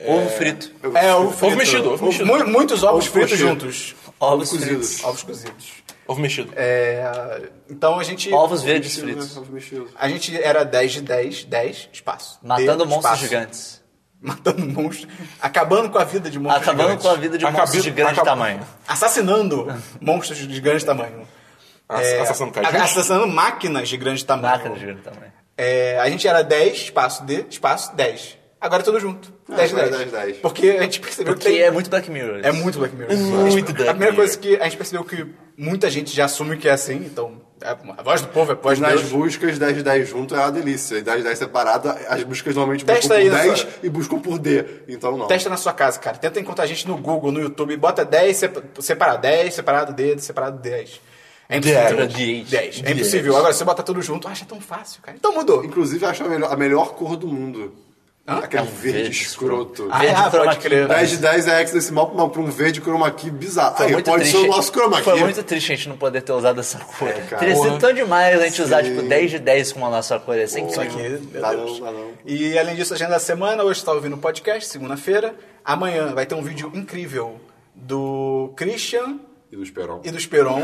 Speaker 3: Ovo frito.
Speaker 1: É, ovo
Speaker 4: Ovo mexido, ovo mexido.
Speaker 1: Mu- Muitos ovos
Speaker 2: Ovo
Speaker 1: fritos
Speaker 2: cozido.
Speaker 1: juntos.
Speaker 3: Ovos
Speaker 2: cozido.
Speaker 3: fritos.
Speaker 1: Ovos cozidos.
Speaker 4: Ovo mexido.
Speaker 1: É, então a gente.
Speaker 3: Ovos verdes fritos.
Speaker 1: A gente era 10 de 10, 10, espaço.
Speaker 3: Matando
Speaker 1: D,
Speaker 3: monstros
Speaker 1: espaço.
Speaker 3: gigantes.
Speaker 1: [laughs] Matando monstros. Acabando com a vida de monstros
Speaker 3: Acabando
Speaker 1: gigantes.
Speaker 3: com a vida de
Speaker 4: Acabou-
Speaker 3: monstros de grande
Speaker 4: acabou.
Speaker 3: tamanho.
Speaker 1: Assassinando
Speaker 3: Ah.
Speaker 1: monstros de grande tamanho.
Speaker 4: Ass- assassino caju?
Speaker 1: a- É, Assassinando máquinas de grande tamanho.
Speaker 3: Máquinas de grande tamanho.
Speaker 1: É, a gente era 10, espaço D, espaço 10. Agora é tudo junto. 10 de
Speaker 2: agora
Speaker 1: 10.
Speaker 2: é 10, 10.
Speaker 1: Porque a gente percebeu
Speaker 3: Porque
Speaker 1: que tem...
Speaker 3: é muito Black Mirror.
Speaker 1: É muito Black Mirror.
Speaker 3: Muito
Speaker 1: a gente-
Speaker 3: Black
Speaker 1: A primeira
Speaker 3: Mirror.
Speaker 1: coisa que a gente percebeu que muita gente já assume que é assim, então é, a voz do povo é a voz de
Speaker 2: Nas
Speaker 1: Deus.
Speaker 2: buscas 1010 junto é uma delícia. E 1010 separado, as buscas normalmente
Speaker 1: Testa
Speaker 2: buscam por
Speaker 1: aí,
Speaker 2: 10
Speaker 1: Zé.
Speaker 2: e buscam por D. Então não.
Speaker 1: Testa na sua casa, cara. Tenta encontrar a gente no Google, no YouTube. Bota 10, sep- separar 10, separado D, separado 10. É impossível.
Speaker 3: Dez. Dez.
Speaker 1: 10. É
Speaker 3: Dez.
Speaker 1: impossível. Agora, se você botar tudo junto, acha tão fácil, cara. Então mudou.
Speaker 2: Inclusive, eu acho a melhor, a melhor cor do mundo.
Speaker 1: Hã?
Speaker 2: Aquele
Speaker 3: É um
Speaker 2: verde,
Speaker 3: verde
Speaker 2: escroto.
Speaker 1: Ah,
Speaker 3: Verde
Speaker 1: ah,
Speaker 3: chroma
Speaker 1: pode
Speaker 3: key.
Speaker 1: crer.
Speaker 2: 10 de 10 é hexadecimal pra, uma- pra um verde chroma key bizarro. Aí, pode ser o nosso chroma key.
Speaker 3: Foi muito triste a gente não poder ter usado essa cor.
Speaker 2: cara.
Speaker 3: Teria sido
Speaker 4: Porra.
Speaker 3: tão demais a gente usar, tipo, 10 de 10 com a nossa cor. Assim,
Speaker 1: Isso aqui, meu
Speaker 2: Dá
Speaker 1: Deus.
Speaker 2: não, dá não.
Speaker 1: E além disso, agenda da semana. Hoje você está ouvindo o podcast, segunda-feira. Amanhã vai ter um vídeo incrível do Christian
Speaker 2: E do Esperon.
Speaker 1: e do
Speaker 2: [laughs]
Speaker 1: Esperon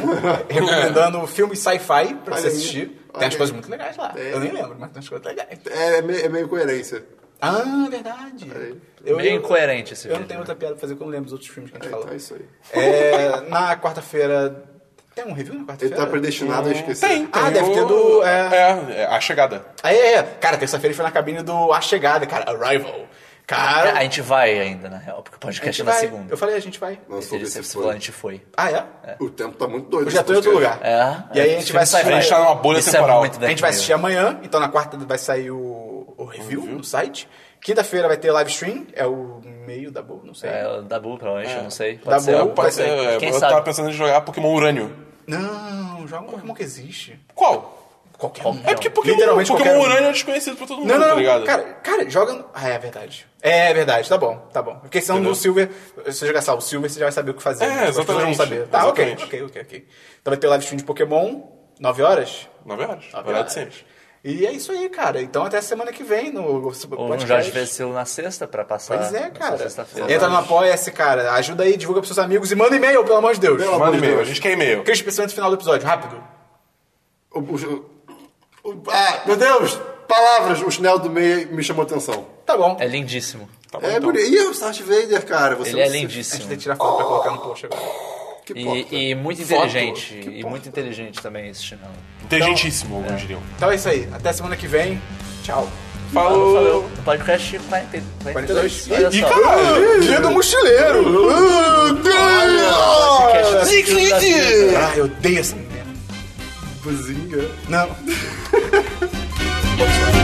Speaker 1: recomendando filmes sci-fi pra você
Speaker 2: Olha aí,
Speaker 1: assistir. Tem
Speaker 2: olha
Speaker 1: umas
Speaker 2: aí.
Speaker 1: coisas muito legais lá.
Speaker 2: É.
Speaker 1: Eu nem lembro, mas tem umas coisas legais.
Speaker 2: É, é me- é meio coerência.
Speaker 1: Ah, verdade.
Speaker 2: aí.
Speaker 1: Eu,
Speaker 3: Meio
Speaker 1: eu-
Speaker 3: incoerente esse
Speaker 1: Eu não
Speaker 3: vídeo,
Speaker 1: tenho
Speaker 3: né?
Speaker 1: outra piada pra fazer, porque eu não lembro dos outros filmes que a gente
Speaker 2: É,
Speaker 1: falou.
Speaker 2: então é isso aí.
Speaker 1: É, na quarta-feira... Tem um review na
Speaker 2: Ele
Speaker 1: quarta-feira?
Speaker 2: tá predestinado a esquecer.
Speaker 4: Tem,
Speaker 1: Ah,
Speaker 4: tem
Speaker 1: deve
Speaker 4: o-
Speaker 1: ter do, é.
Speaker 4: É, é, a chegada.
Speaker 1: Ah, é, é. Cara, terça-feira ele foi na cabine do A Chegada, cara. Arrival. Cara...
Speaker 3: A gente vai ainda, na real, porque o
Speaker 1: Ah, a gente
Speaker 3: podcast é na
Speaker 1: vai.
Speaker 3: segunda.
Speaker 1: Eu falei, a gente vai.
Speaker 2: Não
Speaker 3: Se
Speaker 2: soube
Speaker 3: ele é
Speaker 2: se
Speaker 3: se
Speaker 2: foi.
Speaker 3: falou, a gente foi.
Speaker 1: Ah, é?
Speaker 2: O tempo tá muito doido.
Speaker 1: Eu já
Speaker 2: nesse
Speaker 1: tô em outro
Speaker 2: podcast.
Speaker 1: lugar.
Speaker 3: É,
Speaker 1: E aí
Speaker 3: é,
Speaker 1: a gente vai
Speaker 3: filme sci-fi.
Speaker 4: A gente tá numa bolha
Speaker 3: Isso é
Speaker 4: temporal.
Speaker 3: muito
Speaker 1: A
Speaker 3: Black
Speaker 1: gente vai
Speaker 3: Mirror.
Speaker 1: assistir amanhã, então na quarta vai sair o, o review no site. Quinta-feira vai ter live stream, é o meio da boa, não sei.
Speaker 3: É, o Dabu, provavelmente, eu não sei.
Speaker 1: Dabu,
Speaker 3: Pode ser.
Speaker 1: pode
Speaker 4: Pode
Speaker 3: Pode
Speaker 4: ser,
Speaker 3: ser.
Speaker 4: é,
Speaker 3: Quem
Speaker 4: eu
Speaker 3: sabe?
Speaker 4: tava pensando em jogar Pokémon Urânio.
Speaker 1: Não, joga um Pokémon que existe.
Speaker 4: Qual?
Speaker 1: Qualquer um.
Speaker 3: Qualquer
Speaker 4: É porque Pokémon,
Speaker 1: Literalmente
Speaker 4: Pokémon
Speaker 1: qualquer um.
Speaker 4: Urânio é desconhecido pra todo mundo,
Speaker 1: Não, não,
Speaker 4: tá
Speaker 1: não.
Speaker 4: ligado?
Speaker 1: Cara, cara, joga. no- Ah, é verdade. É verdade, tá bom, tá bom. Porque senão no
Speaker 4: Entendeu?
Speaker 1: Silver, se você jogar só o Silver, você já vai saber o que fazer.
Speaker 4: É,
Speaker 1: né? As pessoas
Speaker 4: exatamente.
Speaker 1: vão saber. Tá, ok,
Speaker 4: Exatamente.
Speaker 1: ok, ok, ok. Então vai ter live stream de Pokémon, 9 horas?
Speaker 4: 9 horas.
Speaker 1: Nove
Speaker 4: Verdade sempre.
Speaker 1: E é isso aí, cara. Então até semana que vem no
Speaker 3: Ou um
Speaker 1: podcast.
Speaker 3: Jorge Vecilo na sexta pra passar.
Speaker 1: Pois é,
Speaker 3: tá nessa
Speaker 1: cara.
Speaker 3: sexta-feira.
Speaker 1: Entra no Apoia-se, cara. Ajuda aí, divulga pros seus amigos e manda e-mail, pelo amor de Deus.
Speaker 2: Pelo amor
Speaker 4: Manda
Speaker 2: de
Speaker 4: um e-mail,
Speaker 2: Deus.
Speaker 4: a gente quer e-mail.
Speaker 1: Cris, pensamento final do episódio, rápido.
Speaker 2: O- o- o- ah, meu Deus! Palavras, o chinelo do meio me chamou a atenção.
Speaker 1: Tá bom.
Speaker 3: É lindíssimo.
Speaker 4: Tá bom,
Speaker 2: É
Speaker 4: então.
Speaker 2: bonito. E o Darth Vader, cara? Você
Speaker 3: Ele é
Speaker 2: não se-
Speaker 1: A gente
Speaker 3: lindíssimo.
Speaker 1: tem que tirar foto pra colocar no post agora.
Speaker 2: Que porta.
Speaker 3: E, e muito inteligente. E muito inteligente também esse chinelo.
Speaker 4: Inteligentíssimo, alguns diriam.
Speaker 1: Então é isso aí. Até semana que vem. Tchau.
Speaker 4: Falou!
Speaker 3: Falou. No podcast 40, 42.
Speaker 1: 42.
Speaker 3: Olha
Speaker 4: E
Speaker 3: só.
Speaker 4: caralho!
Speaker 2: é
Speaker 1: Dia do mochileiro.
Speaker 2: Ah,
Speaker 4: né?
Speaker 3: Podcast da Segunda da Vida.
Speaker 1: Ah, eu odeio essa merda.
Speaker 2: Cozinha.
Speaker 1: Não.
Speaker 2: Pode falar.